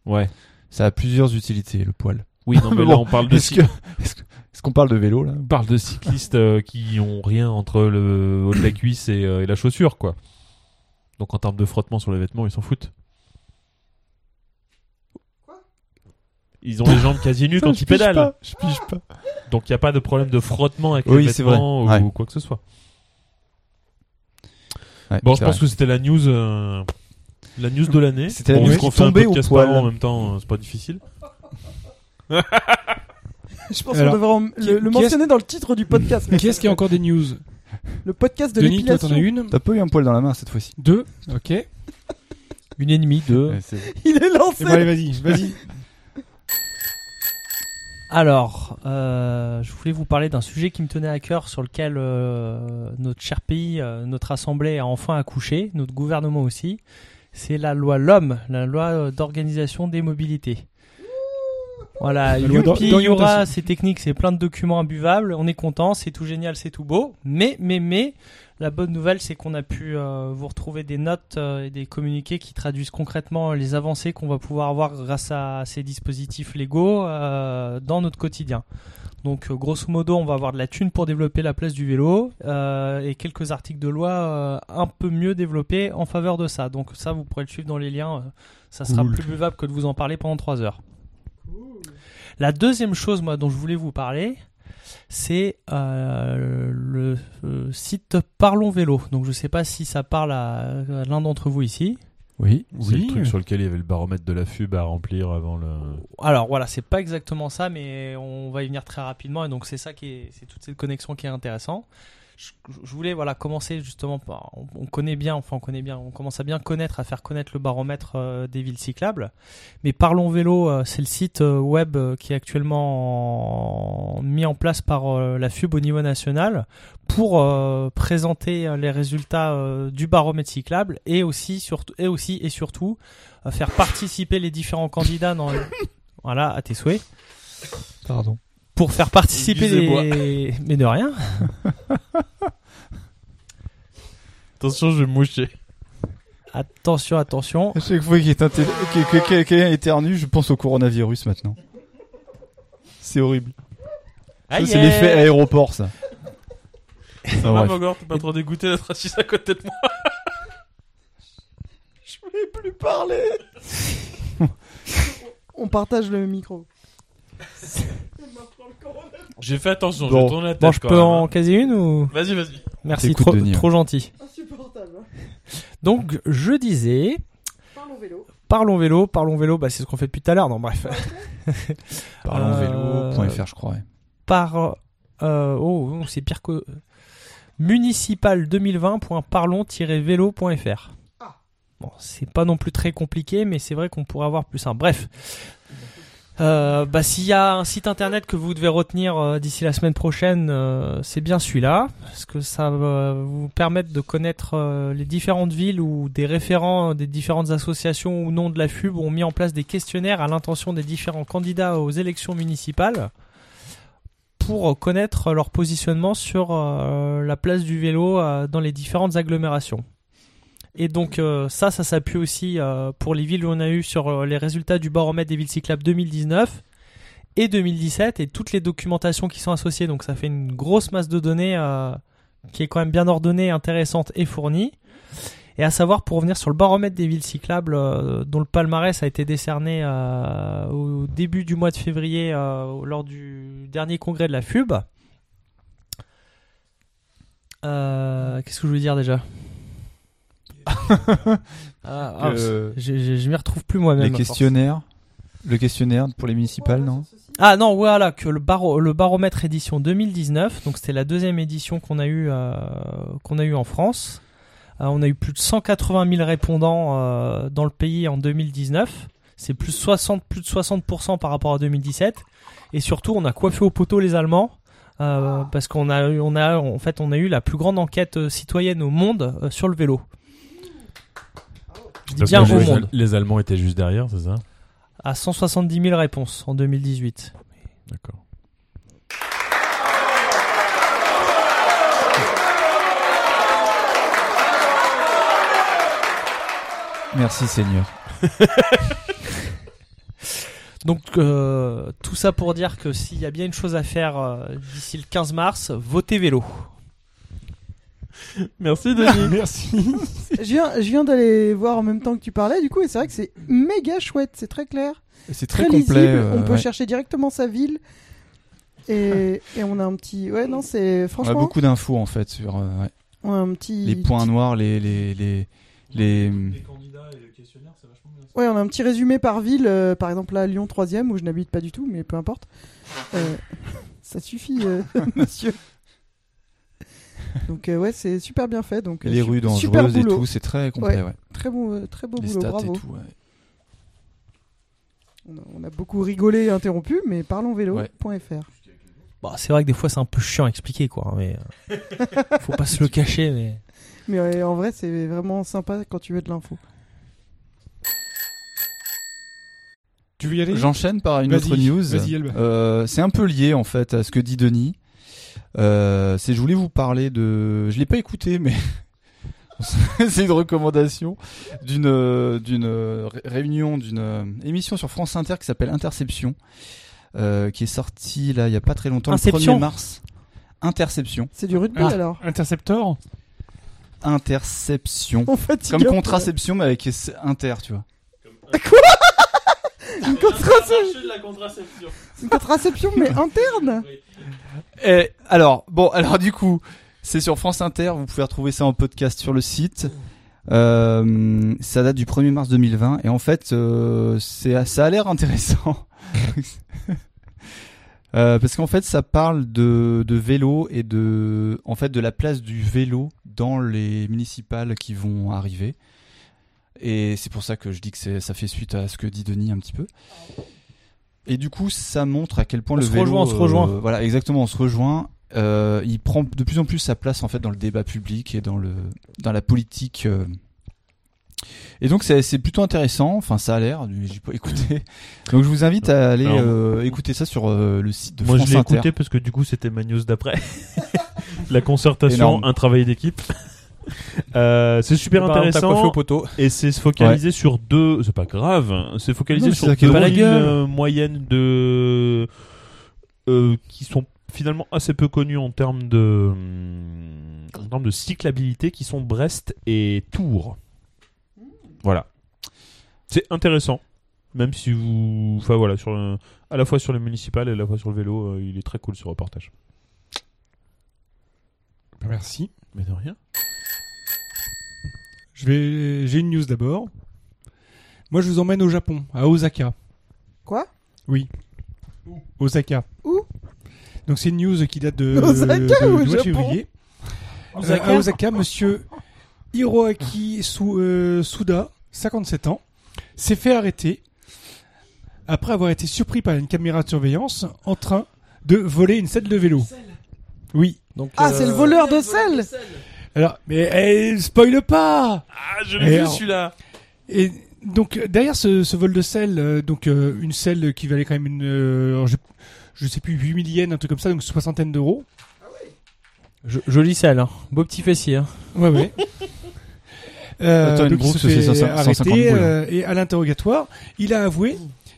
Speaker 3: Ouais.
Speaker 5: Ça a plusieurs utilités, le poil.
Speaker 3: Oui, non, mais,
Speaker 5: Mais
Speaker 3: là,
Speaker 5: bon,
Speaker 3: on parle de,
Speaker 5: Est-ce
Speaker 3: cy-
Speaker 5: que- est-ce que- est-ce qu'on parle de vélo là
Speaker 3: on parle de cyclistes euh, qui ont rien entre le haut de la cuisse et, euh, et la chaussure, quoi. Donc, en termes de frottement sur les vêtements, ils s'en foutent. Ils ont les jambes quasi nues quand
Speaker 5: je
Speaker 3: ils
Speaker 5: pige
Speaker 3: pédalent.
Speaker 5: pas, Je pige pas.
Speaker 3: Donc il n'y a pas de problème de frottement avec
Speaker 5: Oui,
Speaker 3: les
Speaker 5: c'est vrai.
Speaker 3: vêtements ou
Speaker 5: Ouais.
Speaker 3: quoi que ce soit.
Speaker 5: Ouais,
Speaker 3: Bon,
Speaker 5: c'est
Speaker 3: je pense
Speaker 5: vrai.
Speaker 3: que c'était la news, euh, la news de l'année.
Speaker 5: C'était la news
Speaker 3: vu qu'on fait un
Speaker 5: tombée au
Speaker 3: podcast
Speaker 5: poil.
Speaker 3: par an en même temps, euh, c'est pas difficile.
Speaker 4: Je pense
Speaker 2: Alors,
Speaker 4: qu'on devrait en- le, le
Speaker 2: qui est-ce-
Speaker 4: mentionner dans le titre du podcast.
Speaker 2: Qui est-ce qui a encore des news
Speaker 4: Le podcast de
Speaker 2: Denis, toi,
Speaker 4: l'épilation.
Speaker 2: t'en as une
Speaker 5: T'as pas eu un poil dans la main cette fois-ci.
Speaker 2: Deux Ok. Et
Speaker 6: Une et demie, deux.
Speaker 4: Il est lancé.
Speaker 2: bon, allez, vas-y, vas-y.
Speaker 6: Alors, euh, je voulais vous parler d'un sujet qui me tenait à cœur, sur lequel euh, notre cher pays, euh, notre assemblée a enfin accouché, notre gouvernement aussi. C'est la loi LOM, la loi euh, d'organisation des mobilités. Voilà,
Speaker 2: La loi d'or-
Speaker 6: youpi, il y aura
Speaker 2: d'orientation.
Speaker 6: ces techniques, c'est plein de documents imbuvables, on est content, c'est tout génial, c'est tout beau. Mais, mais, mais, la bonne nouvelle, c'est qu'on a pu euh, vous retrouver des notes euh, et des communiqués qui traduisent concrètement les avancées qu'on va pouvoir avoir grâce à ces dispositifs légaux euh, dans notre quotidien. Donc, euh, grosso modo, on va avoir de la thune pour développer la place du vélo euh, et quelques articles de loi euh, un peu mieux développés en faveur de ça. Donc, ça, vous pourrez le suivre dans les liens. euh, Ça sera
Speaker 2: Cool.
Speaker 6: plus buvable que de vous en parler pendant trois heures. La deuxième chose, moi, dont je voulais vous parler, c'est euh, le euh, site Parlons Vélo. Donc, je ne sais pas si ça parle à, à l'un d'entre vous ici.
Speaker 5: Oui.
Speaker 3: C'est le
Speaker 2: Oui.
Speaker 3: truc sur lequel il y avait le baromètre de la FUB à remplir avant le.
Speaker 6: Alors voilà, c'est pas exactement ça, mais on va y venir très rapidement. Et donc c'est ça qui est, c'est toute cette connexion qui est intéressant. Je, je voulais voilà commencer justement par, on, on connaît bien, enfin on connaît bien, on commence à bien connaître, à faire connaître le baromètre euh, des villes cyclables. Mais parlons vélo, euh, c'est le site euh, web euh, qui est actuellement en- mis en place par euh, la FUB au niveau national pour euh, présenter euh, les résultats euh, du baromètre cyclable et aussi surtout et aussi et surtout euh, faire participer les différents candidats dans voilà, à tes souhaits.
Speaker 5: Pardon.
Speaker 6: Pour faire participer
Speaker 3: Excusez-moi.
Speaker 6: les... Mais de rien.
Speaker 3: Attention, je vais moucher.
Speaker 6: Attention, attention.
Speaker 5: À chaque fois qu'il est inté- que, que- que quelqu'un éternue, je pense au coronavirus maintenant. C'est horrible. Ça,
Speaker 6: Aïe,
Speaker 5: c'est l'effet aéroport ça.
Speaker 3: Ça
Speaker 5: Ah,
Speaker 3: va,
Speaker 5: bref.
Speaker 3: Ah, Mogor T'es pas trop dégoûté d'être assis à côté de moi
Speaker 4: voulais plus parler. On partage le micro.
Speaker 3: J'ai fait attention,
Speaker 5: Bon.
Speaker 3: je tourne la tête.
Speaker 6: Bon, je
Speaker 3: quand
Speaker 6: peux
Speaker 3: même,
Speaker 6: en
Speaker 3: hein.
Speaker 6: caser une ou
Speaker 3: Vas-y, vas-y.
Speaker 6: Merci,
Speaker 5: T'écoutes,
Speaker 6: trop,
Speaker 5: Denis,
Speaker 6: trop gentil.
Speaker 4: Insupportable.
Speaker 6: Donc, je disais,
Speaker 4: Parle au vélo.
Speaker 6: parlons vélo, parlons vélo, bah, c'est ce qu'on fait depuis tout à l'heure. Non, bref.
Speaker 5: Ah. Parlonsvélo.fr, je crois. ouais.
Speaker 6: Par. euh, oh, c'est pire que. Municipal2020.parlons-vélo.fr.
Speaker 4: Ah.
Speaker 6: Bon, c'est pas non plus très compliqué, mais c'est vrai qu'on pourrait avoir plus simple. Bref. Euh, bah, s'il y a un site internet que vous devez retenir euh, d'ici la semaine prochaine, euh, c'est bien celui-là, parce que ça va vous permettre de connaître euh, les différentes villes où des référents euh, des différentes associations ou non de la FUB ont mis en place des questionnaires à l'intention des différents candidats aux élections municipales pour connaître leur positionnement sur euh, la place du vélo euh, dans les différentes agglomérations. Et donc euh, ça, ça s'appuie aussi euh, pour les villes où on a eu sur euh, les résultats du baromètre des villes cyclables 2019 et 2017 et toutes les documentations qui sont associées. Donc ça fait une grosse masse de données euh, qui est quand même bien ordonnée, intéressante et fournie. Et à savoir, pour revenir sur le baromètre des villes cyclables, euh, dont le palmarès a été décerné euh, au début du mois de février euh, lors du dernier congrès de la FUB. Euh, Qu'est-ce que je voulais dire déjà Ah, ah,
Speaker 5: Que-
Speaker 6: je, je, je m'y retrouve plus moi-même.
Speaker 5: Euh, Les
Speaker 6: à force.
Speaker 5: questionnaires. Le questionnaire pour les municipales, non
Speaker 6: Ah non, voilà, que le, baro- le baromètre édition 2019, donc c'était la deuxième édition qu'on a eue euh, qu'on a eu en France. Euh, on a eu plus de 180 000 répondants euh, dans le pays en 2019. C'est plus, 60, plus de 60% par rapport à 2017. Et surtout, on a coiffé au poteau les Allemands. euh, parce qu'on a, eu- on a, en fait, on a eu la plus grande enquête euh, citoyenne au monde euh, sur le vélo. Je dis
Speaker 3: Parce
Speaker 6: bien
Speaker 3: que
Speaker 6: au
Speaker 3: les-
Speaker 6: monde.
Speaker 3: Les Allemands étaient juste derrière, c'est ça
Speaker 6: À 170 000 réponses en 2018.
Speaker 3: D'accord.
Speaker 5: Merci Seigneur.
Speaker 6: Donc euh, tout ça pour dire que s'il y a bien une chose à faire euh, d'ici le 15 mars, votez vélo.
Speaker 3: Merci, Denis.
Speaker 2: Merci.
Speaker 4: Je viens, je viens d'aller voir en même temps que tu parlais, du coup, et c'est vrai que c'est méga chouette, c'est très clair,
Speaker 5: Et C'est
Speaker 4: très,
Speaker 5: très, complet.
Speaker 4: lisible.
Speaker 5: euh,
Speaker 4: on peut
Speaker 5: ouais.
Speaker 4: chercher directement sa ville. Et, et on a un petit. Ouais, non, c'est.
Speaker 5: On a
Speaker 4: Franchement,
Speaker 5: beaucoup d'infos en fait sur euh, ouais.
Speaker 4: on a un petit.
Speaker 5: les points noirs, les les les les.
Speaker 3: candidats et le questionnaire, c'est vachement bien.
Speaker 4: Ouais, on a un petit résumé par ville. euh, par exemple, là, Lyon 3 e où je n'habite pas du tout, mais peu importe. Euh, ça suffit, euh, monsieur. Donc, euh, ouais, c'est super bien fait. Donc, euh,
Speaker 5: les
Speaker 4: su-
Speaker 5: rues
Speaker 4: super
Speaker 5: dangereuses et
Speaker 4: boulot.
Speaker 5: tout, c'est très complet. ouais.
Speaker 4: Très beau, euh, très beau
Speaker 5: Les
Speaker 4: boulot,
Speaker 5: stats
Speaker 4: bravo.
Speaker 5: et tout. ouais.
Speaker 4: On a, on a beaucoup rigolé et interrompu, mais parlonsvélo.fr.
Speaker 6: Bah, c'est vrai que des fois c'est un peu chiant à expliquer quoi, hein, mais euh, faut pas se le cacher. Mais
Speaker 4: Mais euh, en vrai, c'est vraiment sympa quand tu veux de l'info.
Speaker 2: Tu veux y aller
Speaker 5: J'enchaîne par une
Speaker 2: Vas-y,
Speaker 5: autre news.
Speaker 2: vas-y, Elbe.
Speaker 5: Euh, c'est un peu lié en fait à ce que dit Denis. Euh, c'est je voulais vous parler de. Je l'ai pas écouté, mais c'est une recommandation d'une euh, d'une euh, ré- réunion d'une euh, émission sur France Inter qui s'appelle Interception, euh, qui est sortie là il y a pas très longtemps,
Speaker 6: Inception
Speaker 5: le 1er mars. Interception,
Speaker 4: C'est du rugby
Speaker 2: Ah.
Speaker 4: alors
Speaker 2: Interceptor
Speaker 5: interception.
Speaker 4: On fatigue
Speaker 5: Comme
Speaker 4: un peu.
Speaker 5: contraception mais avec S- inter, tu vois.
Speaker 4: Une contraception. Une contraception, mais interne
Speaker 5: Et Eh, alors, bon, alors du coup, c'est sur France Inter, vous pouvez retrouver ça en podcast sur le site. Euh, ça date du 1er mars 2020 et en fait, euh, c'est ça a l'air intéressant. Euh, parce qu'en fait, ça parle de, de vélo et de, en fait, de la place du vélo dans les municipales qui vont arriver. Et c'est pour ça que je dis que c'est- ça fait suite à ce que dit Denis un petit peu. Et du coup, ça montre à quel point
Speaker 6: On
Speaker 5: le
Speaker 6: se
Speaker 5: vélo.
Speaker 6: rejoint, on se
Speaker 5: euh,
Speaker 6: rejoint.
Speaker 5: voilà, exactement, on se rejoint. Euh, il prend de plus en plus sa place en fait dans le débat public et dans le dans la politique. euh. Et donc c'est c'est plutôt intéressant. Enfin, ça a l'air. mais J'ai pas écouté. Donc je vous invite à aller
Speaker 3: Alors,
Speaker 5: euh, écouter ça sur euh, le site de
Speaker 3: Moi,
Speaker 5: France
Speaker 3: je l'ai
Speaker 5: Inter.
Speaker 3: écouté parce que du coup, c'était ma news d'après. La concertation,
Speaker 5: Énorme.
Speaker 3: un travail d'équipe. Euh, c'est super
Speaker 6: Bah, on t'a coiffé
Speaker 3: intéressant
Speaker 6: au poteau.
Speaker 3: et c'est se focaliser sur deux. C'est pas grave, hein, c'est focalisé
Speaker 5: Non, mais c'est
Speaker 3: sur
Speaker 5: ça qui est
Speaker 3: deux
Speaker 5: drôle.
Speaker 3: villes
Speaker 5: Pas la gueule.
Speaker 3: euh, moyennes de euh, qui sont finalement assez peu connues en termes de hum, en termes de cyclabilité, qui sont Brest et Tours. Voilà. C'est intéressant. Même si vous. Enfin voilà, sur le- à la fois sur les municipales et à la fois sur le vélo, euh, il est très cool ce reportage.
Speaker 2: Merci.
Speaker 3: Mais de rien.
Speaker 2: Je vais, j'ai une news d'abord. Moi, je vous emmène au Japon, à Osaka.
Speaker 4: Quoi
Speaker 2: Oui. Osaka.
Speaker 4: Où
Speaker 2: Donc c'est une news qui date de,
Speaker 4: Osaka
Speaker 2: de-
Speaker 4: ou
Speaker 2: du mois de
Speaker 4: Japon
Speaker 2: février.
Speaker 4: Ah,
Speaker 2: Osaka. à Osaka, monsieur Hiroaki Su- euh, Suda, 57 ans, s'est fait arrêter après avoir été surpris par une caméra de surveillance en train de voler une selle de vélo. Oui.
Speaker 6: Donc,
Speaker 4: Ah,
Speaker 6: euh,
Speaker 4: c'est le voleur de sel
Speaker 2: Alors, mais eh, spoil pas
Speaker 3: Ah, je
Speaker 2: Et
Speaker 3: l'ai vu
Speaker 2: alors-
Speaker 3: celui-là
Speaker 2: Et donc euh, derrière ce, ce vol de sel, euh, donc euh, une selle qui valait quand même une, euh, alors je, je sais plus 8 millièmes, un truc comme ça, donc soixantaine d'euros.
Speaker 6: jo- jolie selle, hein. beau petit fessier. hein.
Speaker 2: Ouais ouais. Euh,
Speaker 5: Attends, une
Speaker 2: donc il
Speaker 5: brousse,
Speaker 2: se fait
Speaker 5: c'est 500 150
Speaker 2: arrêter,
Speaker 5: boules. hein.
Speaker 2: euh, et à l'interrogatoire, il a avoué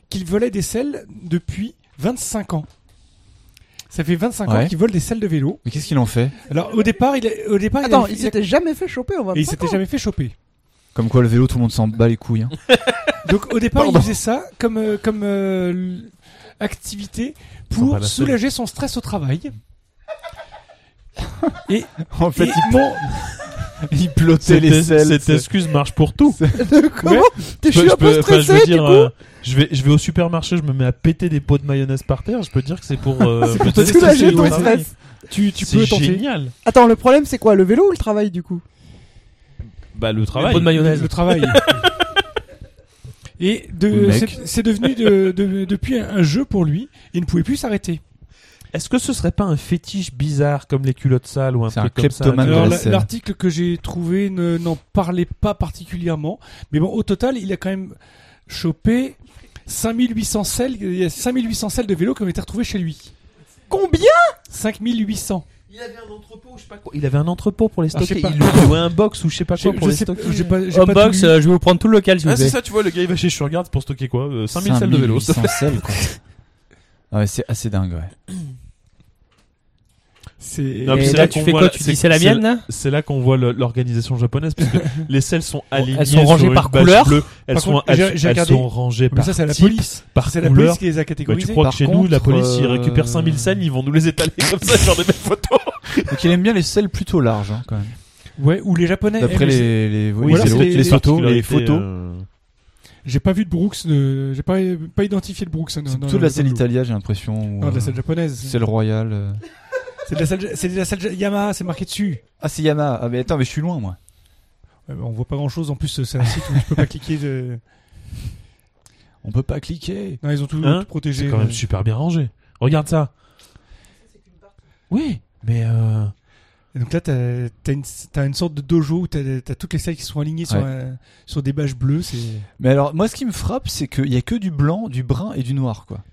Speaker 2: qu'il volait des selles depuis 25 ans. Ça fait 25 ans
Speaker 5: Ouais.
Speaker 2: qu'il vole des selles de vélo.
Speaker 5: Mais qu'est-ce qu'il en fait
Speaker 2: Alors au départ, il a- au départ,
Speaker 4: Attends,
Speaker 2: il,
Speaker 4: il
Speaker 2: avait-
Speaker 4: s'était jamais fait choper en
Speaker 2: et il
Speaker 4: 25
Speaker 2: s'était
Speaker 4: ans.
Speaker 2: jamais fait choper.
Speaker 5: Comme quoi, le vélo, tout le monde s'en bat les couilles. hein.
Speaker 2: Donc au départ,
Speaker 5: Pardon.
Speaker 2: il faisait ça comme euh, comme euh, l-
Speaker 3: Sympa,
Speaker 2: activité
Speaker 3: la
Speaker 2: pour
Speaker 3: seule.
Speaker 2: soulager son stress au travail. Et,
Speaker 5: en fait,
Speaker 2: et
Speaker 5: il,
Speaker 2: mon-
Speaker 5: il plotait
Speaker 3: Cette,
Speaker 5: les selles.
Speaker 3: cette
Speaker 5: c'est-
Speaker 3: excuse marche pour tout
Speaker 4: Comment
Speaker 3: Je
Speaker 4: Je suis
Speaker 3: peux- je
Speaker 4: un peu
Speaker 3: peux- enfin, je
Speaker 4: stressé,
Speaker 3: veux
Speaker 4: du
Speaker 3: dire,
Speaker 4: coup.
Speaker 3: euh, je vais, je vais au supermarché, je me mets à péter des pots de mayonnaise par terre. Je peux dire que c'est pour. euh, me
Speaker 4: te
Speaker 3: déstresser
Speaker 4: soulager
Speaker 3: du
Speaker 4: ton
Speaker 3: travail.
Speaker 4: stress.
Speaker 2: tu tu
Speaker 3: C'est
Speaker 2: peux tenter
Speaker 3: génial.
Speaker 4: Attends, le problème, c'est quoi Le vélo ou le travail, du coup
Speaker 3: Bah le
Speaker 6: Un
Speaker 3: travail.
Speaker 6: pot de mayonnaise.
Speaker 2: le travail. Et de,
Speaker 5: Mec.
Speaker 2: c'est- c'est devenu de- de- depuis un, un jeu pour lui. Il ne pouvait plus s'arrêter.
Speaker 3: Est-ce que ce serait pas un fétiche bizarre comme les culottes sales ou un
Speaker 5: C'est
Speaker 3: truc
Speaker 5: un
Speaker 3: comme ça
Speaker 5: kleptomane.
Speaker 2: Alors
Speaker 5: dans la
Speaker 2: la-
Speaker 5: selle.
Speaker 2: l'article que j'ai trouvé ne- n'en parlait pas particulièrement, mais bon, au total, il a quand même chopé 5800 selles. Il y a 5800 selles de vélo qui ont été retrouvées chez lui.
Speaker 4: Combien
Speaker 2: 5800.
Speaker 3: Il avait un entrepôt, je sais pas quoi. Il avait un entrepôt pour les
Speaker 2: Ah, je sais
Speaker 3: stocker.
Speaker 2: pas.
Speaker 3: il louait un box ou je sais pas quoi
Speaker 2: Je-
Speaker 3: pour
Speaker 2: je
Speaker 3: les
Speaker 2: sais-
Speaker 3: stocker.
Speaker 2: j'ai pas- j'ai pas
Speaker 6: Homebox,
Speaker 2: tout lu.
Speaker 6: euh, je vais vous prendre tout le local, s'il
Speaker 3: Ah,
Speaker 6: vous
Speaker 3: c'est
Speaker 6: plaît.
Speaker 3: ça, tu vois, le gars il va chez Sugarde pour stocker quoi Euh, 5000 salles de vélo.
Speaker 5: 5800 selles, quoi. Ah ouais, c'est assez dingue, ouais.
Speaker 2: C'est
Speaker 3: Non, mais
Speaker 6: Et
Speaker 3: c'est
Speaker 6: là,
Speaker 3: là
Speaker 6: tu
Speaker 3: qu'on
Speaker 6: fais
Speaker 3: voit
Speaker 6: quoi
Speaker 3: la-
Speaker 6: Tu
Speaker 3: c'est-
Speaker 6: dis c'est la
Speaker 3: c'est-
Speaker 6: mienne là
Speaker 3: C'est là qu'on voit le- l'organisation japonaise parce que les selles sont alignées.
Speaker 6: sont rangées
Speaker 3: sur une
Speaker 6: par
Speaker 3: bâche
Speaker 6: couleur.
Speaker 3: bleue. Elles,
Speaker 2: Par
Speaker 3: sont,
Speaker 2: contre,
Speaker 3: elles-
Speaker 2: j'ai- j'ai
Speaker 3: elles
Speaker 2: regardé.
Speaker 3: sont rangées
Speaker 2: Mais
Speaker 3: par
Speaker 2: ça, c'est la
Speaker 3: type,
Speaker 2: police.
Speaker 3: par
Speaker 2: C'est la
Speaker 3: couleur.
Speaker 2: police qui les a
Speaker 3: Bah, tu
Speaker 2: catégorisés.
Speaker 3: crois
Speaker 5: Par
Speaker 3: que chez nous,
Speaker 5: contre,
Speaker 3: la police, ils
Speaker 5: euh,
Speaker 3: récupèrent 5000 scènes, ils vont nous les étaler comme ça sur des belles photos.
Speaker 5: Donc il aime bien les selles plutôt larges, hein, quand même.
Speaker 2: Ouais, ou les japonais.
Speaker 5: D'après
Speaker 2: Eh, mais c'est-
Speaker 5: les, les, oui,
Speaker 2: Voilà,
Speaker 5: les-
Speaker 2: c'est
Speaker 5: les,
Speaker 2: les-
Speaker 5: photos, les photos.
Speaker 7: euh,
Speaker 3: euh,
Speaker 2: J'ai pas vu de Brooks, de- j'ai pas, pas identifié de Brooks. hein, dans-
Speaker 5: C'est
Speaker 2: dans
Speaker 5: plutôt de
Speaker 2: le-
Speaker 5: la selle
Speaker 2: dans le-
Speaker 5: Italia, j'ai l'impression. ou,
Speaker 2: Non, Ah, de la
Speaker 5: euh,
Speaker 2: selle japonaise.
Speaker 5: Selle royale. euh.
Speaker 2: C'est de la selle, c'est de la selle Yamaha, c'est marqué dessus.
Speaker 5: Ah, c'est Yamaha. Ah, mais attends, mais je suis loin, moi.
Speaker 2: Ouais, bah, on voit pas grand chose. En plus, c'est un site où je peux pas cliquer. de-
Speaker 5: On peut pas cliquer.
Speaker 2: Non, ils ont tout,
Speaker 3: Hein
Speaker 2: tout protégé.
Speaker 3: C'est quand même super bien rangé. Regarde ça. Oui, mais euh,
Speaker 2: Et donc là, t'as t'as une, t'as une sorte de dojo où t'as t'as toutes les salles qui sont alignées sur,
Speaker 5: Ouais.
Speaker 2: un- sur des bâches bleues. C'est
Speaker 5: Mais alors, moi, ce qui me frappe, c'est qu'il y a que du blanc, du brun et du noir, quoi.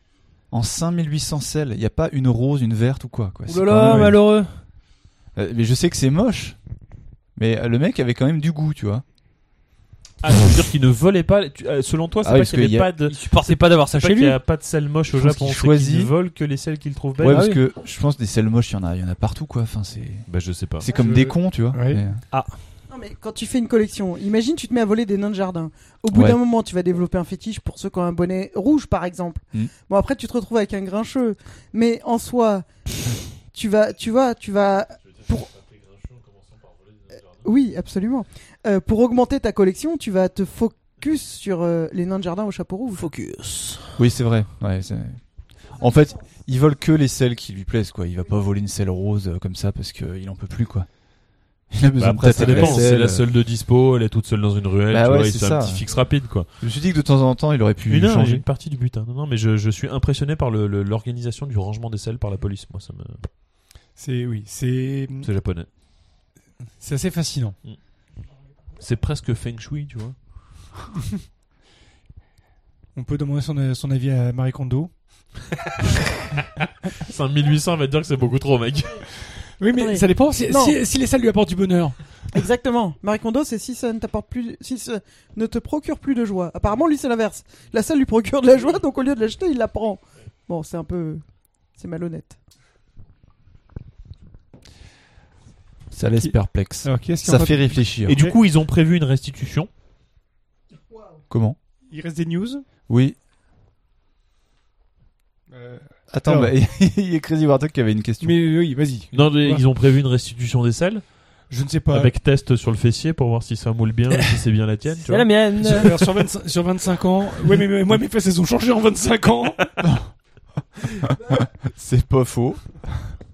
Speaker 5: En 5800 selles, il n'y a pas une rose, une verte ou quoi. quoi. C'est quand
Speaker 6: Oulala,
Speaker 5: même-
Speaker 6: malheureux.
Speaker 5: Euh, mais je sais que c'est moche. Mais euh, le mec avait quand même du goût, tu vois.
Speaker 3: ah, tu veux dire qu'ils ne volaient pas tu- euh, Selon toi, c'est
Speaker 5: Ah
Speaker 3: pas
Speaker 5: oui,
Speaker 3: qu'il n'y
Speaker 5: parce
Speaker 3: avait
Speaker 5: qu'il
Speaker 3: pas
Speaker 5: y
Speaker 3: de.
Speaker 6: Il supportait pas d'avoir ça
Speaker 3: C'est pas
Speaker 6: chez
Speaker 3: qu'il
Speaker 6: lui.
Speaker 3: n'y a pas de sel moche au
Speaker 5: Je pense
Speaker 3: Japon.
Speaker 5: qu'il
Speaker 3: c'est
Speaker 5: choisit.
Speaker 3: qu'ils volent que les selles qu'ils trouvent
Speaker 2: Bah
Speaker 3: belles.
Speaker 5: ouais, parce que je pense des selles moches, il y en a, il y en a partout, quoi. Enfin, c'est
Speaker 3: Bah, je sais pas.
Speaker 5: c'est comme
Speaker 2: Je-
Speaker 5: des cons, tu vois.
Speaker 2: Ouais.
Speaker 5: Mais- euh,
Speaker 4: Non, mais quand tu fais une collection, imagine, tu te mets à voler des nains de jardin. Au bout
Speaker 5: Ouais.
Speaker 4: d'un moment, tu vas développer un fétiche pour ceux qui ont un bonnet rouge, par exemple.
Speaker 3: Hmm.
Speaker 5: Mm.
Speaker 4: Bon, après, tu te retrouves avec un grincheux. Mais en soi, tu vas, tu vois, tu vas. Pour... Oui, absolument. Euh, pour augmenter ta collection, tu vas te focus sur euh, les nains de jardin au chapeau rouge.
Speaker 6: Focus.
Speaker 5: Oui, c'est vrai. Ouais, c'est- en fait, il vole que les selles qui lui plaisent, quoi. Il va pas voler une selle rose euh, comme ça parce qu'il en peut plus, quoi. Il a besoin
Speaker 3: Bah,
Speaker 5: de
Speaker 3: après, ça
Speaker 5: tâter la
Speaker 3: dépend. C'est
Speaker 5: selle. euh,
Speaker 3: la seule de dispo, elle est toute seule dans une ruelle.
Speaker 5: Bah
Speaker 3: tu
Speaker 5: ouais,
Speaker 3: vois, et
Speaker 5: c'est
Speaker 3: c'est un
Speaker 5: ça.
Speaker 3: petit fixe rapide, quoi.
Speaker 5: Je me suis dit que de temps en temps, il aurait pu
Speaker 3: Une, heure,
Speaker 5: changer.
Speaker 3: une partie du butin. Non, non, mais je, je suis impressionné par le- le- l'organisation du rangement des selles par la police. Moi, ça me.
Speaker 2: c'est oui, c'est
Speaker 3: C'est japonais.
Speaker 2: c'est assez fascinant.
Speaker 3: Mm. C'est presque feng shui, tu vois.
Speaker 2: On peut demander son, son avis à Marie Kondo.
Speaker 3: 5800 va te dire que c'est beaucoup trop, mec.
Speaker 2: Oui, mais
Speaker 4: Attendez.
Speaker 2: ça dépend. Si,
Speaker 4: Non.
Speaker 2: si- si les salles lui apportent du bonheur.
Speaker 4: Exactement. Marie Kondo, c'est si ça ne t'apporte plus, si ça ne te procure plus de joie. Apparemment, lui, c'est l'inverse. La salle lui procure de la joie, donc au lieu de l'acheter, il la prend. Bon, c'est un peu, c'est malhonnête.
Speaker 5: Ça laisse perplexe.
Speaker 2: Alors, qui est-ce qui en
Speaker 5: Ça
Speaker 2: va-
Speaker 5: fait réfléchir.
Speaker 3: Et du coup, ils ont prévu une restitution.
Speaker 5: Comment
Speaker 2: Il reste des news.
Speaker 5: Oui.
Speaker 2: Euh,
Speaker 5: Attends,
Speaker 2: Alors.
Speaker 5: bah, il y a Crazy Bartok qui avait une question.
Speaker 2: mais euh, oui, vas-y.
Speaker 3: Non, mais
Speaker 2: Ouais.
Speaker 3: ils ont prévu une restitution des selles
Speaker 2: Je ne sais pas.
Speaker 3: avec test sur le fessier pour voir si ça moule bien, et si c'est bien la tienne. Tu
Speaker 6: C'est la
Speaker 3: vois.
Speaker 6: mienne.
Speaker 2: Sur, alors, sur 25, sur 25 ans. Oui, mais, mais moi, mes fesses, elles ont changé en 25 ans.
Speaker 5: C'est pas faux.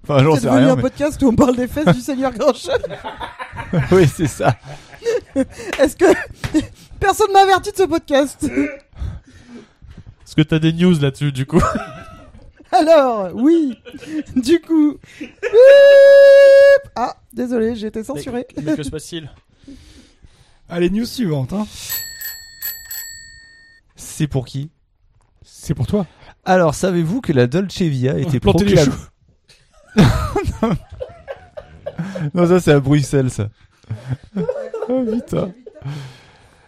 Speaker 5: Enfin, j'en
Speaker 4: C'est
Speaker 5: sais
Speaker 4: devenu
Speaker 5: rien.
Speaker 4: un podcast où on parle des fesses du Seigneur Grinch.
Speaker 5: mais- Oui, c'est ça.
Speaker 4: Est-ce que personne m'a averti de ce podcast
Speaker 3: Est-ce que t'as des news là-dessus du coup
Speaker 4: Alors, oui. Du coup. Bip Ah, désolé, j'ai été censuré.
Speaker 8: Mais que se passe-t-il
Speaker 2: Allez, news suivante. Hein.
Speaker 5: C'est pour qui
Speaker 2: C'est pour toi. Ah,
Speaker 5: Alors, savez-vous que la Dolce Via était
Speaker 2: Planter les
Speaker 5: proclamée... non, ça c'est à Bruxelles, ça. oh putain.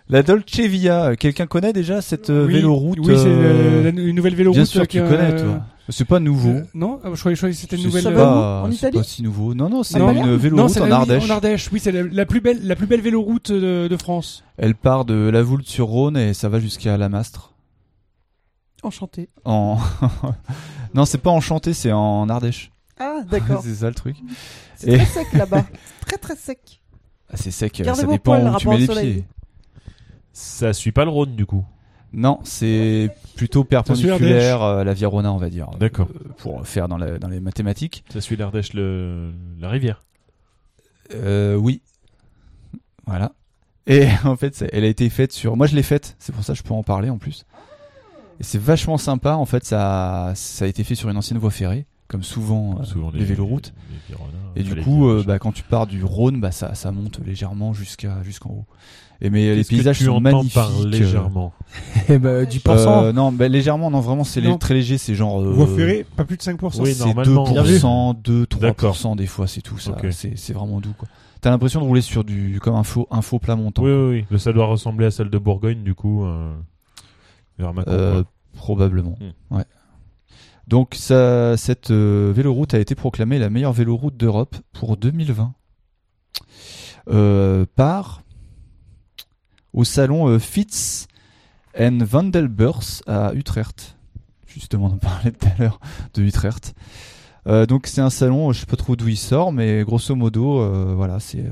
Speaker 5: La Dolce Via, euh, quelqu'un connaît déjà cette euh,
Speaker 2: Oui,
Speaker 5: véloroute
Speaker 2: Oui, c'est
Speaker 5: euh,
Speaker 2: euh, la nou- une nouvelle véloroute.
Speaker 5: Bien sûr,
Speaker 2: qui
Speaker 5: tu
Speaker 2: a-
Speaker 5: connais, toi. C'est pas nouveau.
Speaker 2: Euh, Non, Ah, je croyais je croyais que c'était une
Speaker 5: C'est
Speaker 2: nouvelle.
Speaker 4: Ça
Speaker 5: pas-
Speaker 4: va où En
Speaker 5: c'est
Speaker 4: Italie
Speaker 5: pas si nouveau. Non, non, c'est
Speaker 2: Non.
Speaker 5: une
Speaker 2: non,
Speaker 5: véloroute
Speaker 2: c'est
Speaker 5: en
Speaker 2: la-
Speaker 5: Ardèche.
Speaker 2: En Ardèche, oui, c'est la, la plus belle, la plus belle véloroute euh, de, de France.
Speaker 5: Elle part de La Voulte sur Rhône et ça va jusqu'à La Mastre.
Speaker 4: Enchanté.
Speaker 5: En... non, c'est pas enchanté, c'est en Ardèche.
Speaker 4: Ah, d'accord.
Speaker 5: c'est ça le truc.
Speaker 4: C'est très sec là-bas. Très très sec.
Speaker 5: Ah, c'est sec,
Speaker 4: Gardez
Speaker 5: ça
Speaker 4: vos
Speaker 5: dépend
Speaker 4: poils,
Speaker 5: où tu
Speaker 4: rapport
Speaker 5: mets
Speaker 4: au
Speaker 5: les
Speaker 4: soleil.
Speaker 5: pieds.
Speaker 3: Ça suit pas le Rhône du coup.
Speaker 5: Non, c'est plutôt perpendiculaire euh, à la Via Rhôna, on va dire.
Speaker 3: D'accord.
Speaker 5: Euh, Pour faire dans, la- dans les mathématiques.
Speaker 3: Ça suit l'Ardèche, le... la rivière.
Speaker 5: Euh, oui. Voilà. Et en fait, ça- elle a été faite sur. Moi, je l'ai faite, c'est pour ça que je peux en parler en plus. Et c'est vachement sympa. En fait, ça, ça a été fait sur une ancienne voie ferrée, comme souvent, euh,
Speaker 3: Souvent
Speaker 5: les, véloroutes.
Speaker 3: les- les Pyrénées,
Speaker 5: Et du
Speaker 3: les-
Speaker 5: coup,
Speaker 3: les-
Speaker 5: euh, bah, quand tu pars du Rhône, bah, ça, ça monte légèrement jusqu'à jusqu'en haut. Et mais euh, les
Speaker 3: Qu'est-ce que
Speaker 5: paysages
Speaker 3: tu
Speaker 5: sont
Speaker 3: entends
Speaker 5: magnifiques.
Speaker 3: par
Speaker 5: euh,
Speaker 3: légèrement.
Speaker 6: Eh ben, du pourcent.
Speaker 5: euh, non, bah, légèrement, non, vraiment, c'est lé-
Speaker 2: Non.
Speaker 5: très léger, c'est genre. euh,
Speaker 2: Voie ferrée, pas plus de 5%.
Speaker 3: Oui,
Speaker 5: c'est
Speaker 3: normalement.
Speaker 5: 2%, 2,
Speaker 3: D'accord.
Speaker 5: 3% des fois, c'est tout ça.
Speaker 3: Ok.
Speaker 5: C'est c'est vraiment doux, quoi. T'as l'impression de rouler sur du. comme un faux, un faux plat montant.
Speaker 3: Oui, oui, oui. Mais Ça doit ressembler à celle de Bourgogne du coup. euh, Vers Mâcon,
Speaker 5: Euh,
Speaker 3: quoi.
Speaker 5: probablement. Ouais. Donc, ça, cette euh, véloroute a été proclamée la meilleure véloroute d'Europe pour 2020 euh, par au salon euh, Fitz and Vandelbeurs à Utrecht. Justement, on en parlait tout à l'heure de Utrecht. Euh, donc, c'est un salon, euh, je sais pas trop d'où il sort, mais grosso modo, euh, voilà, c'est. euh,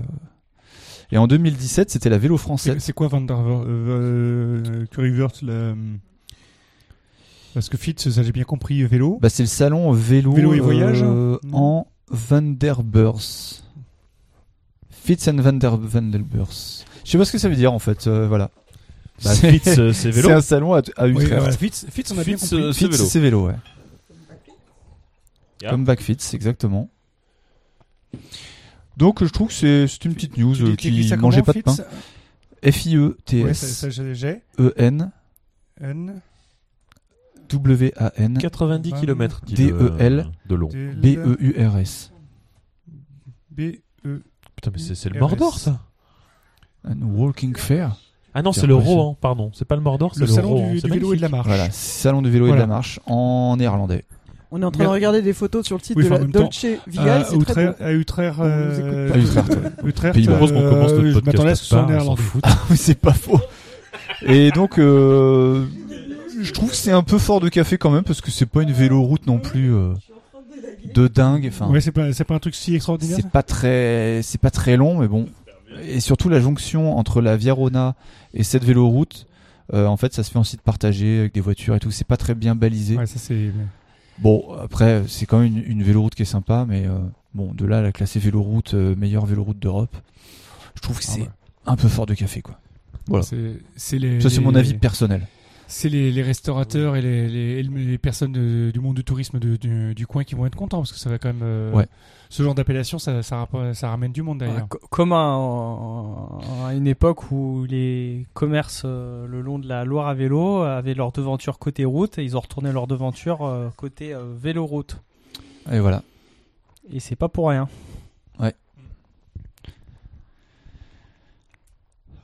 Speaker 5: Et en 2017, c'était la vélo française.
Speaker 2: C'est c'est quoi Van der Ver- euh, Currywurst le- Parce que Fitz, ça j'ai bien compris, euh, vélo.
Speaker 5: Bah, c'est le salon vélo,
Speaker 2: Vélo et voyage
Speaker 5: euh, en Vanderbeurs. Fitz and Vander, Vandelbeurs. Je sais pas ce que ça veut dire en fait, euh, voilà.
Speaker 3: Bah,
Speaker 5: c'est-
Speaker 3: Fitz, euh, c'est vélo.
Speaker 5: C'est un salon à, à
Speaker 2: Oui, voilà,
Speaker 5: Utrecht.
Speaker 2: Fitz, Fitz, on a bien
Speaker 3: Fitz,
Speaker 2: compris.
Speaker 3: euh, c'est
Speaker 5: Fitz,
Speaker 3: vélo.
Speaker 5: c'est vélo, ouais.
Speaker 3: Yeah.
Speaker 5: Comme Back Fitz, exactement. Donc euh, je trouve que c'est c'est une petite news
Speaker 2: Tu
Speaker 5: euh,
Speaker 2: dis- tu dis
Speaker 5: qui
Speaker 2: ça
Speaker 5: mangeait
Speaker 2: comment,
Speaker 5: pas de pain.
Speaker 2: Fitz
Speaker 5: F I E T
Speaker 2: Ouais, ça,
Speaker 5: S
Speaker 2: ça j'ai- j'ai.
Speaker 5: E N
Speaker 2: N,
Speaker 5: W A N
Speaker 3: 90 km
Speaker 2: E
Speaker 5: DEL.
Speaker 3: de long.
Speaker 2: D,
Speaker 5: B E U R S.
Speaker 2: B, E.
Speaker 3: Putain, mais c'est c'est le
Speaker 2: RS.
Speaker 3: Mordor ça.
Speaker 5: And walking fair.
Speaker 3: Ah non,
Speaker 5: C'est
Speaker 3: c'est le
Speaker 5: impressionnant.
Speaker 3: Rohan, pardon. C'est pas le Mordor, c'est
Speaker 2: Le
Speaker 3: le,
Speaker 2: salon
Speaker 3: Rohan.
Speaker 2: du,
Speaker 3: C'est
Speaker 2: du vélo et de la marche.
Speaker 5: hein.
Speaker 2: Ah,
Speaker 5: Voilà, salon du vélo et
Speaker 2: Voilà.
Speaker 5: de la marche en néerlandais.
Speaker 4: On est en train de
Speaker 2: Merde.
Speaker 4: regarder des photos sur le site
Speaker 2: Oui,
Speaker 4: de
Speaker 2: enfin,
Speaker 4: la
Speaker 2: en même temps, euh,
Speaker 4: Dolce Via. et
Speaker 2: à
Speaker 4: c'est très beau.
Speaker 2: Utrecht, à Utrecht,
Speaker 4: On nous
Speaker 2: euh,
Speaker 4: écoute pas.
Speaker 5: Utrecht,
Speaker 2: Utrecht,
Speaker 5: Pays-Bas.
Speaker 2: euh,
Speaker 3: Je propose qu'on commence notre
Speaker 2: je
Speaker 3: podcast
Speaker 2: m'attendais à
Speaker 3: à
Speaker 2: ce que ce soit
Speaker 3: part, on s'en
Speaker 2: néerlandais.
Speaker 3: fout.
Speaker 5: Oui, c'est pas faux. Et donc, euh, je trouve que c'est un peu fort de café quand même parce que c'est pas une véloroute non plus euh, de dingue. Enfin,
Speaker 2: Ouais, c'est pas, c'est pas un truc si extraordinaire.
Speaker 5: Ah. c'est pas très, c'est pas très long, mais bon. Et surtout la jonction entre la Via Rona et cette véloroute, euh, en fait, ça se fait en site partagé avec des voitures et tout. C'est pas très bien balisé.
Speaker 2: Ouais, ça c'est.
Speaker 5: Bon, après, c'est quand même une, une véloroute qui est sympa, mais euh, bon, de là à la classer véloroute euh, meilleure véloroute d'Europe, je trouve que
Speaker 2: Ah
Speaker 5: c'est
Speaker 2: ouais.
Speaker 5: bah. un peu fort de café, quoi. Voilà.
Speaker 2: C'est, c'est les.
Speaker 5: Ça, c'est
Speaker 2: les-
Speaker 5: mon avis personnel.
Speaker 2: C'est les, les restaurateurs et les, les, les personnes de- du monde du tourisme de- du, du coin qui vont être contents parce que ça va quand même. euh,
Speaker 5: Ouais.
Speaker 2: Ce genre d'appellation, ça, ça, rap- ça ramène du monde derrière.
Speaker 6: Ah, co- Comme à, à une époque où les commerces euh, le long de la Loire à vélo avaient leur devanture côté route et ils ont retourné leur devanture euh, côté euh, véloroute.
Speaker 5: Et voilà.
Speaker 6: Et c'est pas pour rien.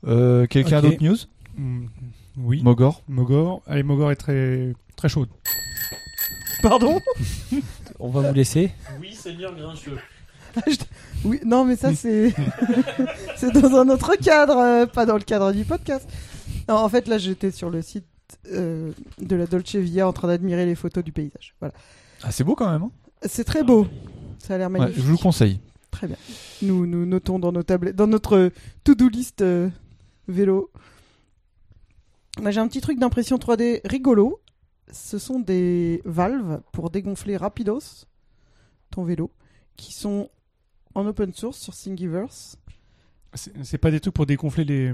Speaker 5: Euh, Quelqu'un
Speaker 2: Ok.
Speaker 5: d'autre news
Speaker 2: Mm, oui.
Speaker 5: Mogor
Speaker 2: Mogor. Allez, Mogor est très, très chaude.
Speaker 6: Pardon On va vous laisser.
Speaker 3: Oui, Seigneur Grincheux.
Speaker 4: Oui, non, mais ça, c'est. c'est dans un autre cadre, euh, pas dans le cadre du podcast. Non, en fait, là, j'étais sur le site euh, de la Dolce Via en train d'admirer les photos du paysage. Voilà.
Speaker 5: Ah, c'est beau quand même. hein
Speaker 4: C'est très beau. Ça a l'air
Speaker 5: Ouais,
Speaker 4: magnifique.
Speaker 5: je vous le conseille.
Speaker 4: Très bien. Nous, nous notons dans nos tablettes, dans notre euh, to-do list euh, vélo. Moi, j'ai un petit truc d'impression 3D rigolo. Ce sont des valves pour dégonfler rapidos ton vélo qui sont en open source sur Thingiverse.
Speaker 2: C'est c'est pas des trucs pour déconfler les,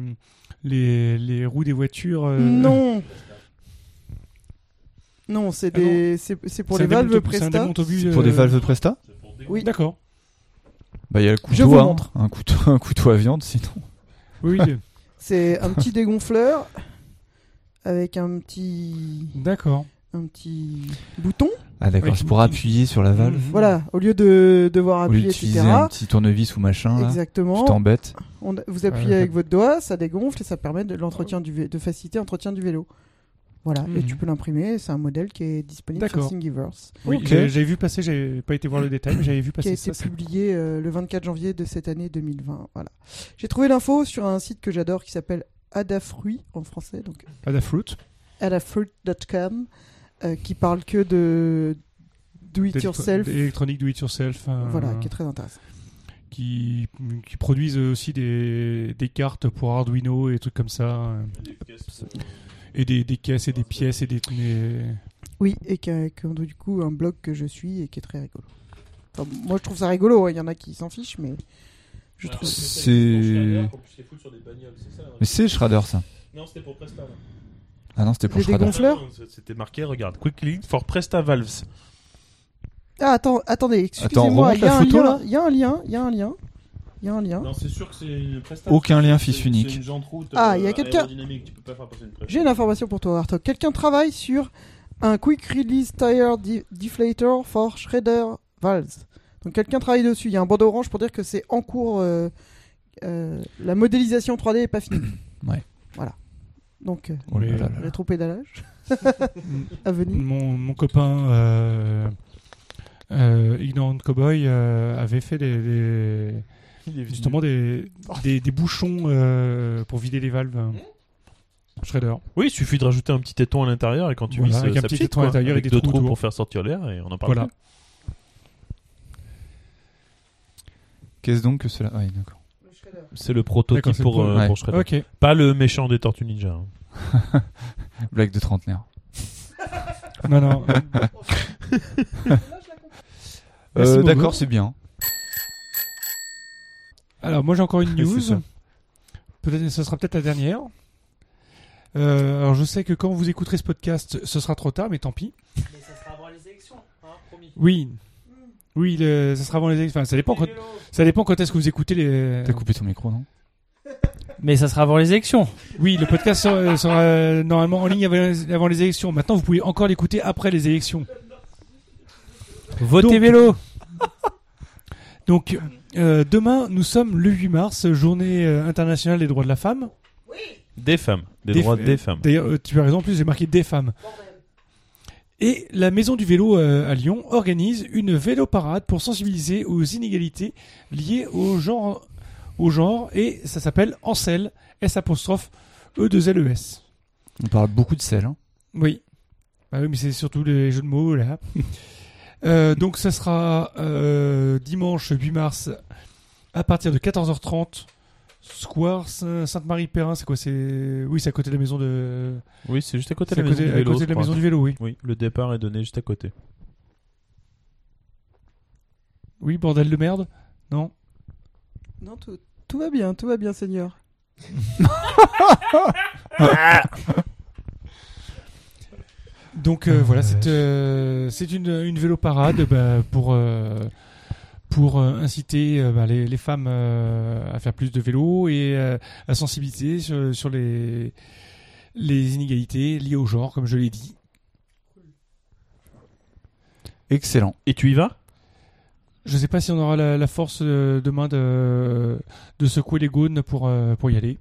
Speaker 2: les, les roues des voitures. euh,
Speaker 4: Non. Non, c'est
Speaker 2: Ah non.
Speaker 4: des c'est c'est pour
Speaker 2: c'est
Speaker 4: les
Speaker 2: un démonte-
Speaker 4: valves
Speaker 2: C'est un
Speaker 4: Presta.
Speaker 2: démonte-obus,
Speaker 5: C'est pour des
Speaker 2: euh,
Speaker 5: valves Presta
Speaker 4: Oui.
Speaker 2: D'accord.
Speaker 5: Bah, il y a le
Speaker 4: Je vous
Speaker 5: couteau, hein.
Speaker 4: montre.
Speaker 5: un couteau, un couteau à viande, sinon.
Speaker 2: Oui, oui,
Speaker 4: C'est un petit dégonfleur avec un petit
Speaker 2: d'accord.
Speaker 4: un petit bouton.
Speaker 5: Ah, d'accord,
Speaker 2: Ouais,
Speaker 5: c'est pour appuyer sur la valve.
Speaker 2: Mm-hmm.
Speaker 4: Voilà, au lieu de devoir
Speaker 5: Au lieu
Speaker 4: Mmh. appuyer,
Speaker 5: d'utiliser
Speaker 4: etc.
Speaker 5: un petit hein. tournevis ou machin, là, tu
Speaker 4: Exactement.
Speaker 5: t'embêtes.
Speaker 4: On- vous appuyez
Speaker 2: Ouais.
Speaker 4: avec votre doigt, ça dégonfle et ça permet de l'entretien du vé- de faciliter l'entretien du vélo. Voilà, et
Speaker 2: Mhm.
Speaker 4: tu peux l'imprimer. C'est un modèle qui est disponible sur
Speaker 2: D'accord.
Speaker 4: Thingiverse,
Speaker 2: Oui,
Speaker 5: Ok.
Speaker 2: j'ai- j'avais vu passer, j'avais pas été voir le détail, mais j'avais vu
Speaker 4: qui a
Speaker 2: passer
Speaker 4: été
Speaker 2: ça. c'est-
Speaker 4: publié euh, le 24 janvier de cette année 2020. Voilà. J'ai trouvé l'info sur un site que j'adore qui s'appelle Adafruit en français, donc
Speaker 2: Adafruit.
Speaker 4: adafruit.com, euh, qui parle que de do it yourself.
Speaker 2: Électronique do it yourself. euh,
Speaker 4: Voilà, qui est très intéressant.
Speaker 2: qui, qui produisent aussi des, des cartes pour Arduino et des trucs comme ça. euh. Et des, des caisses et des pièces et des. et-
Speaker 4: Oui, et qui a, qui a du coup un blog que je suis et qui est très rigolo. Enfin, moi, je trouve ça rigolo. hein. Il y en a qui s'en fichent, mais je trouve.
Speaker 5: C'est. Mais c'est Shredder, ça.
Speaker 3: Non, c'était pour Presta.
Speaker 5: Ah non, c'était pour
Speaker 4: Les
Speaker 5: Shredder.
Speaker 4: dégonflants. Fleur
Speaker 3: C'était marqué, regarde, Quickly for Presta Valves.
Speaker 4: Ah, attends, attendez, excusez-moi.
Speaker 5: remonte
Speaker 4: Il y a
Speaker 5: la
Speaker 4: un
Speaker 5: photo,
Speaker 4: lien.
Speaker 5: là
Speaker 4: Il y a un lien. Il y a un lien. Il y a un lien.
Speaker 3: Non, c'est sûr que c'est Presta.
Speaker 2: Oh,
Speaker 5: Aucun lien fils unique.
Speaker 4: Ah, il y a quelqu'un- J'ai une information pour toi, Arthur. Quelqu'un travaille sur un quick release tire de- deflator for shredder valves. Donc quelqu'un travaille dessus. Il y a un bandeau orange pour dire que c'est en cours. euh, euh, la modélisation 3D est pas finie.
Speaker 5: Ouais.
Speaker 4: Voilà. Donc euh,
Speaker 5: Oh là
Speaker 2: Mais-
Speaker 5: là là.
Speaker 4: rétro-pédalage à venir.
Speaker 2: Mon, mon copain euh, euh, Ignorant Cowboy euh, avait fait des, des- justement des, des, des bouchons euh, pour vider les valves. Shredder.
Speaker 3: Oui, il suffit de rajouter un petit téton à l'intérieur et quand tu
Speaker 2: Voilà,
Speaker 3: vis
Speaker 2: avec un petit téton à l'intérieur
Speaker 3: avec
Speaker 2: et des
Speaker 3: deux
Speaker 2: trous
Speaker 3: trous
Speaker 2: autour.
Speaker 3: pour faire sortir l'air et on en parle.
Speaker 2: Voilà.
Speaker 3: plus.
Speaker 5: Qu'est-ce donc que cela Ah, oui, d'accord.
Speaker 3: C'est le prototype
Speaker 2: D'accord, c'est le
Speaker 3: pour,
Speaker 2: pro-
Speaker 3: euh,
Speaker 5: ouais.
Speaker 3: pour Shredder.
Speaker 2: Ok.
Speaker 3: Pas le méchant des Tortues Ninja. hein.
Speaker 5: Blague de trentenaire.
Speaker 2: Non, non. Merci,
Speaker 5: Euh,
Speaker 2: Bobo.
Speaker 5: d'accord, c'est bien.
Speaker 2: Alors moi j'ai encore une
Speaker 5: C'est ça.
Speaker 2: news. Peut-être ce sera peut-être la dernière. Euh, alors je sais que quand vous écouterez ce podcast, ce sera trop tard, mais tant pis.
Speaker 8: Mais ça sera avant les élections, hein, promis.
Speaker 2: Oui, oui, le- ça sera avant les élections. Enfin, ça dépend. Quand, ça dépend quand est-ce que vous écoutez les.
Speaker 5: T'as coupé ton micro, non
Speaker 6: Mais ça sera avant les élections.
Speaker 2: Oui, le podcast sera, sera, euh, normalement en ligne avant les, avant les élections. Maintenant, vous pouvez encore l'écouter après les élections.
Speaker 6: Votez
Speaker 2: Donc-
Speaker 6: vélo.
Speaker 2: Donc euh, demain, nous sommes le 8 mars, journée euh, internationale des droits de la femme.
Speaker 3: Des femmes. Des,
Speaker 2: Des
Speaker 3: droits
Speaker 2: f-
Speaker 3: des femmes.
Speaker 2: D'ailleurs, euh, tu as raison, en plus j'ai marqué des femmes. Et la Maison du Vélo euh, à Lyon organise une vélo parade pour sensibiliser aux inégalités liées au genre, au genre et ça s'appelle Ancel, S apostrophe E 2 L E S.
Speaker 5: On parle beaucoup de sel. Hein.
Speaker 2: Oui. Bah oui, mais c'est surtout les jeux de mots là. Euh, donc ça sera euh, dimanche 8 mars à partir de 14h30 Square Saint- Sainte-Marie-Perrin, c'est quoi c'est oui, c'est à côté de la maison de
Speaker 3: Oui, c'est juste à côté
Speaker 2: c'est
Speaker 3: de
Speaker 2: à
Speaker 3: la maison
Speaker 2: côté,
Speaker 3: du
Speaker 2: à
Speaker 3: vélo.
Speaker 2: côté de
Speaker 3: je
Speaker 2: la
Speaker 3: crois.
Speaker 2: maison du vélo, oui.
Speaker 3: Oui, le départ est donné juste à côté.
Speaker 2: Oui, bordel de merde. Non
Speaker 4: Non, tout, tout va bien, tout va bien, Seigneur.
Speaker 2: Donc
Speaker 3: Ah,
Speaker 2: euh, voilà, c'est euh, c'est une, une vélo parade bah, pour euh, pour euh, inciter euh, bah, les, les femmes euh, à faire plus de vélo et euh, à sensibiliser sur, sur les les inégalités liées au genre, comme je l'ai dit.
Speaker 5: Excellent.
Speaker 3: Et tu y vas
Speaker 2: Je sais pas si on aura la, la force euh, demain de de secouer les gaunes pour euh, pour y aller.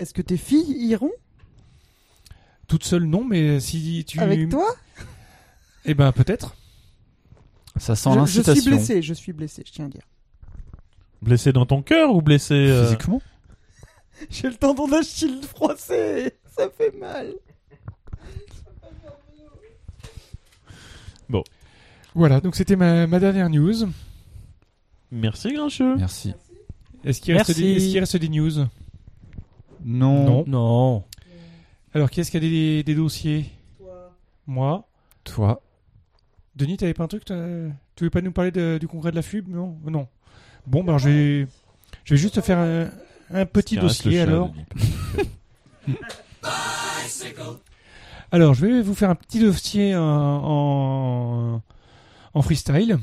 Speaker 4: Est-ce que tes filles iront
Speaker 2: Toute seule non, mais si tu
Speaker 4: avec toi
Speaker 2: eh ben peut-être.
Speaker 5: Ça sent
Speaker 4: je, je suis
Speaker 5: l'incitation.
Speaker 4: blessé, je suis blessé, je tiens à dire.
Speaker 3: Blessé dans ton cœur ou blessé euh,
Speaker 5: Physiquement
Speaker 4: J'ai le tendon d'Achille froissé. Ça fait mal.
Speaker 2: Voilà, donc c'était ma, ma dernière news.
Speaker 3: Merci, Grincheux.
Speaker 5: Merci.
Speaker 2: Est-ce qu'il reste,
Speaker 6: Merci.
Speaker 2: des- est-ce qu'il reste des news
Speaker 5: Non.
Speaker 6: Non.
Speaker 2: Alors, qui est-ce qui a des, des dossiers Moi.
Speaker 5: Toi.
Speaker 2: Denis, t'avais pas un truc t'as- Tu veux pas nous parler de- du congrès de la FUB Non Non. Bon, ben, je vais, je vais juste faire un, un petit dossier alors. Alors, je vais vous faire un petit dossier en, en, en freestyle.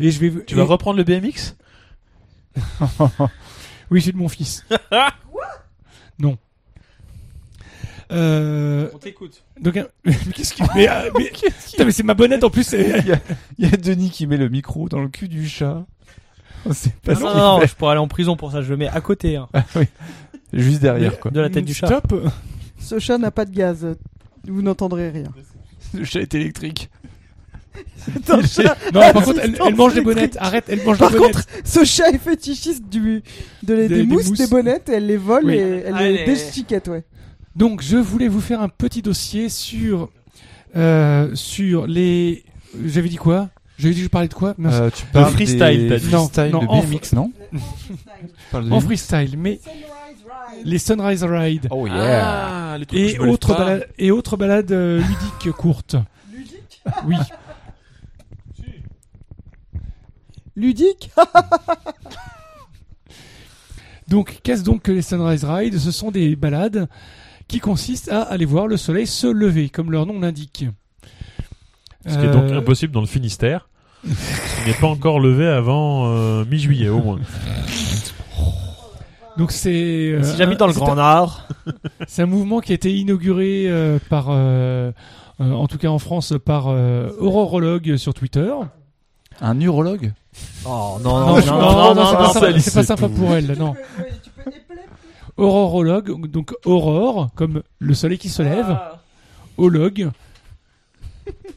Speaker 2: Et je vais. vous-
Speaker 3: Tu vas
Speaker 2: et-
Speaker 3: reprendre le BMX
Speaker 2: Oui, c'est de mon fils. Quoi Non. Euh,
Speaker 8: On t'écoute.
Speaker 2: donc, un- mais qu'est-ce qu'il mais, ah, mais- Putain, mais c'est ma bonnette en plus. c'est-
Speaker 5: Il y a Denis qui met le micro dans le cul du chat. Oh, On sait pas
Speaker 6: Non,
Speaker 5: ce
Speaker 6: non,
Speaker 5: qu'il
Speaker 6: non,
Speaker 5: fait.
Speaker 6: je pourrais aller en prison pour ça. Je le mets à côté, hein,
Speaker 5: Juste derrière, quoi.
Speaker 6: de la tête du chat.
Speaker 2: Stop.
Speaker 4: Ce chat n'a pas de gaz. Vous n'entendrez rien.
Speaker 5: Le chat est électrique. Ah,
Speaker 4: Putain, ça-
Speaker 2: Non, par contre, elle, elle mange des
Speaker 4: Assistance
Speaker 2: bonnettes. Arrête, elle mange
Speaker 4: Par
Speaker 2: des bonnettes.
Speaker 4: contre, ce chat est fétichiste du, de
Speaker 2: Des-
Speaker 4: les- des,
Speaker 2: des
Speaker 4: mousses,
Speaker 2: mousses.
Speaker 4: des bonnettes, et elle les vole
Speaker 2: Oui.
Speaker 4: et elle
Speaker 8: Ah,
Speaker 4: les
Speaker 8: elle est-
Speaker 4: déchiquette, ouais.
Speaker 2: Donc, je voulais vous faire un petit dossier sur euh, sur les. J'avais dit quoi J'avais dit je parlais de quoi Mince.
Speaker 5: Euh, tu parles
Speaker 3: freestyle,
Speaker 5: des...
Speaker 3: t'as dit.
Speaker 2: Non,
Speaker 5: freestyle
Speaker 2: non,
Speaker 5: de
Speaker 2: en
Speaker 5: BMX, non Tu parles de
Speaker 2: En
Speaker 5: BMX?
Speaker 2: freestyle, mais les Sunrise Ride
Speaker 5: Oh
Speaker 2: Ah.
Speaker 5: yeah.
Speaker 3: Ah, les trucs que
Speaker 2: et
Speaker 3: je me lève
Speaker 2: autres
Speaker 3: pas.
Speaker 2: balades et autres balades euh, ludiques courtes. Ludiques Oui.
Speaker 4: Ludique
Speaker 2: Donc, qu'est-ce donc que les Sunrise Ride Ce sont des balades qui consistent à aller voir le soleil se lever, comme leur nom l'indique.
Speaker 3: Ce qui est donc
Speaker 2: Euh,
Speaker 3: impossible dans le Finistère. Il n'est pas encore levé avant euh, mi-juillet au moins.
Speaker 2: donc c'est euh,
Speaker 6: Si j'habite dans le
Speaker 2: c'est
Speaker 6: Grand Nord,
Speaker 2: un- C'est un mouvement qui a été inauguré euh, par, euh, euh, en tout cas en France, par euh, Aurorologue sur Twitter.
Speaker 5: Un urologue
Speaker 6: Oh non,
Speaker 2: Non, non, non, non, c'est pas sympa- c'est pas sympa
Speaker 3: tout.
Speaker 2: pour elle, non. Aurorologue, donc aurore, comme le soleil qui se lève, ologue.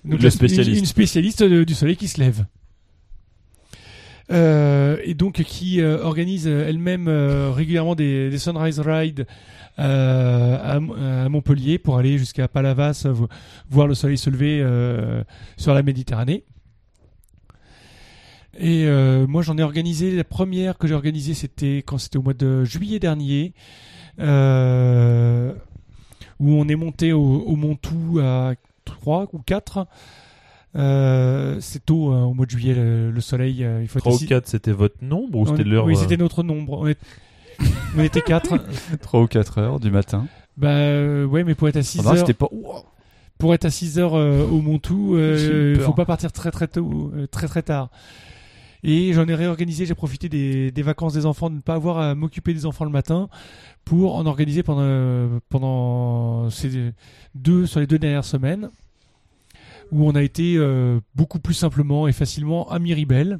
Speaker 3: Le
Speaker 2: la-
Speaker 3: spécialiste.
Speaker 2: Une, une spécialiste de- du soleil qui se lève. Euh, et donc qui euh, organise euh, elle-même euh, régulièrement des, des sunrise rides euh, à, Mo- à Montpellier pour aller jusqu'à Palavas euh, vo- voir le soleil se lever euh, sur la Méditerranée. Et euh, moi j'en ai organisé la première que j'ai organisée c'était quand c'était au mois de juillet dernier euh, où on est monté au, au Montou à 3 ou 4 c'est tôt hein, au mois de juillet le, le soleil euh, il faut
Speaker 3: 3
Speaker 2: être
Speaker 3: ou
Speaker 2: ici-
Speaker 3: 4, c'était votre nombre ou
Speaker 2: on-
Speaker 3: c'était l'heure
Speaker 2: oui
Speaker 3: euh,
Speaker 2: c'était notre nombre on, est- on était 4
Speaker 5: 3 ou 4 heures du matin.
Speaker 2: bah euh, ouais mais pour être à 6
Speaker 5: Remarque,
Speaker 2: heures
Speaker 5: c'était pas...
Speaker 2: pour être à 6 heures euh, au Montou,
Speaker 5: J'ai eu
Speaker 2: euh,
Speaker 5: peur.
Speaker 2: faut pas partir très très tôt, euh, très très tard. Et j'en ai réorganisé, j'ai profité des, des vacances des enfants, de ne pas avoir à m'occuper des enfants le matin, pour en organiser pendant, euh, pendant ces deux, sur les deux dernières semaines, où on a été euh, beaucoup plus simplement et facilement à Miribel,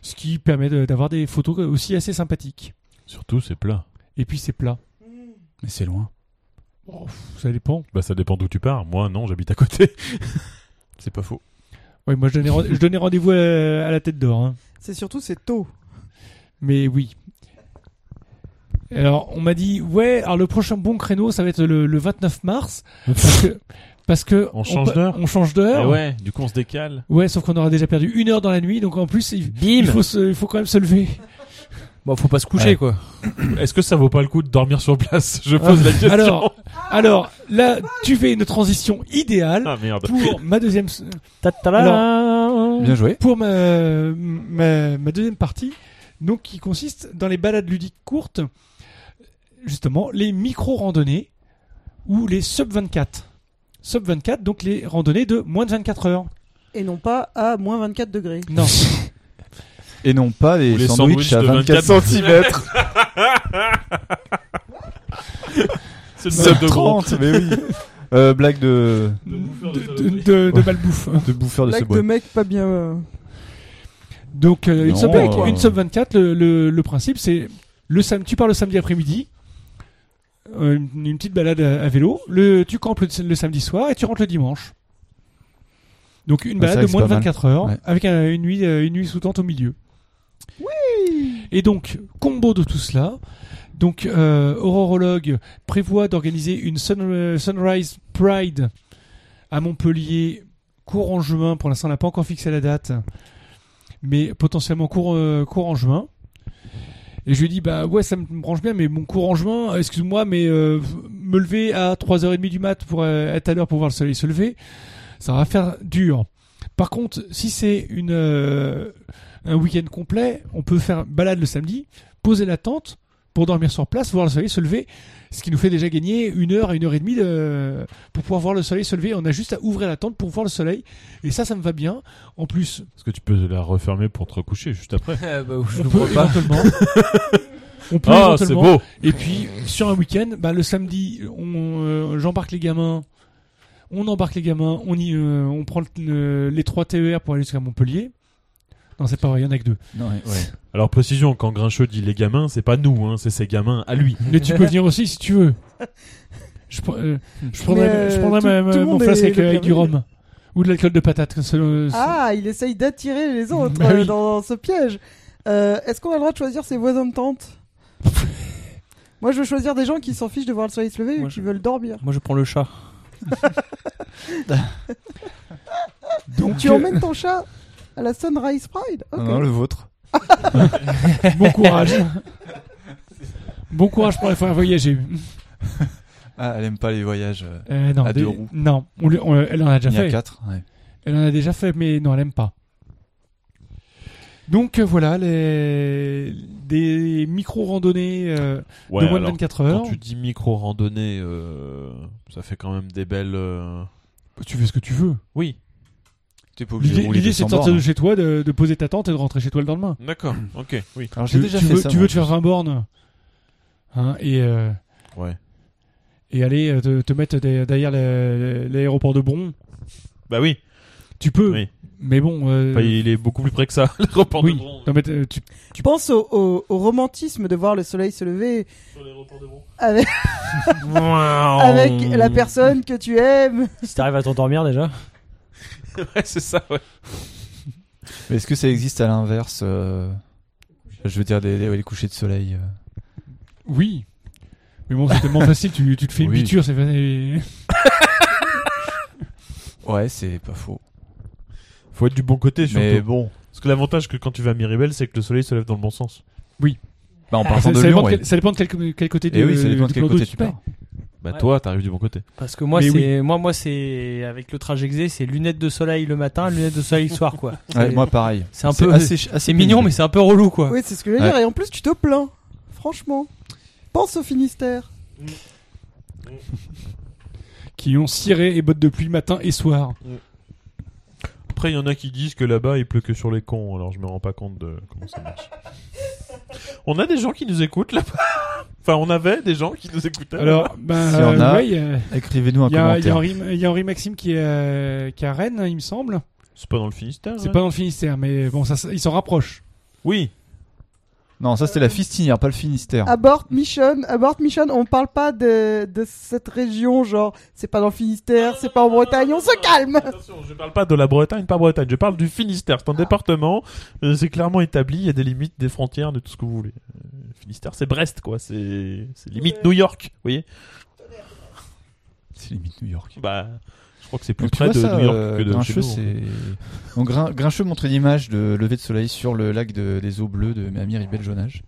Speaker 2: ce qui permet de- d'avoir des photos aussi assez sympathiques.
Speaker 3: euh, Surtout, c'est plat.
Speaker 2: Et puis c'est plat,
Speaker 5: Mais c'est loin.
Speaker 2: Oh, pff, ça dépend.
Speaker 3: Bah, ça dépend d'où tu pars. Moi, non, j'habite à côté. c'est pas faux.
Speaker 2: Ouais, moi je donnais, ren- je donnais rendez-vous à, à la tête d'or. hein.
Speaker 4: C'est surtout, c'est tôt.
Speaker 2: Mais oui. Alors, on m'a dit, ouais, alors le prochain bon créneau, ça va être le, le 29 mars. parce que. Parce que
Speaker 3: On change
Speaker 2: pa-
Speaker 3: d'heure
Speaker 2: On change
Speaker 3: Eh
Speaker 2: d'heure.
Speaker 3: ouais, du coup, on se décale.
Speaker 2: Ouais, sauf qu'on aura déjà perdu une heure dans la nuit, donc en plus, il, il
Speaker 6: bim.
Speaker 2: faut, se- il faut quand même se lever.
Speaker 6: Bon, faut pas se coucher
Speaker 3: Ouais.
Speaker 6: quoi.
Speaker 3: Est-ce que ça vaut pas le coup de dormir sur place Je pose la question.
Speaker 2: Alors, alors, là, tu fais une transition idéale
Speaker 3: ah merde.
Speaker 2: pour ma deuxième,
Speaker 5: Bien joué.
Speaker 2: pour ma, ma, ma deuxième partie, donc qui consiste dans les balades ludiques courtes, justement les micro-randonnées ou les sub-24. Sub-24, donc les randonnées de moins de 24 heures.
Speaker 4: Et non pas à moins 24 degrés.
Speaker 2: Non,
Speaker 5: Et non pas les,
Speaker 3: Ou les
Speaker 5: sandwichs,
Speaker 3: sandwichs
Speaker 5: à
Speaker 3: de
Speaker 5: 24,
Speaker 3: 24.
Speaker 5: cm.
Speaker 3: C'est le mode de gros.
Speaker 5: 30, mais oui. Euh, blague de,
Speaker 2: de, de, de, de malbouffe.
Speaker 5: de bouffeur de
Speaker 4: Blague de
Speaker 5: Subway.
Speaker 4: mec pas bien. euh,
Speaker 2: Donc euh, une
Speaker 5: Non,
Speaker 2: sub,
Speaker 5: euh,
Speaker 2: une sub 24, le, le, le principe c'est le sam tu pars le samedi après-midi, euh, une, une petite balade à, à vélo, le, tu campes le, le samedi soir et tu rentres le dimanche. Donc une
Speaker 5: Ah, ça,
Speaker 2: balade de
Speaker 5: c'est
Speaker 2: moins de
Speaker 5: pas mal.
Speaker 2: 24 heures
Speaker 5: Ouais.
Speaker 2: avec un- une nuit euh, une nuit sous tente au milieu. Et donc combo de tout cela, Donc, euh, Aurorologue prévoit d'organiser une sun- euh, Sunrise Pride à Montpellier courant juin. Pour l'instant, on n'a pas encore fixé la date, mais potentiellement courant en juin. Et je lui ai dit, bah ouais, ça me branche bien, mais mon cours en juin, euh, excuse-moi, mais euh, me lever à 3h30 du mat pour euh, être à l'heure pour voir le soleil se lever, ça va faire dur. Par contre, si c'est une euh, un week-end complet, on peut faire balade le samedi, poser la tente pour dormir sur place, voir le soleil se lever, ce qui nous fait déjà gagner une heure à une heure et demie de, pour pouvoir voir le soleil se lever. On a juste à ouvrir la tente pour voir le soleil. Et ça, ça me va bien. En plus,
Speaker 3: Est-ce que tu peux la refermer pour te recoucher juste après
Speaker 2: on peut éventuellement... on peut
Speaker 3: Ah, c'est
Speaker 2: éventuellement-
Speaker 3: beau
Speaker 2: et puis sur un week-end, bah, le samedi, on, euh, j'embarque les gamins, on embarque les gamins, on y, euh, on prend le- le- les trois TER pour aller jusqu'à Montpellier. Non, c'est pas vrai, il y en a que deux.
Speaker 5: Non, ouais, ouais.
Speaker 3: Alors précision, quand Grincheux dit les gamins, c'est pas nous, hein, c'est ses gamins à lui.
Speaker 2: Mais tu peux venir aussi si tu veux. Je, pr- euh, je prendrai,
Speaker 4: Mais, euh,
Speaker 2: je prendrai
Speaker 4: tout-
Speaker 2: ma- ma-
Speaker 4: tout le
Speaker 2: mon
Speaker 4: monde
Speaker 2: flasque
Speaker 4: est
Speaker 2: avec,
Speaker 4: le
Speaker 2: avec du
Speaker 4: bienvenu.
Speaker 2: rhum ou de l'alcool de patate. comme ça, euh, ça-
Speaker 4: Ah, il essaye d'attirer les autres
Speaker 2: Bah
Speaker 4: euh,
Speaker 2: oui.
Speaker 4: dans ce piège. Euh, Est-ce qu'on a le droit de choisir ses voisins de tente Moi, je veux choisir des gens qui s'en fichent de voir le soleil se lever
Speaker 6: Moi,
Speaker 4: ou qui
Speaker 6: je-
Speaker 4: veulent dormir.
Speaker 6: Moi, je prends le chat.
Speaker 2: Donc
Speaker 4: Tu
Speaker 2: euh,
Speaker 4: emmènes ton chat à la Sunrise Pride Ok.
Speaker 5: Non, le vôtre.
Speaker 2: bon courage. bon courage pour la faire voyager.
Speaker 5: Ah, elle aime pas les voyages. euh,
Speaker 2: Euh, non,
Speaker 5: À deux
Speaker 2: des-
Speaker 5: roues.
Speaker 2: non, on lui- on- elle en a déjà
Speaker 5: Il y
Speaker 2: fait.
Speaker 5: a quatre. ouais.
Speaker 2: Elle en a déjà fait, mais non, elle aime pas. Donc euh, voilà, les... des micro-randonnées euh,
Speaker 3: Ouais,
Speaker 2: de moins de
Speaker 3: alors,
Speaker 2: 24
Speaker 3: quand
Speaker 2: heures.
Speaker 3: tu dis micro-randonnée, euh, ça fait quand même des belles... euh,
Speaker 2: Tu fais ce que tu veux.
Speaker 3: Oui.
Speaker 5: T'es pas obligé de
Speaker 2: L'idée,
Speaker 5: rouler
Speaker 2: l'idée, c'est de
Speaker 5: 200
Speaker 2: sortir de
Speaker 5: bornes.
Speaker 2: chez toi, de, de poser ta tente et de rentrer chez toi le lendemain.
Speaker 3: D'accord, ok, oui.
Speaker 5: Alors j'ai
Speaker 2: tu,
Speaker 5: déjà
Speaker 2: tu
Speaker 5: fait
Speaker 2: veux,
Speaker 5: ça.
Speaker 2: tu
Speaker 5: moi.
Speaker 2: veux te faire 20 bornes hein, et, euh,
Speaker 3: Ouais.
Speaker 2: et aller euh, te, te mettre des- derrière la- l'aéroport de Bron.
Speaker 3: Bah oui,
Speaker 2: Tu peux,
Speaker 3: Oui.
Speaker 2: mais bon. euh,
Speaker 3: Enfin, il est beaucoup plus près que ça, le report
Speaker 2: oui.
Speaker 3: de bronze.
Speaker 2: Non, mais, euh, tu-
Speaker 4: Tu penses au, au- au romantisme de voir le soleil se lever avec,
Speaker 3: Oh.
Speaker 4: avec la personne que tu aimes.
Speaker 6: Si t'arrives à t'endormir déjà.
Speaker 3: Ouais, c'est ça, ouais.
Speaker 5: Mais est-ce que ça existe à l'inverse euh, Je veux dire, des, des- ouais, les couchers de soleil. euh.
Speaker 2: Oui. Mais bon, c'est tellement facile, tu, tu te fais une
Speaker 5: Oui.
Speaker 2: biture, c'est facile.
Speaker 5: Ouais, c'est pas faux.
Speaker 3: Faut être du bon côté surtout.
Speaker 5: Mais bon.
Speaker 3: Parce que l'avantage que quand tu vas à Miribel, c'est que le soleil se lève dans le bon sens.
Speaker 5: Bah, en
Speaker 2: Ah, ça,
Speaker 5: partant de
Speaker 2: ça
Speaker 5: Lyon,
Speaker 2: dépend de
Speaker 5: ouais.
Speaker 2: quel, ça dépend de quel, quel côté du
Speaker 5: Et oui, ça dépend de
Speaker 2: du
Speaker 5: quel
Speaker 2: plan
Speaker 5: côté
Speaker 2: d'eau
Speaker 5: tu pars.
Speaker 3: Bah
Speaker 6: Ouais.
Speaker 3: toi, t'arrives du bon côté.
Speaker 6: Parce que moi,
Speaker 2: Mais
Speaker 6: c'est moi, moi, c'est avec le trajet que j'ai, c'est lunettes de soleil le matin, lunettes de soleil le soir, quoi.
Speaker 5: Ouais,
Speaker 6: C'est-
Speaker 5: moi pareil.
Speaker 6: c'est un peu-
Speaker 5: assez, assez
Speaker 6: c'est mignon, mais c'est un peu relou, quoi.
Speaker 4: Oui, c'est ce que je veux dire. Et en plus, tu te plains. Franchement. Pense au Finistère.
Speaker 2: Qui ont ciré et bottes de pluie matin et soir.
Speaker 3: Après, il y en a qui disent que là-bas, il pleut que sur les cons, alors je me rends pas compte de comment ça marche. on a des gens qui nous écoutent là-bas. enfin, on avait des gens qui nous écoutaient.
Speaker 2: Alors, ben,
Speaker 5: S'il y en a,
Speaker 2: ouais, il y a-
Speaker 5: Écrivez-nous un
Speaker 2: il y a, il y a
Speaker 5: commentaire.
Speaker 2: Henri, il y a Henri Maxime qui est, euh, qui est à Rennes, il me semble.
Speaker 3: c'est pas dans le Finistère.
Speaker 2: C'est
Speaker 3: ouais.
Speaker 2: pas dans le Finistère, mais bon, ça, ça- il s'en rapproche.
Speaker 3: Oui.
Speaker 5: Non, ça c'était la Fistinière, pas le Finistère.
Speaker 4: Abort Mission, Abort Mission, on parle pas de, de cette région, genre, c'est pas dans le Finistère, c'est pas en Bretagne, on se calme
Speaker 3: Attention, je parle pas de la Bretagne, pas Bretagne. Je parle du Finistère. C'est un département. euh, c'est clairement établi. Il y a des limites, des frontières, de tout ce que vous voulez. Euh, Finistère, c'est Brest, quoi. C'est c'est limite New York. Vous voyez
Speaker 5: C'est limite New York.
Speaker 3: Bah, je crois que c'est plus
Speaker 5: Donc, tu
Speaker 3: près
Speaker 5: vois
Speaker 3: de
Speaker 5: ça,
Speaker 3: New York
Speaker 5: euh,
Speaker 3: que de chez
Speaker 5: Grincheux,
Speaker 3: nous. hein.
Speaker 5: c'est. Donc, Grin- Grincheux montre une image de lever de soleil sur le lac de- des eaux bleues de Miribel Jonage.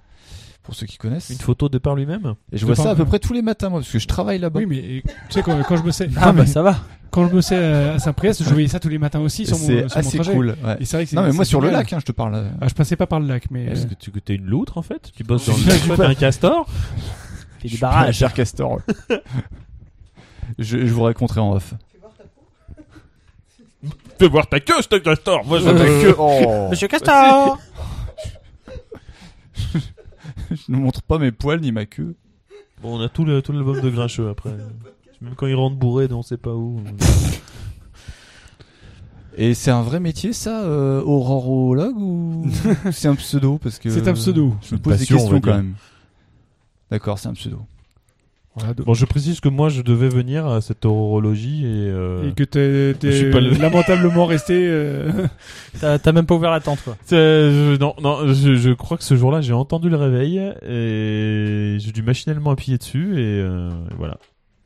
Speaker 5: Pour ceux qui connaissent.
Speaker 3: Une photo de par lui-même.
Speaker 5: Et je vois
Speaker 2: de
Speaker 5: ça à
Speaker 2: par-
Speaker 5: peu près tous les matins, moi, parce que je travaille là-bas.
Speaker 2: Oui, mais et, tu sais, quand, quand je bossais,
Speaker 6: Ah
Speaker 2: mais
Speaker 6: bah ça va.
Speaker 2: quand je bossais à Saint-Priest, je voyais ça tous les matins aussi
Speaker 5: Et
Speaker 2: sur mon,
Speaker 5: c'est
Speaker 2: sur mon
Speaker 5: assez
Speaker 2: trajet.
Speaker 5: cool. ouais.
Speaker 2: Et c'est vrai que c'est-
Speaker 5: Non, mais moi
Speaker 2: c'est
Speaker 5: sur le
Speaker 2: génial.
Speaker 5: lac, hein, je te parle.
Speaker 2: Ah, je passais pas par le lac, mais.
Speaker 3: Est-ce
Speaker 2: euh,
Speaker 3: que tu que t'es une loutre en fait Tu bosses dans
Speaker 5: Je
Speaker 3: le
Speaker 5: suis
Speaker 3: toi,
Speaker 5: pas-
Speaker 3: t'es un castor
Speaker 6: Fais des barrages.
Speaker 5: cher Castor. je, je vous raconterai en off.
Speaker 3: Fais voir ta queue, ce castor Moi, je veux ta
Speaker 5: Euh,
Speaker 3: queue
Speaker 2: oh.
Speaker 6: Monsieur Castor
Speaker 5: Je ne montre pas mes poils ni ma queue.
Speaker 3: Bon, on a tout le- tout l'album de Grincheux après. Même quand il rentre bourré, on sait pas où.
Speaker 5: Et c'est un vrai métier, ça, euh, aurorologue ou c'est un pseudo parce que
Speaker 2: C'est un pseudo.
Speaker 5: Je me pose des
Speaker 3: Passion, on va
Speaker 5: questions quand
Speaker 3: dire.
Speaker 5: même. D'accord, c'est un pseudo.
Speaker 2: Voilà, de-
Speaker 3: Bon, je précise que moi, je devais venir à cette horologie et. euh,
Speaker 2: Et que t'es, t'es
Speaker 3: je suis pas le-
Speaker 2: lamentablement resté. euh,
Speaker 6: T'as t'as même pas ouvert la tente, quoi.
Speaker 3: c'est- je- non, non, je, je crois que ce jour-là, j'ai entendu le réveil et j'ai dû machinalement appuyer dessus et euh, voilà.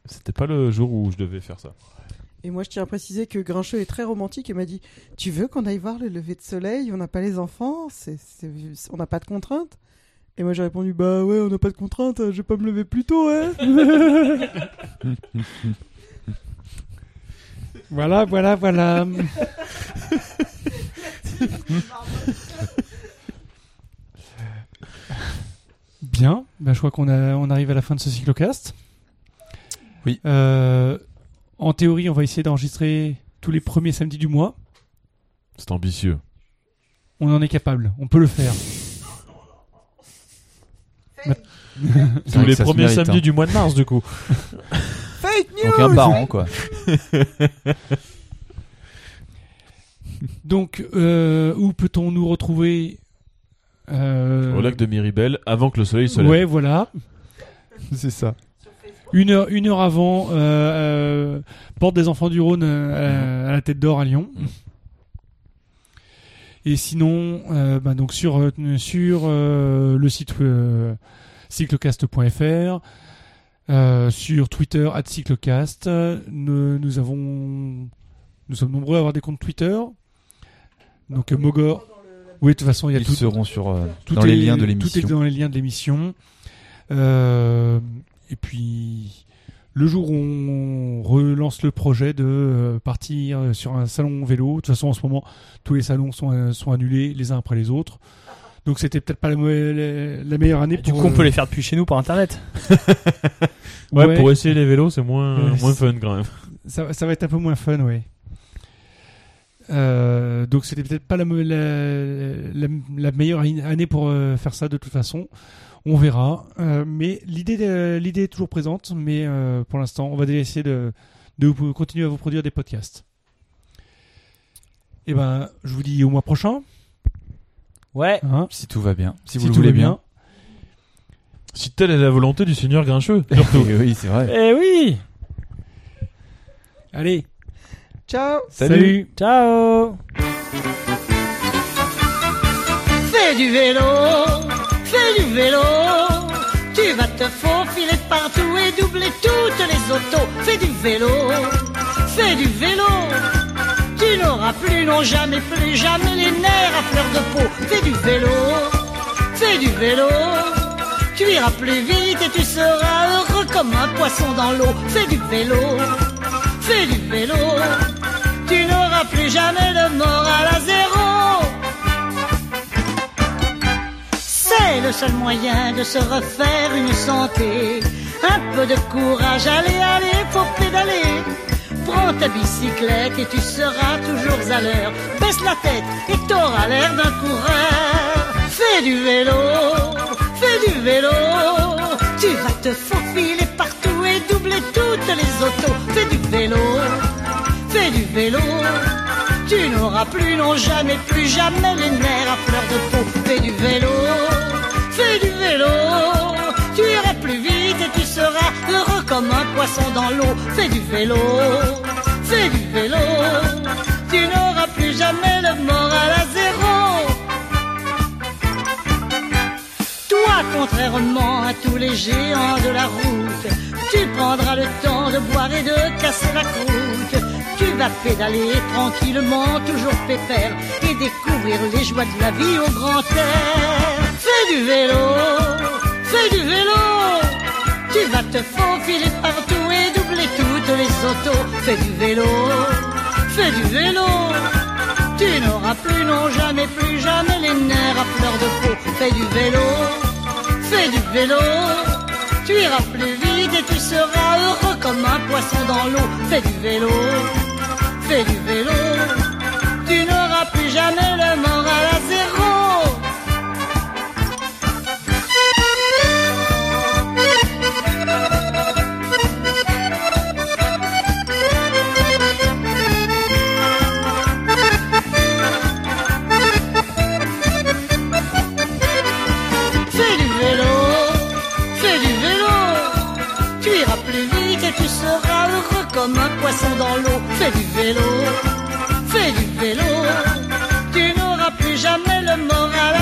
Speaker 3: C'était pas le jour où je devais faire ça.
Speaker 4: Et moi, je tiens à préciser que Grincheux est très romantique et m'a dit Tu veux qu'on aille voir le lever de soleil On n'a pas les enfants, c'est- c'est- on n'a pas de contraintes. Et moi, j'ai répondu Bah ouais, on n'a pas de contraintes, je vais pas me lever plus tôt, hein
Speaker 2: voilà, voilà, voilà. Bien, ben, je crois qu'on a, on arrive à la fin de ce cyclocast.
Speaker 5: Oui.
Speaker 2: Euh, en théorie, on va essayer d'enregistrer tous les premiers samedis du mois.
Speaker 3: C'est ambitieux.
Speaker 2: On en est capable, on peut le faire.
Speaker 5: C'est
Speaker 3: Tous les
Speaker 5: vrai que ça se
Speaker 3: premiers
Speaker 5: mérite,
Speaker 3: samedis
Speaker 5: hein.
Speaker 3: du mois de mars, du coup.
Speaker 4: Fake news
Speaker 5: Donc un par an, quoi.
Speaker 2: Donc, euh, où peut-on nous retrouver Euh,
Speaker 3: Au lac de Miribel, avant que le soleil se lève.
Speaker 2: Ouais, voilà.
Speaker 5: C'est ça.
Speaker 2: Une heure, une heure avant, euh, euh, Porte des Enfants du Rhône euh, à, la- à la Tête d'Or à Lyon.
Speaker 3: Mhm.
Speaker 2: Et sinon, euh, bah, donc sur, euh, sur euh, le site euh, cyclocast.fr, euh, sur Twitter, at cyclocast, euh, nous, nous avons, nous sommes nombreux à avoir des comptes Twitter. Donc, euh, Mogor. Oui, de toute façon, il y a
Speaker 5: Ils
Speaker 2: tout,
Speaker 5: seront sur euh,
Speaker 2: tout
Speaker 5: dans
Speaker 2: est-
Speaker 5: les liens de
Speaker 2: Tout est
Speaker 5: l'émission.
Speaker 2: dans les liens de l'émission. Euh, et puis, le jour où on relance le projet de euh, partir euh, sur un salon vélo, de toute façon, en ce moment, tous les salons sont, euh, sont annulés les uns après les autres. Donc, c'était peut-être pas la, me- la- la meilleure année.
Speaker 6: Du
Speaker 2: pour,
Speaker 6: coup, on peut
Speaker 2: euh,
Speaker 6: les faire depuis chez nous par internet.
Speaker 3: Ouais,
Speaker 2: ouais,
Speaker 3: pour essayer les vélos, c'est moins,
Speaker 2: Ouais,
Speaker 3: moins fun quand même.
Speaker 2: ça, ça va être un peu moins fun, oui. Euh, donc c'était peut-être pas la, me- la, la- la meilleure in- année pour euh, faire ça de toute façon. On verra. Euh, mais l'idée de- l'idée est toujours présente. Mais euh, pour l'instant, on va déjà essayer de, de vous- continuer à vous produire des podcasts. Et ben, je vous dis au mois prochain.
Speaker 6: Ouais.
Speaker 2: hein,
Speaker 5: Si tout va bien. Si, vous
Speaker 2: tout
Speaker 5: le voulez
Speaker 2: va
Speaker 5: bien.
Speaker 3: Si telle est la volonté du seigneur grincheux.
Speaker 5: Et oui, c'est vrai.
Speaker 6: Eh oui
Speaker 2: Allez,
Speaker 4: Ciao
Speaker 2: salut.
Speaker 6: Ciao
Speaker 9: Fais du vélo, fais du vélo. Tu vas te faufiler partout et doubler toutes les autos. Fais du vélo, fais du vélo. Tu n'auras plus, non jamais, plus jamais les nerfs à fleur de peau. Fais du vélo, fais du vélo. Tu iras plus vite et tu seras heureux comme un poisson dans l'eau. Fais du vélo, fais du vélo. Tu n'auras plus jamais de moral à zéro. C'est le seul moyen de se refaire une santé. Un peu de courage, allez, allez, faut pédaler. Prends ta bicyclette et tu seras toujours à l'heure. Baisse la tête et t'auras l'air d'un coureur. Fais du vélo, fais du vélo. Tu vas te faufiler partout et doubler toutes les autos. Fais du vélo, fais du vélo. Tu n'auras plus, non jamais, plus jamais les nerfs à fleur de peau. Fais du vélo, fais du vélo. Tu iras plus vite et tu seras heureux comme un poisson dans l'eau. Fais du vélo, fais du vélo. Tu n'auras plus jamais le moral à zéro. Toi, contrairement à tous les géants de la route, tu prendras le temps de boire et de casser la croûte. Tu vas pédaler tranquillement, toujours pépère, et découvrir les joies de la vie au grand air. Fais du vélo, fais du vélo. Tu vas te faufiler partout et doubler toutes les autos. Fais du vélo, fais du vélo. Tu n'auras plus, non jamais, plus jamais les nerfs à fleur de peau. Fais du vélo, fais du vélo. Tu iras plus vite et tu seras heureux comme un poisson dans l'eau. Fais du vélo, fais du vélo. Tu n'auras plus jamais le moral à zéro. Fais du vélo, fais du vélo. Tu iras comme un poisson dans l'eau. Fais du vélo, fais du vélo. Tu n'auras plus jamais le moral